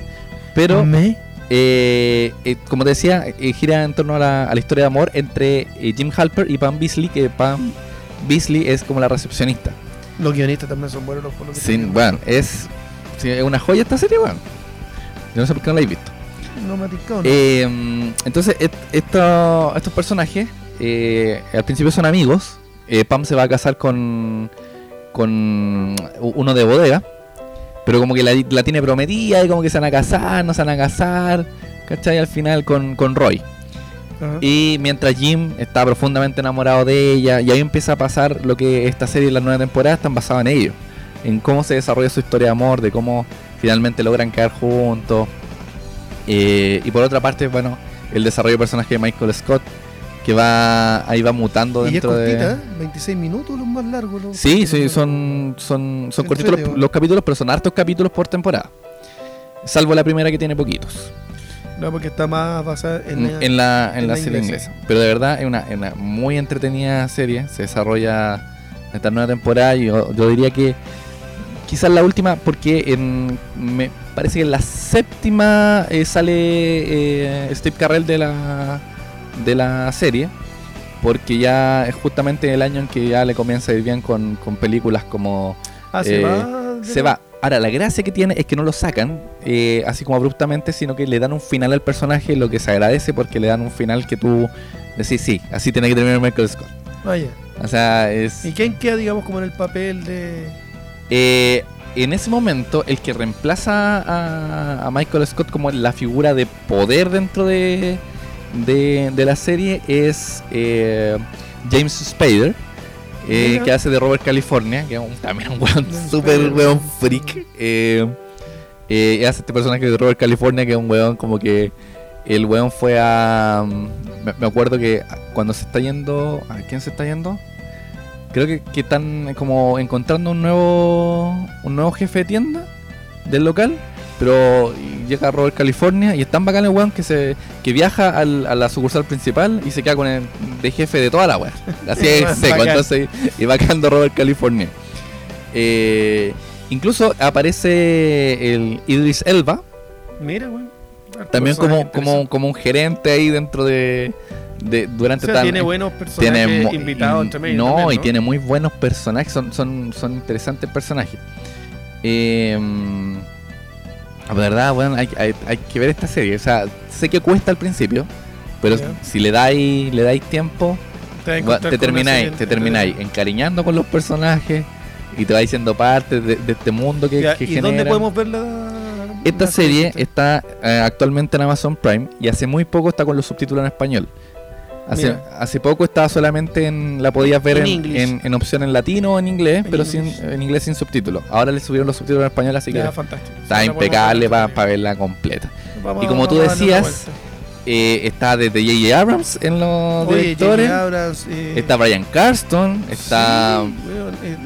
[SPEAKER 1] Pero,
[SPEAKER 6] pero. Me...
[SPEAKER 1] eh, eh, como te decía, eh, gira en torno a la, a la historia de amor entre eh, Jim Halper y Pam Beasley, que Pam Beasley es como la recepcionista.
[SPEAKER 6] Los guionistas también son buenos los por lo que
[SPEAKER 1] Sí,
[SPEAKER 6] tengo.
[SPEAKER 1] bueno, es, sí, es una joya esta serie, bueno. Yo no sé por qué no la he visto.
[SPEAKER 6] No me ha tincado, ¿no?
[SPEAKER 1] Eh, mm, entonces, et- esto- estos personajes eh, al principio son amigos. Eh, Pam se va a casar con, con uno de bodega, pero como que la, la tiene prometida y como que se van a casar, no se van a casar, ¿cachai? Al final con, con Roy.
[SPEAKER 6] Ajá.
[SPEAKER 1] Y mientras Jim está profundamente enamorado de ella, y ahí empieza a pasar lo que esta serie y la nueva temporada están basadas en ello. En cómo se desarrolla su historia de amor, de cómo finalmente logran quedar juntos. Eh, y por otra parte, bueno, el desarrollo de personaje de Michael Scott, que va ahí va mutando
[SPEAKER 6] y ya es
[SPEAKER 1] dentro
[SPEAKER 6] cortita,
[SPEAKER 1] de...
[SPEAKER 6] ¿eh? 26 minutos los más largos. Los
[SPEAKER 1] Sí,
[SPEAKER 6] los
[SPEAKER 1] sí,
[SPEAKER 6] más-
[SPEAKER 1] son, son, son cortitos los,
[SPEAKER 6] Entrete,
[SPEAKER 1] los capítulos, pero son hartos capítulos por temporada. Salvo la primera que tiene poquitos.
[SPEAKER 6] No, porque está más basada en.
[SPEAKER 1] en, en la, en
[SPEAKER 6] en
[SPEAKER 1] la
[SPEAKER 6] la
[SPEAKER 1] serie
[SPEAKER 6] inglesa.
[SPEAKER 1] inglesa. Pero de verdad es una, es una muy entretenida serie. Se desarrolla esta nueva temporada y yo, yo diría que quizás la última porque en, me parece que en la séptima eh, sale eh, Steve Carrell de la, de la serie. Porque ya es justamente el año en que ya le comienza a ir bien con, con películas como
[SPEAKER 6] Ah, se
[SPEAKER 1] eh,
[SPEAKER 6] va. de
[SPEAKER 1] se
[SPEAKER 6] la-
[SPEAKER 1] va. Ahora, la gracia que tiene es que no lo sacan eh, así como abruptamente, sino que le dan un final al personaje, lo que se agradece porque le dan un final que tú decís, sí, así tiene que terminar Michael Scott.
[SPEAKER 6] Vaya.
[SPEAKER 1] O sea, es...
[SPEAKER 6] Ah, ¿Y quién queda, digamos, como en el papel de.
[SPEAKER 1] eh, en ese momento, el que reemplaza a, a Michael Scott como la figura de poder dentro de, de, de la serie es eh, James Spader, eh,
[SPEAKER 6] Mira.
[SPEAKER 1] que hace de Robert California, que es un, también un weón
[SPEAKER 6] James
[SPEAKER 1] super
[SPEAKER 6] Spader.
[SPEAKER 1] weón freak. eh, eh, y hace este personaje de Robert California, que es un weón como que el weón fue a... mm, Me, me acuerdo que cuando se está yendo... ¿A quién se está yendo? Creo que, que están como encontrando un nuevo, un nuevo jefe de tienda del local. Pero llega a Robert California y es tan bacán el weón que se que viaja al- a la sucursal principal y se queda con el de jefe de toda la weá.
[SPEAKER 6] (laughs)
[SPEAKER 1] Así es seco,
[SPEAKER 6] Bacán.
[SPEAKER 1] entonces y va quedando Robert California. Eh, incluso aparece el Idris Elba,
[SPEAKER 6] Mira, güey.
[SPEAKER 1] también como, como, como un gerente ahí dentro de, de-
[SPEAKER 6] O
[SPEAKER 1] durante
[SPEAKER 6] sea,
[SPEAKER 1] tan-
[SPEAKER 6] tiene buenos personajes
[SPEAKER 1] mo-
[SPEAKER 6] invitados
[SPEAKER 1] y-
[SPEAKER 6] entre medio.
[SPEAKER 1] No, y
[SPEAKER 6] también,
[SPEAKER 1] tiene muy buenos personajes, son, son, son interesantes personajes. Eh, la verdad, bueno, hay, hay- hay que ver esta serie. O sea, sé que cuesta al principio, pero
[SPEAKER 6] Ya.
[SPEAKER 1] si le dais, le dais tiempo,
[SPEAKER 6] Te, vas a
[SPEAKER 1] va-
[SPEAKER 6] encontrar
[SPEAKER 1] te
[SPEAKER 6] con una
[SPEAKER 1] termináis,
[SPEAKER 6] serie
[SPEAKER 1] te termináis encariñando con los personajes y te vais siendo parte de, de este mundo que,
[SPEAKER 6] Ya,
[SPEAKER 1] que
[SPEAKER 6] ¿Y dónde
[SPEAKER 1] generan.
[SPEAKER 6] podemos ver la.?
[SPEAKER 1] Esta
[SPEAKER 6] la
[SPEAKER 1] serie
[SPEAKER 6] esta?
[SPEAKER 1] está eh, actualmente en Amazon Prime y hace muy poco está con los subtítulos en español. Hace,
[SPEAKER 6] Mira.
[SPEAKER 1] hace poco estaba solamente en. La podías ver
[SPEAKER 6] En
[SPEAKER 1] en,
[SPEAKER 6] English.
[SPEAKER 1] en- en opción en latino o en inglés,
[SPEAKER 6] En
[SPEAKER 1] pero
[SPEAKER 6] English.
[SPEAKER 1] sin en inglés sin subtítulos. Ahora le subieron los subtítulos en español, así que
[SPEAKER 6] Ya, fantástico.
[SPEAKER 1] está impecable para verla completa.
[SPEAKER 6] Vamos-
[SPEAKER 1] y como tú
[SPEAKER 6] vamos a darle una
[SPEAKER 1] decías, Eh, está desde J.J. Abrams en los
[SPEAKER 6] vuelta. Oye,
[SPEAKER 1] directores.
[SPEAKER 6] J.J. Abrams, eh,
[SPEAKER 1] Está Brian Carston. Está.
[SPEAKER 6] sí, weón, eh,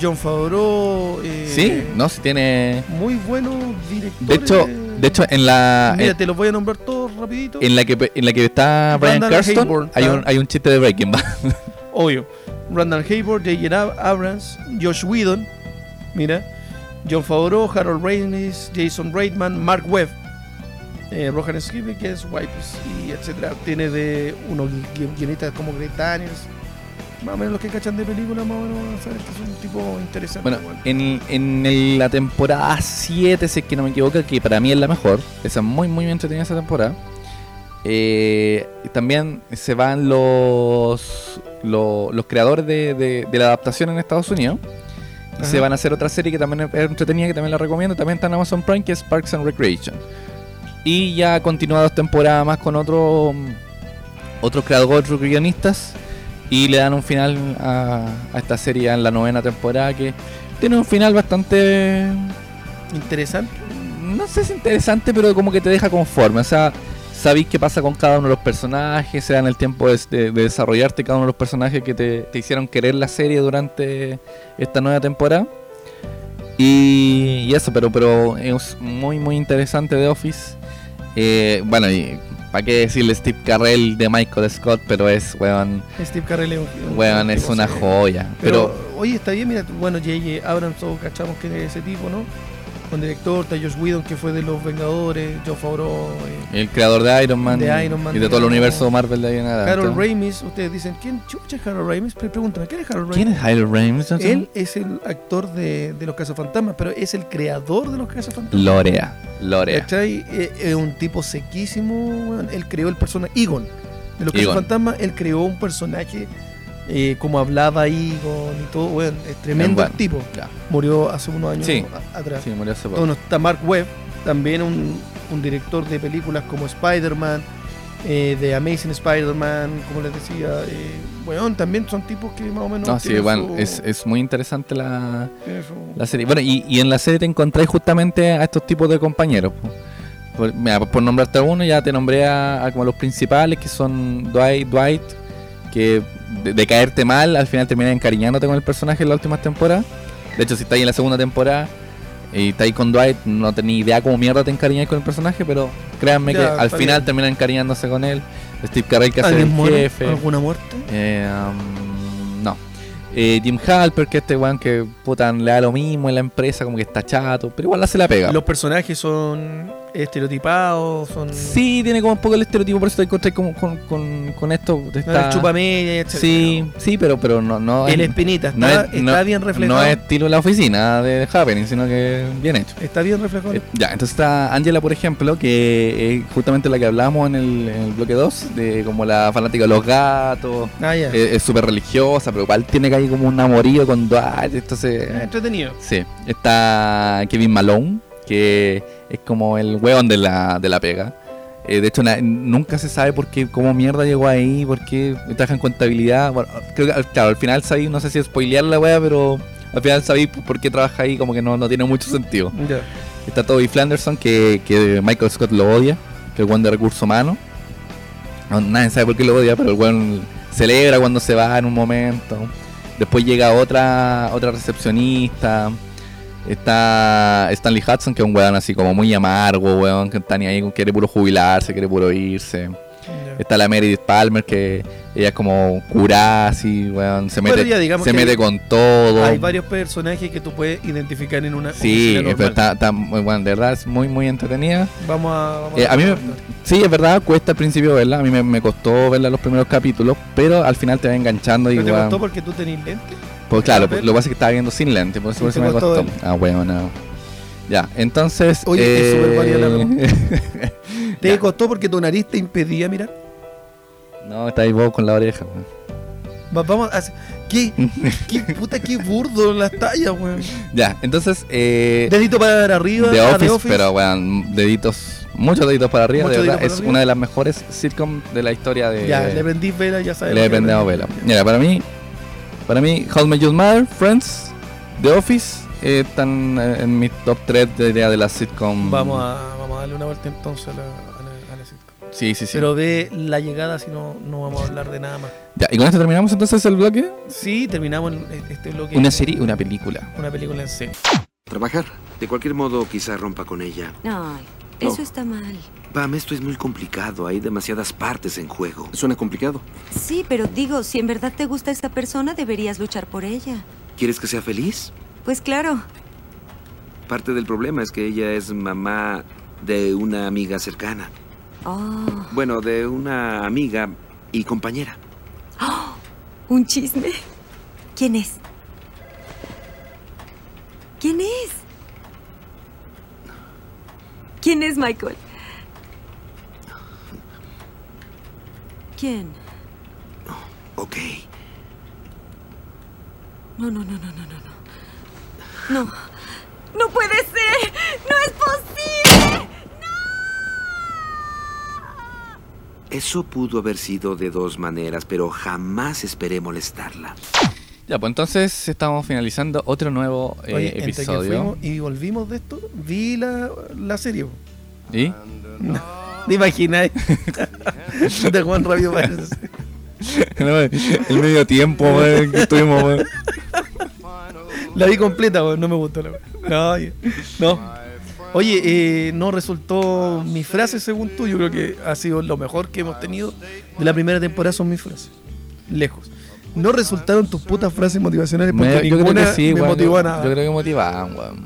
[SPEAKER 6] John Favreau. eh,
[SPEAKER 1] Sí, no, si tiene.
[SPEAKER 6] Muy buenos directores.
[SPEAKER 1] De hecho, de hecho eh, en la.
[SPEAKER 6] Mira,
[SPEAKER 1] en-
[SPEAKER 6] te los voy a nombrar todos rapidito.
[SPEAKER 1] en la que, en la que está Brian
[SPEAKER 6] Randall
[SPEAKER 1] Carston
[SPEAKER 6] Hayworth,
[SPEAKER 1] hay
[SPEAKER 6] ah.
[SPEAKER 1] un, hay un chiste de Breaking Bad.
[SPEAKER 6] Obvio. Randall Hayward, J.J. Ab- Abrams, Josh Whedon, mira, John Favreau, Harold Ramis, Jason Reitman, Mark Webb, eh, Rohan Skibbe, que es Wipes, y etcétera. Tiene de unos gui- guionistas como Greg Daniels, más o menos los que cachan de película, más o menos, ¿sabes? que es un tipo interesante.
[SPEAKER 1] Bueno,
[SPEAKER 6] weón.
[SPEAKER 1] en, en el- la temporada 7, si es que no me equivoco, que para mí es la mejor. Esa es muy, muy entretenida esa temporada. Eh, y también se van los lo- los creadores de, de- de la adaptación en Estados Unidos. Y se
[SPEAKER 6] Ajá.
[SPEAKER 1] van a hacer otra serie que también es entretenida, que también la recomiendo. También está en Amazon Prime, que es Parks and Recreation. Y ya continúa dos temporadas más con otro, otros creadores, otros guionistas. Y le dan un final a, a esta serie en la novena temporada que tiene un final bastante.
[SPEAKER 6] Interesante.
[SPEAKER 1] No sé si interesante, pero como que te deja conforme. O sea, sabéis qué pasa con cada uno de los personajes, se dan el tiempo de, de- de desarrollarte cada uno de los personajes que te, te hicieron querer la serie durante esta nueva temporada. Y, y eso, pero, pero es muy, muy interesante The Office. Eh, bueno, y para qué decirle Steve Carrell de Michael Scott, pero es, weón,
[SPEAKER 6] Steve Carell es un-
[SPEAKER 1] weón,
[SPEAKER 6] un
[SPEAKER 1] es
[SPEAKER 6] tipo
[SPEAKER 1] una
[SPEAKER 6] serio.
[SPEAKER 1] joya.
[SPEAKER 6] Pero,
[SPEAKER 1] Pero,
[SPEAKER 6] oye, está bien, mira, bueno, J.J. Abrams, todos cachamos que es ese tipo, ¿no? Con director, está Josh Whedon, que fue de Los Vengadores, Joe Favreau, eh,
[SPEAKER 1] el creador de Iron Man,
[SPEAKER 6] De Iron Man,
[SPEAKER 1] y de todo el
[SPEAKER 6] digamos,
[SPEAKER 1] universo Marvel de ahí en adelante.
[SPEAKER 6] Harold Ramis, ustedes dicen, ¿quién chucha es Harold Ramis? Pre- Pregúntame, ¿quién es Harold Ramis?
[SPEAKER 1] ¿Quién es Harold Ramis?
[SPEAKER 6] Él es el actor de, de Los Cazafantasmas, pero es el creador de Los Cazafantasmas.
[SPEAKER 1] Lorea. Lorea.
[SPEAKER 6] ¿Cachai? Eh, Es un tipo sequísimo, weón. Él creó el personaje, Egon, de Los
[SPEAKER 1] Egon.
[SPEAKER 6] Cazafantasmas, él creó un personaje eh, como hablaba Egon y todo, weón, es tremendo
[SPEAKER 1] Bueno,
[SPEAKER 6] el tipo.
[SPEAKER 1] ya.
[SPEAKER 6] Murió hace unos años
[SPEAKER 1] Sí.
[SPEAKER 6] a- atrás.
[SPEAKER 1] Sí, murió hace poco.
[SPEAKER 6] Bueno, está Mark Webb, también un, un director de películas como Spider-Man, eh, de Amazing Spider-Man, como les decía. Eh, bueno, también son tipos que más o menos.
[SPEAKER 1] No, sí,
[SPEAKER 6] tienen
[SPEAKER 1] bueno,
[SPEAKER 6] su-
[SPEAKER 1] es, es muy interesante la,
[SPEAKER 6] tienen su-
[SPEAKER 1] la serie. Bueno, y, y en la serie te encontráis justamente a estos tipos de compañeros. po. Por, mira, por nombrarte a uno, ya te nombré a, a como los principales, que son Dwight, Dwight que de, de caerte mal, al final terminas encariñándote con el personaje en las últimas temporadas. De hecho, si estáis en la segunda temporada y estáis con Dwight, no tenéis idea cómo mierda te encariñáis con el personaje, pero créanme
[SPEAKER 6] Ya,
[SPEAKER 1] que al
[SPEAKER 6] está
[SPEAKER 1] final
[SPEAKER 6] bien.
[SPEAKER 1] terminan encariñándose con él. Steve Carell que hace
[SPEAKER 6] ¿Alguien
[SPEAKER 1] el
[SPEAKER 6] muere?
[SPEAKER 1] jefe.
[SPEAKER 6] ¿Alguna muerte?
[SPEAKER 1] Eh, um, no. Eh, Jim Halper, que este weón que puta le da lo mismo en la empresa, como que está chato, pero igual la se la pega.
[SPEAKER 6] Los personajes son estereotipados, son.
[SPEAKER 1] Sí, tiene como un poco el estereotipo, por eso te encontré con, con, con, con esto. de
[SPEAKER 6] no, el
[SPEAKER 1] esta-
[SPEAKER 6] chupamedia, etc.
[SPEAKER 1] sí, sí, pero, pero no, no
[SPEAKER 6] El espinita, está,
[SPEAKER 1] no es-
[SPEAKER 6] está
[SPEAKER 1] no-
[SPEAKER 6] bien
[SPEAKER 1] No
[SPEAKER 6] reflejado.
[SPEAKER 1] es estilo la oficina de Happening, sino que bien hecho.
[SPEAKER 6] Está bien reflejado.
[SPEAKER 1] Eh, Ya, entonces está Angela, por ejemplo, que es justamente la que hablamos en el, en el bloque 2, de como la fanática de los gatos,
[SPEAKER 6] ah, ya.
[SPEAKER 1] Eh, es es súper religiosa, pero igual tiene que hay como un amorío con Dwight.
[SPEAKER 6] Ah,
[SPEAKER 1] Entonces,
[SPEAKER 6] entretenido.
[SPEAKER 1] sí, está Kevin Malone, que es como el weón de la, de la pega. Eh, de hecho, na- nunca se sabe por qué, cómo mierda llegó ahí, por qué trabaja en contabilidad. Bueno, creo que, al- claro, al final sabí, no sé si spoilear la wea, pero al final sabí por qué trabaja ahí, como que no, no tiene mucho sentido.
[SPEAKER 6] Ya.
[SPEAKER 1] Está Toby Flanderson, que, que Michael Scott lo odia, que es el weón de recursos humanos. No, nadie sabe por qué lo odia, pero el weón celebra cuando se va en un momento. Después llega otra otra recepcionista. Está Stanley Hudson, que es un weón así como muy amargo, weón, que está ni ahí, quiere puro jubilarse, quiere puro irse.
[SPEAKER 6] ya.
[SPEAKER 1] Está la Meredith Palmer, que ella es como curada, así, weón, se
[SPEAKER 6] Bueno,
[SPEAKER 1] mete,
[SPEAKER 6] ya digamos
[SPEAKER 1] se
[SPEAKER 6] que
[SPEAKER 1] mete
[SPEAKER 6] hay-
[SPEAKER 1] con todo.
[SPEAKER 6] Hay varios personajes que tú puedes identificar en una.
[SPEAKER 1] Sí,
[SPEAKER 6] oficina
[SPEAKER 1] pero
[SPEAKER 6] normal.
[SPEAKER 1] está, está muy bueno, de verdad es muy, muy entretenida.
[SPEAKER 6] Vamos a. vamos
[SPEAKER 1] Eh, a mí me-
[SPEAKER 6] comentar.
[SPEAKER 1] Sí, es verdad, cuesta al principio verla. A mí me, me costó verla los primeros capítulos, pero al final te va enganchando y
[SPEAKER 6] ¿No te
[SPEAKER 1] weón,
[SPEAKER 6] gustó porque tú tenías lentes?
[SPEAKER 1] Pues claro,
[SPEAKER 6] verla?
[SPEAKER 1] lo que pasa es que estaba viendo sin lente, por eso,
[SPEAKER 6] Y
[SPEAKER 1] por eso
[SPEAKER 6] te
[SPEAKER 1] me
[SPEAKER 6] costó
[SPEAKER 1] costó. Ah, bueno, no. Ya, entonces. eh,
[SPEAKER 6] Oye, es súper variada la ¿Te
[SPEAKER 1] Ya.
[SPEAKER 6] costó porque tu nariz te impedía mirar?
[SPEAKER 1] (laughs) No, está ahí vos con la oreja, weón. (laughs)
[SPEAKER 6] Va- Vamos a hacer- ¿Qué, qué puta, qué burdo las tallas, weón.
[SPEAKER 1] Ya, entonces. Eh,
[SPEAKER 6] Dedito para arriba, ah,
[SPEAKER 1] The
[SPEAKER 6] a
[SPEAKER 1] Office, pero weón, deditos. Muchos deditos para arriba,
[SPEAKER 6] Muchos
[SPEAKER 1] de verdad.
[SPEAKER 6] deditos para
[SPEAKER 1] Es
[SPEAKER 6] arriba.
[SPEAKER 1] una de las mejores sitcom de la historia de.
[SPEAKER 6] Ya, le prendís vela, ya sabes.
[SPEAKER 1] eh, Le depende a vela. Mira, para mí, para mí, How I Met Your Mother, Friends, The Office eh, están eh, en mi top 3 de, de la sitcom.
[SPEAKER 6] Vamos a, vamos a darle una vuelta entonces a la, a la- a la sitcom.
[SPEAKER 1] Sí, sí, sí.
[SPEAKER 6] Pero ve la llegada, si no, no vamos a hablar de nada más.
[SPEAKER 1] Ya, y con esto terminamos entonces el bloque.
[SPEAKER 6] Sí, terminamos el- este bloque.
[SPEAKER 1] Una serie, una película.
[SPEAKER 6] Una película en serio.
[SPEAKER 9] Trabajar. De cualquier modo, quizá rompa con ella.
[SPEAKER 10] No,
[SPEAKER 9] No.
[SPEAKER 10] eso está mal.
[SPEAKER 9] Pam, esto es muy complicado. Hay demasiadas partes en juego. Suena complicado.
[SPEAKER 10] Sí, pero digo, si en verdad te gusta esta persona, deberías luchar por ella.
[SPEAKER 9] ¿Quieres que sea feliz?
[SPEAKER 10] Pues claro,
[SPEAKER 9] Parte del problema es que ella es mamá de una amiga cercana.
[SPEAKER 10] Oh,
[SPEAKER 9] Bueno, de una amiga y compañera.
[SPEAKER 10] un chisme. ¿Quién es? ¿Quién es? ¿Quién es Michael? ¿Quién?
[SPEAKER 9] Ok.
[SPEAKER 10] No, no, no, no, no, no, no. No. No puede ser. No es posible.
[SPEAKER 9] Eso pudo haber sido de dos maneras, pero jamás esperé molestarla.
[SPEAKER 1] Ya, pues entonces estamos finalizando otro nuevo eh,
[SPEAKER 6] Oye, entre que
[SPEAKER 1] episodio.
[SPEAKER 6] fuimos y volvimos de esto, vi la, la serie. po.
[SPEAKER 1] ¿Y? (laughs)
[SPEAKER 6] ¿Te imaginas? (laughs) de Juan Rabio Vargas.
[SPEAKER 1] El medio
[SPEAKER 6] (laughs)
[SPEAKER 1] tiempo weón, que estuvimos, weón.
[SPEAKER 6] La vi completa, weón, no me gustó la No, oye, no. Oye, eh, no resultó mi frase según tú. Yo creo que ha sido lo mejor que hemos tenido de la primera temporada son mis frases. Lejos. No resultaron tus putas frases motivacionales porque
[SPEAKER 1] Me-
[SPEAKER 6] ninguna me
[SPEAKER 1] weón,
[SPEAKER 6] motivó a
[SPEAKER 1] yo-
[SPEAKER 6] nada.
[SPEAKER 1] Yo creo que motivaban, weón.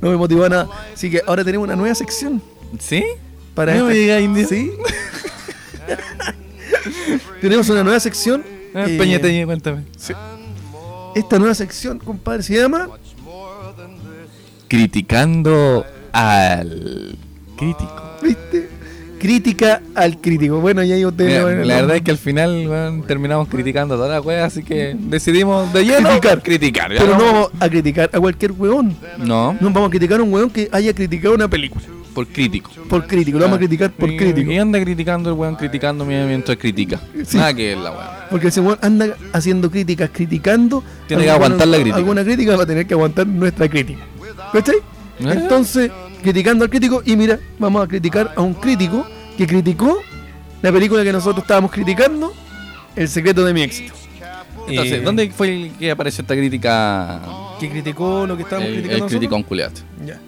[SPEAKER 6] No me motivó a nada. Así que ahora tenemos una nueva sección
[SPEAKER 1] ¿Sí?
[SPEAKER 6] para
[SPEAKER 1] No me diga, indio.
[SPEAKER 6] ¿Sí? tenemos una nueva sección.
[SPEAKER 1] (laughs) Eh,
[SPEAKER 6] eh,
[SPEAKER 1] Peñateñe, cuéntame.
[SPEAKER 6] esta nueva sección, compadre, se llama
[SPEAKER 1] Criticando al crítico.
[SPEAKER 6] ¿Viste? Crítica al crítico. Bueno, ya yo te
[SPEAKER 1] Mira,
[SPEAKER 6] bueno,
[SPEAKER 1] la
[SPEAKER 6] no.
[SPEAKER 1] verdad es que al final weón, terminamos criticando a toda la wea, así que decidimos de lleno
[SPEAKER 6] Criticar.
[SPEAKER 1] criticar ya
[SPEAKER 6] Pero no vamos a criticar a cualquier weón.
[SPEAKER 1] No,
[SPEAKER 6] No vamos a criticar a un weón que haya criticado una película.
[SPEAKER 1] por crítico.
[SPEAKER 6] Por crítico, lo
[SPEAKER 1] Ah,
[SPEAKER 6] vamos a criticar por
[SPEAKER 1] Y- Y
[SPEAKER 6] crítico.
[SPEAKER 1] anda criticando el weón, criticando mi mientras critica.
[SPEAKER 6] Sí.
[SPEAKER 1] Nada que ver la weón.
[SPEAKER 6] Porque ese weón anda haciendo críticas, criticando.
[SPEAKER 1] Tiene que
[SPEAKER 6] Alguna-
[SPEAKER 1] aguantar la crítica.
[SPEAKER 6] Alguna crítica va a tener que aguantar nuestra crítica. ¿Cachai?
[SPEAKER 1] Eh.
[SPEAKER 6] Entonces, criticando al crítico, y mira, vamos a criticar a un crítico que criticó la película que nosotros estábamos criticando, El secreto de mi éxito.
[SPEAKER 1] Entonces,
[SPEAKER 6] Eh,
[SPEAKER 1] ¿dónde fue el que apareció esta crítica?
[SPEAKER 6] Que criticó lo que estábamos
[SPEAKER 1] El, el
[SPEAKER 6] criticando. nosotros?
[SPEAKER 1] criticón culiaste.
[SPEAKER 6] Ya.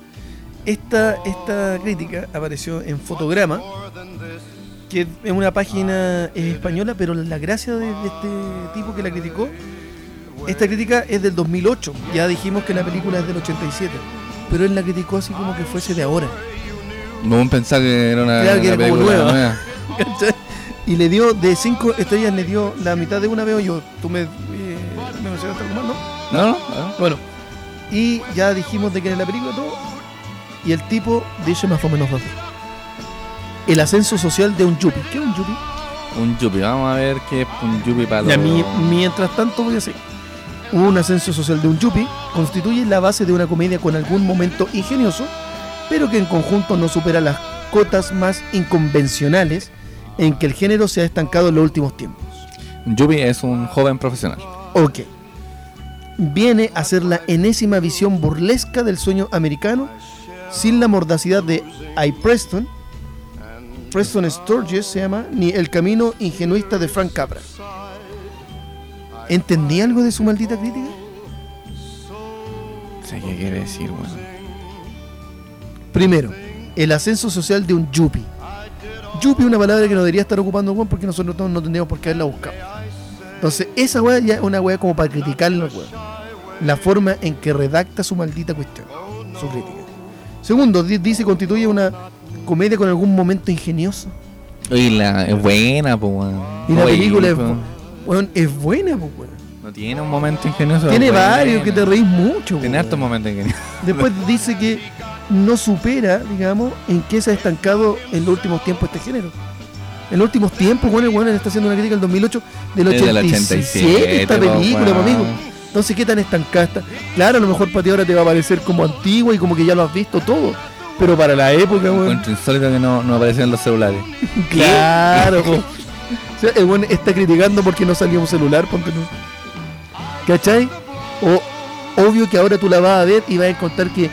[SPEAKER 6] Esta, esta crítica apareció en Fotograma, que es una página eh, española, pero la gracia de, de este tipo que la criticó, esta crítica es del 2008, ya dijimos que la película es del 87, pero él la criticó así como que fuese de ahora.
[SPEAKER 1] No pensaba que era una,
[SPEAKER 6] Claro que
[SPEAKER 1] Ah, una
[SPEAKER 6] era como
[SPEAKER 1] película
[SPEAKER 6] nueva.
[SPEAKER 1] nueva.
[SPEAKER 6] (laughs) ¿Cachai? y le dio, de cinco estrellas, le dio la mitad de una, veo yo, tú me, eh, me mencionaste algo más, ¿no?
[SPEAKER 1] No, no,
[SPEAKER 6] Bueno, y ya dijimos de que era la película todo. Y el tipo dice más o menos así. El ascenso social de un yuppie. ¿Qué es un yuppie?
[SPEAKER 1] no. un yuppie. Vamos a ver qué es un yuppie para
[SPEAKER 6] Ya,
[SPEAKER 1] los-
[SPEAKER 6] mi- mientras tanto voy a seguir. Un ascenso social de un yuppie constituye la base de una comedia con algún momento ingenioso, pero que en conjunto no supera las cotas más inconvencionales en que el género se ha estancado en los últimos tiempos.
[SPEAKER 1] Un yuppie es un joven profesional.
[SPEAKER 6] Ok. Viene a ser la enésima visión burlesca del sueño americano sin la mordacidad de I. Preston, Preston Sturges se llama, ni el camino ingenuista de Frank Capra. ¿Entendí algo de su maldita crítica?
[SPEAKER 1] Sé qué quiere decir, bueno.
[SPEAKER 6] Primero, el ascenso social de un yuppie. Yuppie es una palabra que no debería estar ocupando Juan porque nosotros no, no tendríamos por qué haberla buscado. Entonces, esa weá ya es una weá como para criticarlo, weón. La forma en que redacta su maldita cuestión, su crítica. Segundo, di- dice constituye una comedia con algún momento ingenioso.
[SPEAKER 1] Y la es buena, pues, weón.
[SPEAKER 6] Y la
[SPEAKER 1] Oye,
[SPEAKER 6] película es,
[SPEAKER 1] po.
[SPEAKER 6] bu- weón, es buena, pues, weón.
[SPEAKER 1] No tiene un momento ingenioso.
[SPEAKER 6] Tiene
[SPEAKER 1] es
[SPEAKER 6] varios
[SPEAKER 1] buena.
[SPEAKER 6] que te reís mucho,
[SPEAKER 1] Tiene
[SPEAKER 6] (laughs) weón.
[SPEAKER 1] hartos momentos ingeniosos.
[SPEAKER 6] Después dice que no supera, digamos, en qué se ha estancado en los últimos tiempos este género. En los últimos tiempos, bueno, el weón está haciendo una crítica del 2008, del
[SPEAKER 1] Desde el
[SPEAKER 6] 87, esta
[SPEAKER 1] 87,
[SPEAKER 6] película,
[SPEAKER 1] po,
[SPEAKER 6] po, amigo.
[SPEAKER 1] weón.
[SPEAKER 6] Entonces, ¿qué tan estancada está? Claro, a lo mejor para ti ahora te va a parecer como antigua y como que ya lo has visto todo. Pero para la época, weón.
[SPEAKER 1] Encuentro insólito que no, no aparecen en los celulares.
[SPEAKER 6] Claro,
[SPEAKER 1] (laughs)
[SPEAKER 6] po. O sea, el weón está criticando porque no salió un celular, ponte tú. ¿Cachai? O obvio que ahora tú la vas a ver y vas a encontrar que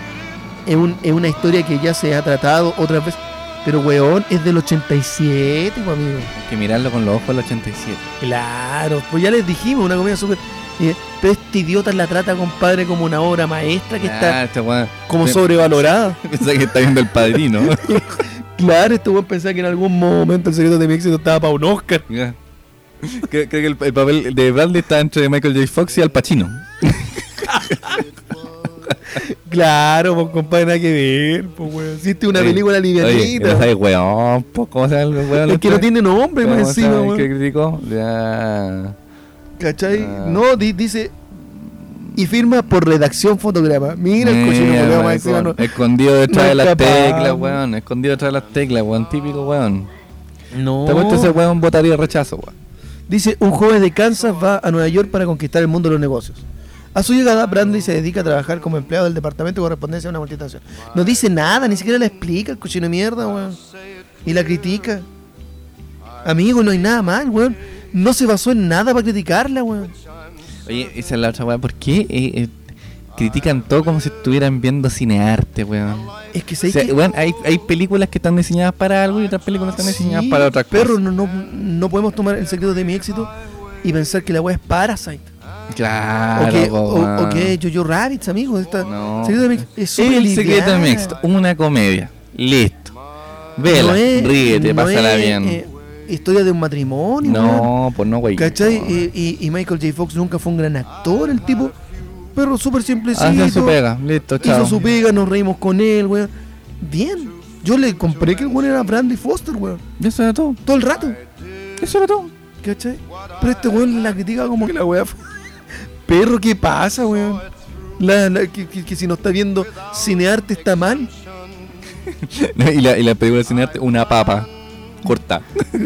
[SPEAKER 6] es, un- es una historia que ya se ha tratado otras veces. Pero weón, es del 87, po, pues, amigo.
[SPEAKER 1] Hay que mirarlo con los ojos del 87.
[SPEAKER 6] Claro, pues ya les dijimos, una comida súper. eh, pero este idiota la trata, compadre, como una obra maestra que
[SPEAKER 1] Ah, este weón.
[SPEAKER 6] está como
[SPEAKER 1] sí.
[SPEAKER 6] sobrevalorada. (laughs)
[SPEAKER 1] Pensaba que está viendo el padrino.
[SPEAKER 6] Claro, este weón pensaba que en algún momento el secreto de mi éxito estaba para un Oscar.
[SPEAKER 1] Ya. Creo, creo que el, el papel de Bradley está entre Michael J. Fox y Al Pacino.
[SPEAKER 6] Claro, pues compadre, nada que ver, pues weón. Hiciste una
[SPEAKER 1] Sí.
[SPEAKER 6] película
[SPEAKER 1] Oye, no
[SPEAKER 6] livianita.
[SPEAKER 1] sabes, weón, po, ¿cómo se llama el weón? este?
[SPEAKER 6] es que no tiene nombre
[SPEAKER 1] ¿Cómo
[SPEAKER 6] más encima,
[SPEAKER 1] sabes ¿Qué
[SPEAKER 6] weón.
[SPEAKER 1] criticó? Ya.
[SPEAKER 6] ¿Cachai?
[SPEAKER 1] Ah.
[SPEAKER 6] No, di- dice. Y firma por redacción fotograma. Mira el cochino,
[SPEAKER 1] Mira,
[SPEAKER 6] culiao, más
[SPEAKER 1] maricón.
[SPEAKER 6] encima. No,
[SPEAKER 1] Escondido detrás
[SPEAKER 6] no
[SPEAKER 1] de
[SPEAKER 6] es
[SPEAKER 1] las
[SPEAKER 6] capaz.
[SPEAKER 1] teclas, weón. Escondido detrás de las teclas, weón. Típico, weón.
[SPEAKER 6] no.
[SPEAKER 1] Te
[SPEAKER 6] Oh.
[SPEAKER 1] apuesto ese weón votaría rechazo, weón.
[SPEAKER 6] Dice, un joven de Kansas va a Nueva York para conquistar el mundo de los negocios. A su llegada, Brandy se dedica a trabajar como empleado del departamento de correspondencia de una multinacional. No dice nada, ni siquiera la explica el cochino de mierda, weón. Y la critica. Amigo, no hay nada mal, weón. No se basó en nada para criticarla, weón.
[SPEAKER 1] Oye, esa es la otra, weón. ¿Por qué eh, eh, critican todo como si estuvieran viendo cinearte, weón?
[SPEAKER 6] Es que se
[SPEAKER 1] O sea, weón, hay, hay películas que están diseñadas para algo y otras películas que están diseñadas para otras cosas.
[SPEAKER 6] Perro, no, no, no podemos tomar el secreto de mi éxito y pensar que la weá es Parasite.
[SPEAKER 1] Claro,
[SPEAKER 6] o que,
[SPEAKER 1] po,
[SPEAKER 6] o,
[SPEAKER 1] weón.
[SPEAKER 6] o que Jojo Rabbits, amigo. Esta,
[SPEAKER 1] No.
[SPEAKER 6] secreto de mi éxito es súper
[SPEAKER 1] El secreto
[SPEAKER 6] liviana.
[SPEAKER 1] mixto, una comedia. Listo. Vela,
[SPEAKER 6] No es-
[SPEAKER 1] ríete,
[SPEAKER 6] no
[SPEAKER 1] pásala
[SPEAKER 6] es,
[SPEAKER 1] bien.
[SPEAKER 6] eh, historia de un matrimonio. weón.
[SPEAKER 1] no, pues no, güey.
[SPEAKER 6] ¿Cachai? Eh, Y, y Michael J. Fox nunca fue un gran actor, el tipo. Pero súper simplecito.
[SPEAKER 1] Hacen su pega, listo, chao.
[SPEAKER 6] Hizo su pega, nos reímos con él, weón. Bien. Yo le compré que el weón era Brandy Foster, weón.
[SPEAKER 1] Eso era todo,
[SPEAKER 6] Todo el rato.
[SPEAKER 1] eso era (laughs) todo.
[SPEAKER 6] ¿Cachai? Pero este weón la critica como que la weá fue- (laughs) Perro, ¿qué pasa, weón? La- la- que, que- que si no está viendo cinearte está mal.
[SPEAKER 1] y, la, y la película de cinearte, una papa corta. (laughs)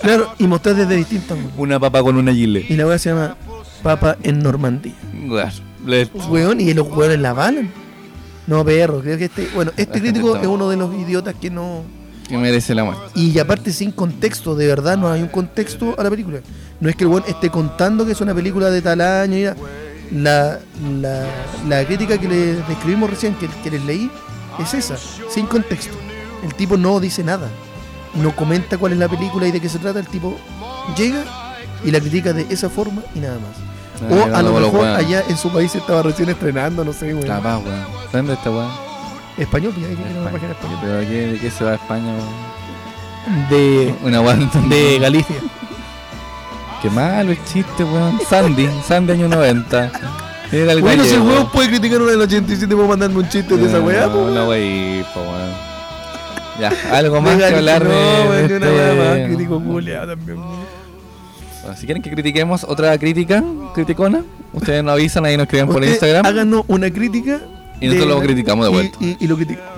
[SPEAKER 6] Claro, y mostrar desde distintos weón.
[SPEAKER 1] una papa con una
[SPEAKER 6] Y
[SPEAKER 1] gile.
[SPEAKER 6] la weá se llama Papa en Normandía.
[SPEAKER 1] Guau, listo.
[SPEAKER 6] Weón, y los weones la avalan. No, perro, creo que este. Bueno, este crítico es uno de los idiotas que no.
[SPEAKER 1] Que merece la muerte.
[SPEAKER 6] Y aparte sin contexto, de verdad, no hay un contexto a la película. No es que el weón esté contando que es una película de tal año. y la- La, la, la crítica que le describimos recién, que, que les leí, es esa, sin contexto. El tipo no dice nada, no comenta cuál es la película y de qué se trata. El tipo llega y la critica de esa forma y nada más.
[SPEAKER 1] Ay,
[SPEAKER 6] O a lo
[SPEAKER 1] dándolo,
[SPEAKER 6] mejor
[SPEAKER 1] weón.
[SPEAKER 6] allá en su país estaba recién estrenando, no sé, weón.
[SPEAKER 1] La paz, weón. ¿Dónde está, weón?
[SPEAKER 6] Español, ya hay que tener una página
[SPEAKER 1] España.
[SPEAKER 6] española.
[SPEAKER 1] Pero ¿de qué- ¿de qué se va a España, weón?
[SPEAKER 6] De,
[SPEAKER 1] Una weón
[SPEAKER 6] de Galicia.
[SPEAKER 1] Qué malo el chiste, weón. Sandy, Sandy año 90. Era el
[SPEAKER 6] Bueno, si el
[SPEAKER 1] gallego.
[SPEAKER 6] weón puede criticar una del 87, puedo mandarme un chiste de esa
[SPEAKER 1] No,
[SPEAKER 6] weá, po,
[SPEAKER 1] No,
[SPEAKER 6] weón.
[SPEAKER 1] la weá, po, weón. Ya, algo más
[SPEAKER 6] De
[SPEAKER 1] que
[SPEAKER 6] Galicia,
[SPEAKER 1] hablar de.
[SPEAKER 6] No,
[SPEAKER 1] de
[SPEAKER 6] weón, de una weá
[SPEAKER 1] este-
[SPEAKER 6] más crítico culiao también, weón.
[SPEAKER 1] Bueno, si quieren que critiquemos otra crítica, criticona, ustedes nos avisan, ahí nos escriben por
[SPEAKER 6] Ustedes
[SPEAKER 1] Instagram.
[SPEAKER 6] Háganos una crítica.
[SPEAKER 1] Y nosotros lo criticamos de
[SPEAKER 6] y-
[SPEAKER 1] vuelta.
[SPEAKER 6] Y, y lo criticamos.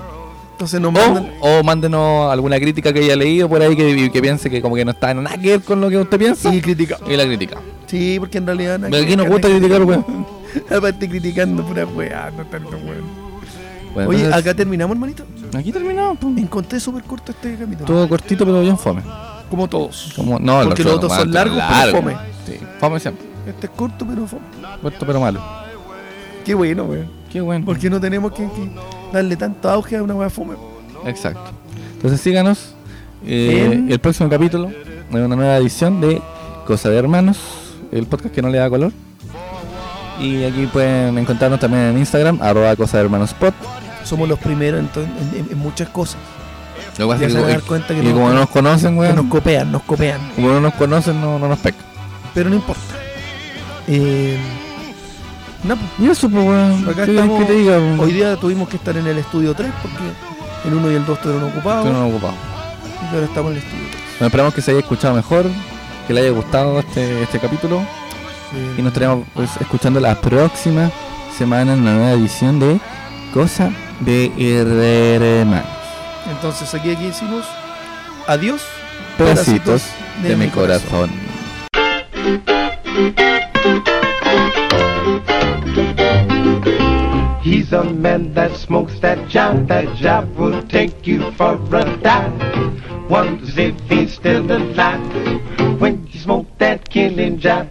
[SPEAKER 6] Entonces nos mandan.
[SPEAKER 1] O, o mándenos alguna crítica que haya leído por ahí que, que piense que como que no está en nada que ver con lo que usted piensa.
[SPEAKER 6] Y
[SPEAKER 1] Y,
[SPEAKER 6] criticamos.
[SPEAKER 1] la critica.
[SPEAKER 6] Sí, porque en realidad. nada
[SPEAKER 1] Oh. Pero
[SPEAKER 6] que-
[SPEAKER 1] aquí nos gusta criticar, weón.
[SPEAKER 6] (laughs) Aparte, criticando pura weá, no tanto, weón.
[SPEAKER 1] Bueno,
[SPEAKER 6] Oye,
[SPEAKER 1] entonces,
[SPEAKER 6] acá terminamos, hermanito.
[SPEAKER 1] aquí terminamos. pum.
[SPEAKER 6] Encontré súper corto este capítulo.
[SPEAKER 1] Estuvo cortito, pero bien fome.
[SPEAKER 6] Como todos.
[SPEAKER 1] Como, no, el
[SPEAKER 6] Porque
[SPEAKER 1] otro,
[SPEAKER 6] los otros son
[SPEAKER 1] weón,
[SPEAKER 6] largos, pero
[SPEAKER 1] largo.
[SPEAKER 6] fome.
[SPEAKER 1] Sí, fome siempre.
[SPEAKER 6] Este es corto, pero fome.
[SPEAKER 1] Corto, pero malo.
[SPEAKER 6] Qué bueno, weón.
[SPEAKER 1] Qué bueno.
[SPEAKER 6] Porque no tenemos que, que darle tanto auge a una weá fome.
[SPEAKER 1] Exacto. Entonces síganos. eh,
[SPEAKER 6] En-
[SPEAKER 1] El próximo capítulo de una nueva edición de Cosa de Hermanos, el podcast que no le da color. Y aquí pueden encontrarnos también en Instagram, arroba Cosa de Hermanos Pod.
[SPEAKER 6] Somos los primeros en, to- en- en- en muchas cosas.
[SPEAKER 1] Lo que pasa
[SPEAKER 6] Ya
[SPEAKER 1] es
[SPEAKER 6] se van a
[SPEAKER 1] que-
[SPEAKER 6] dar cuenta que
[SPEAKER 1] y
[SPEAKER 6] no-
[SPEAKER 1] como no nos conocen,
[SPEAKER 6] Que
[SPEAKER 1] weón,
[SPEAKER 6] nos copean, nos copean.
[SPEAKER 1] como no nos conocen, no, no nos pecan.
[SPEAKER 6] Pero no importa. Eh, no, pues,
[SPEAKER 1] Y eso, pues, weón,
[SPEAKER 6] Acá
[SPEAKER 1] ¿qué querés
[SPEAKER 6] estamos-
[SPEAKER 1] que te diga? weón?
[SPEAKER 6] hoy día tuvimos que estar en el estudio 3 porque el 1 y el 2 estuvieron ocupados.
[SPEAKER 1] Estoy no ocupado.
[SPEAKER 6] Y ahora estamos en el estudio
[SPEAKER 1] Bueno, esperamos que se haya escuchado mejor, que le haya gustado este, este capítulo.
[SPEAKER 6] 3.
[SPEAKER 1] Y nos estaremos pues, escuchando la próxima semana en la nueva edición de Cosa de Hermanos.
[SPEAKER 6] Entonces aquí, aquí decimos adiós.
[SPEAKER 1] pedacitos de, mi corazón.
[SPEAKER 3] He's a man that smokes that job. That job will take you for a dive. Wonders if he's still alive when you smoke that killing job.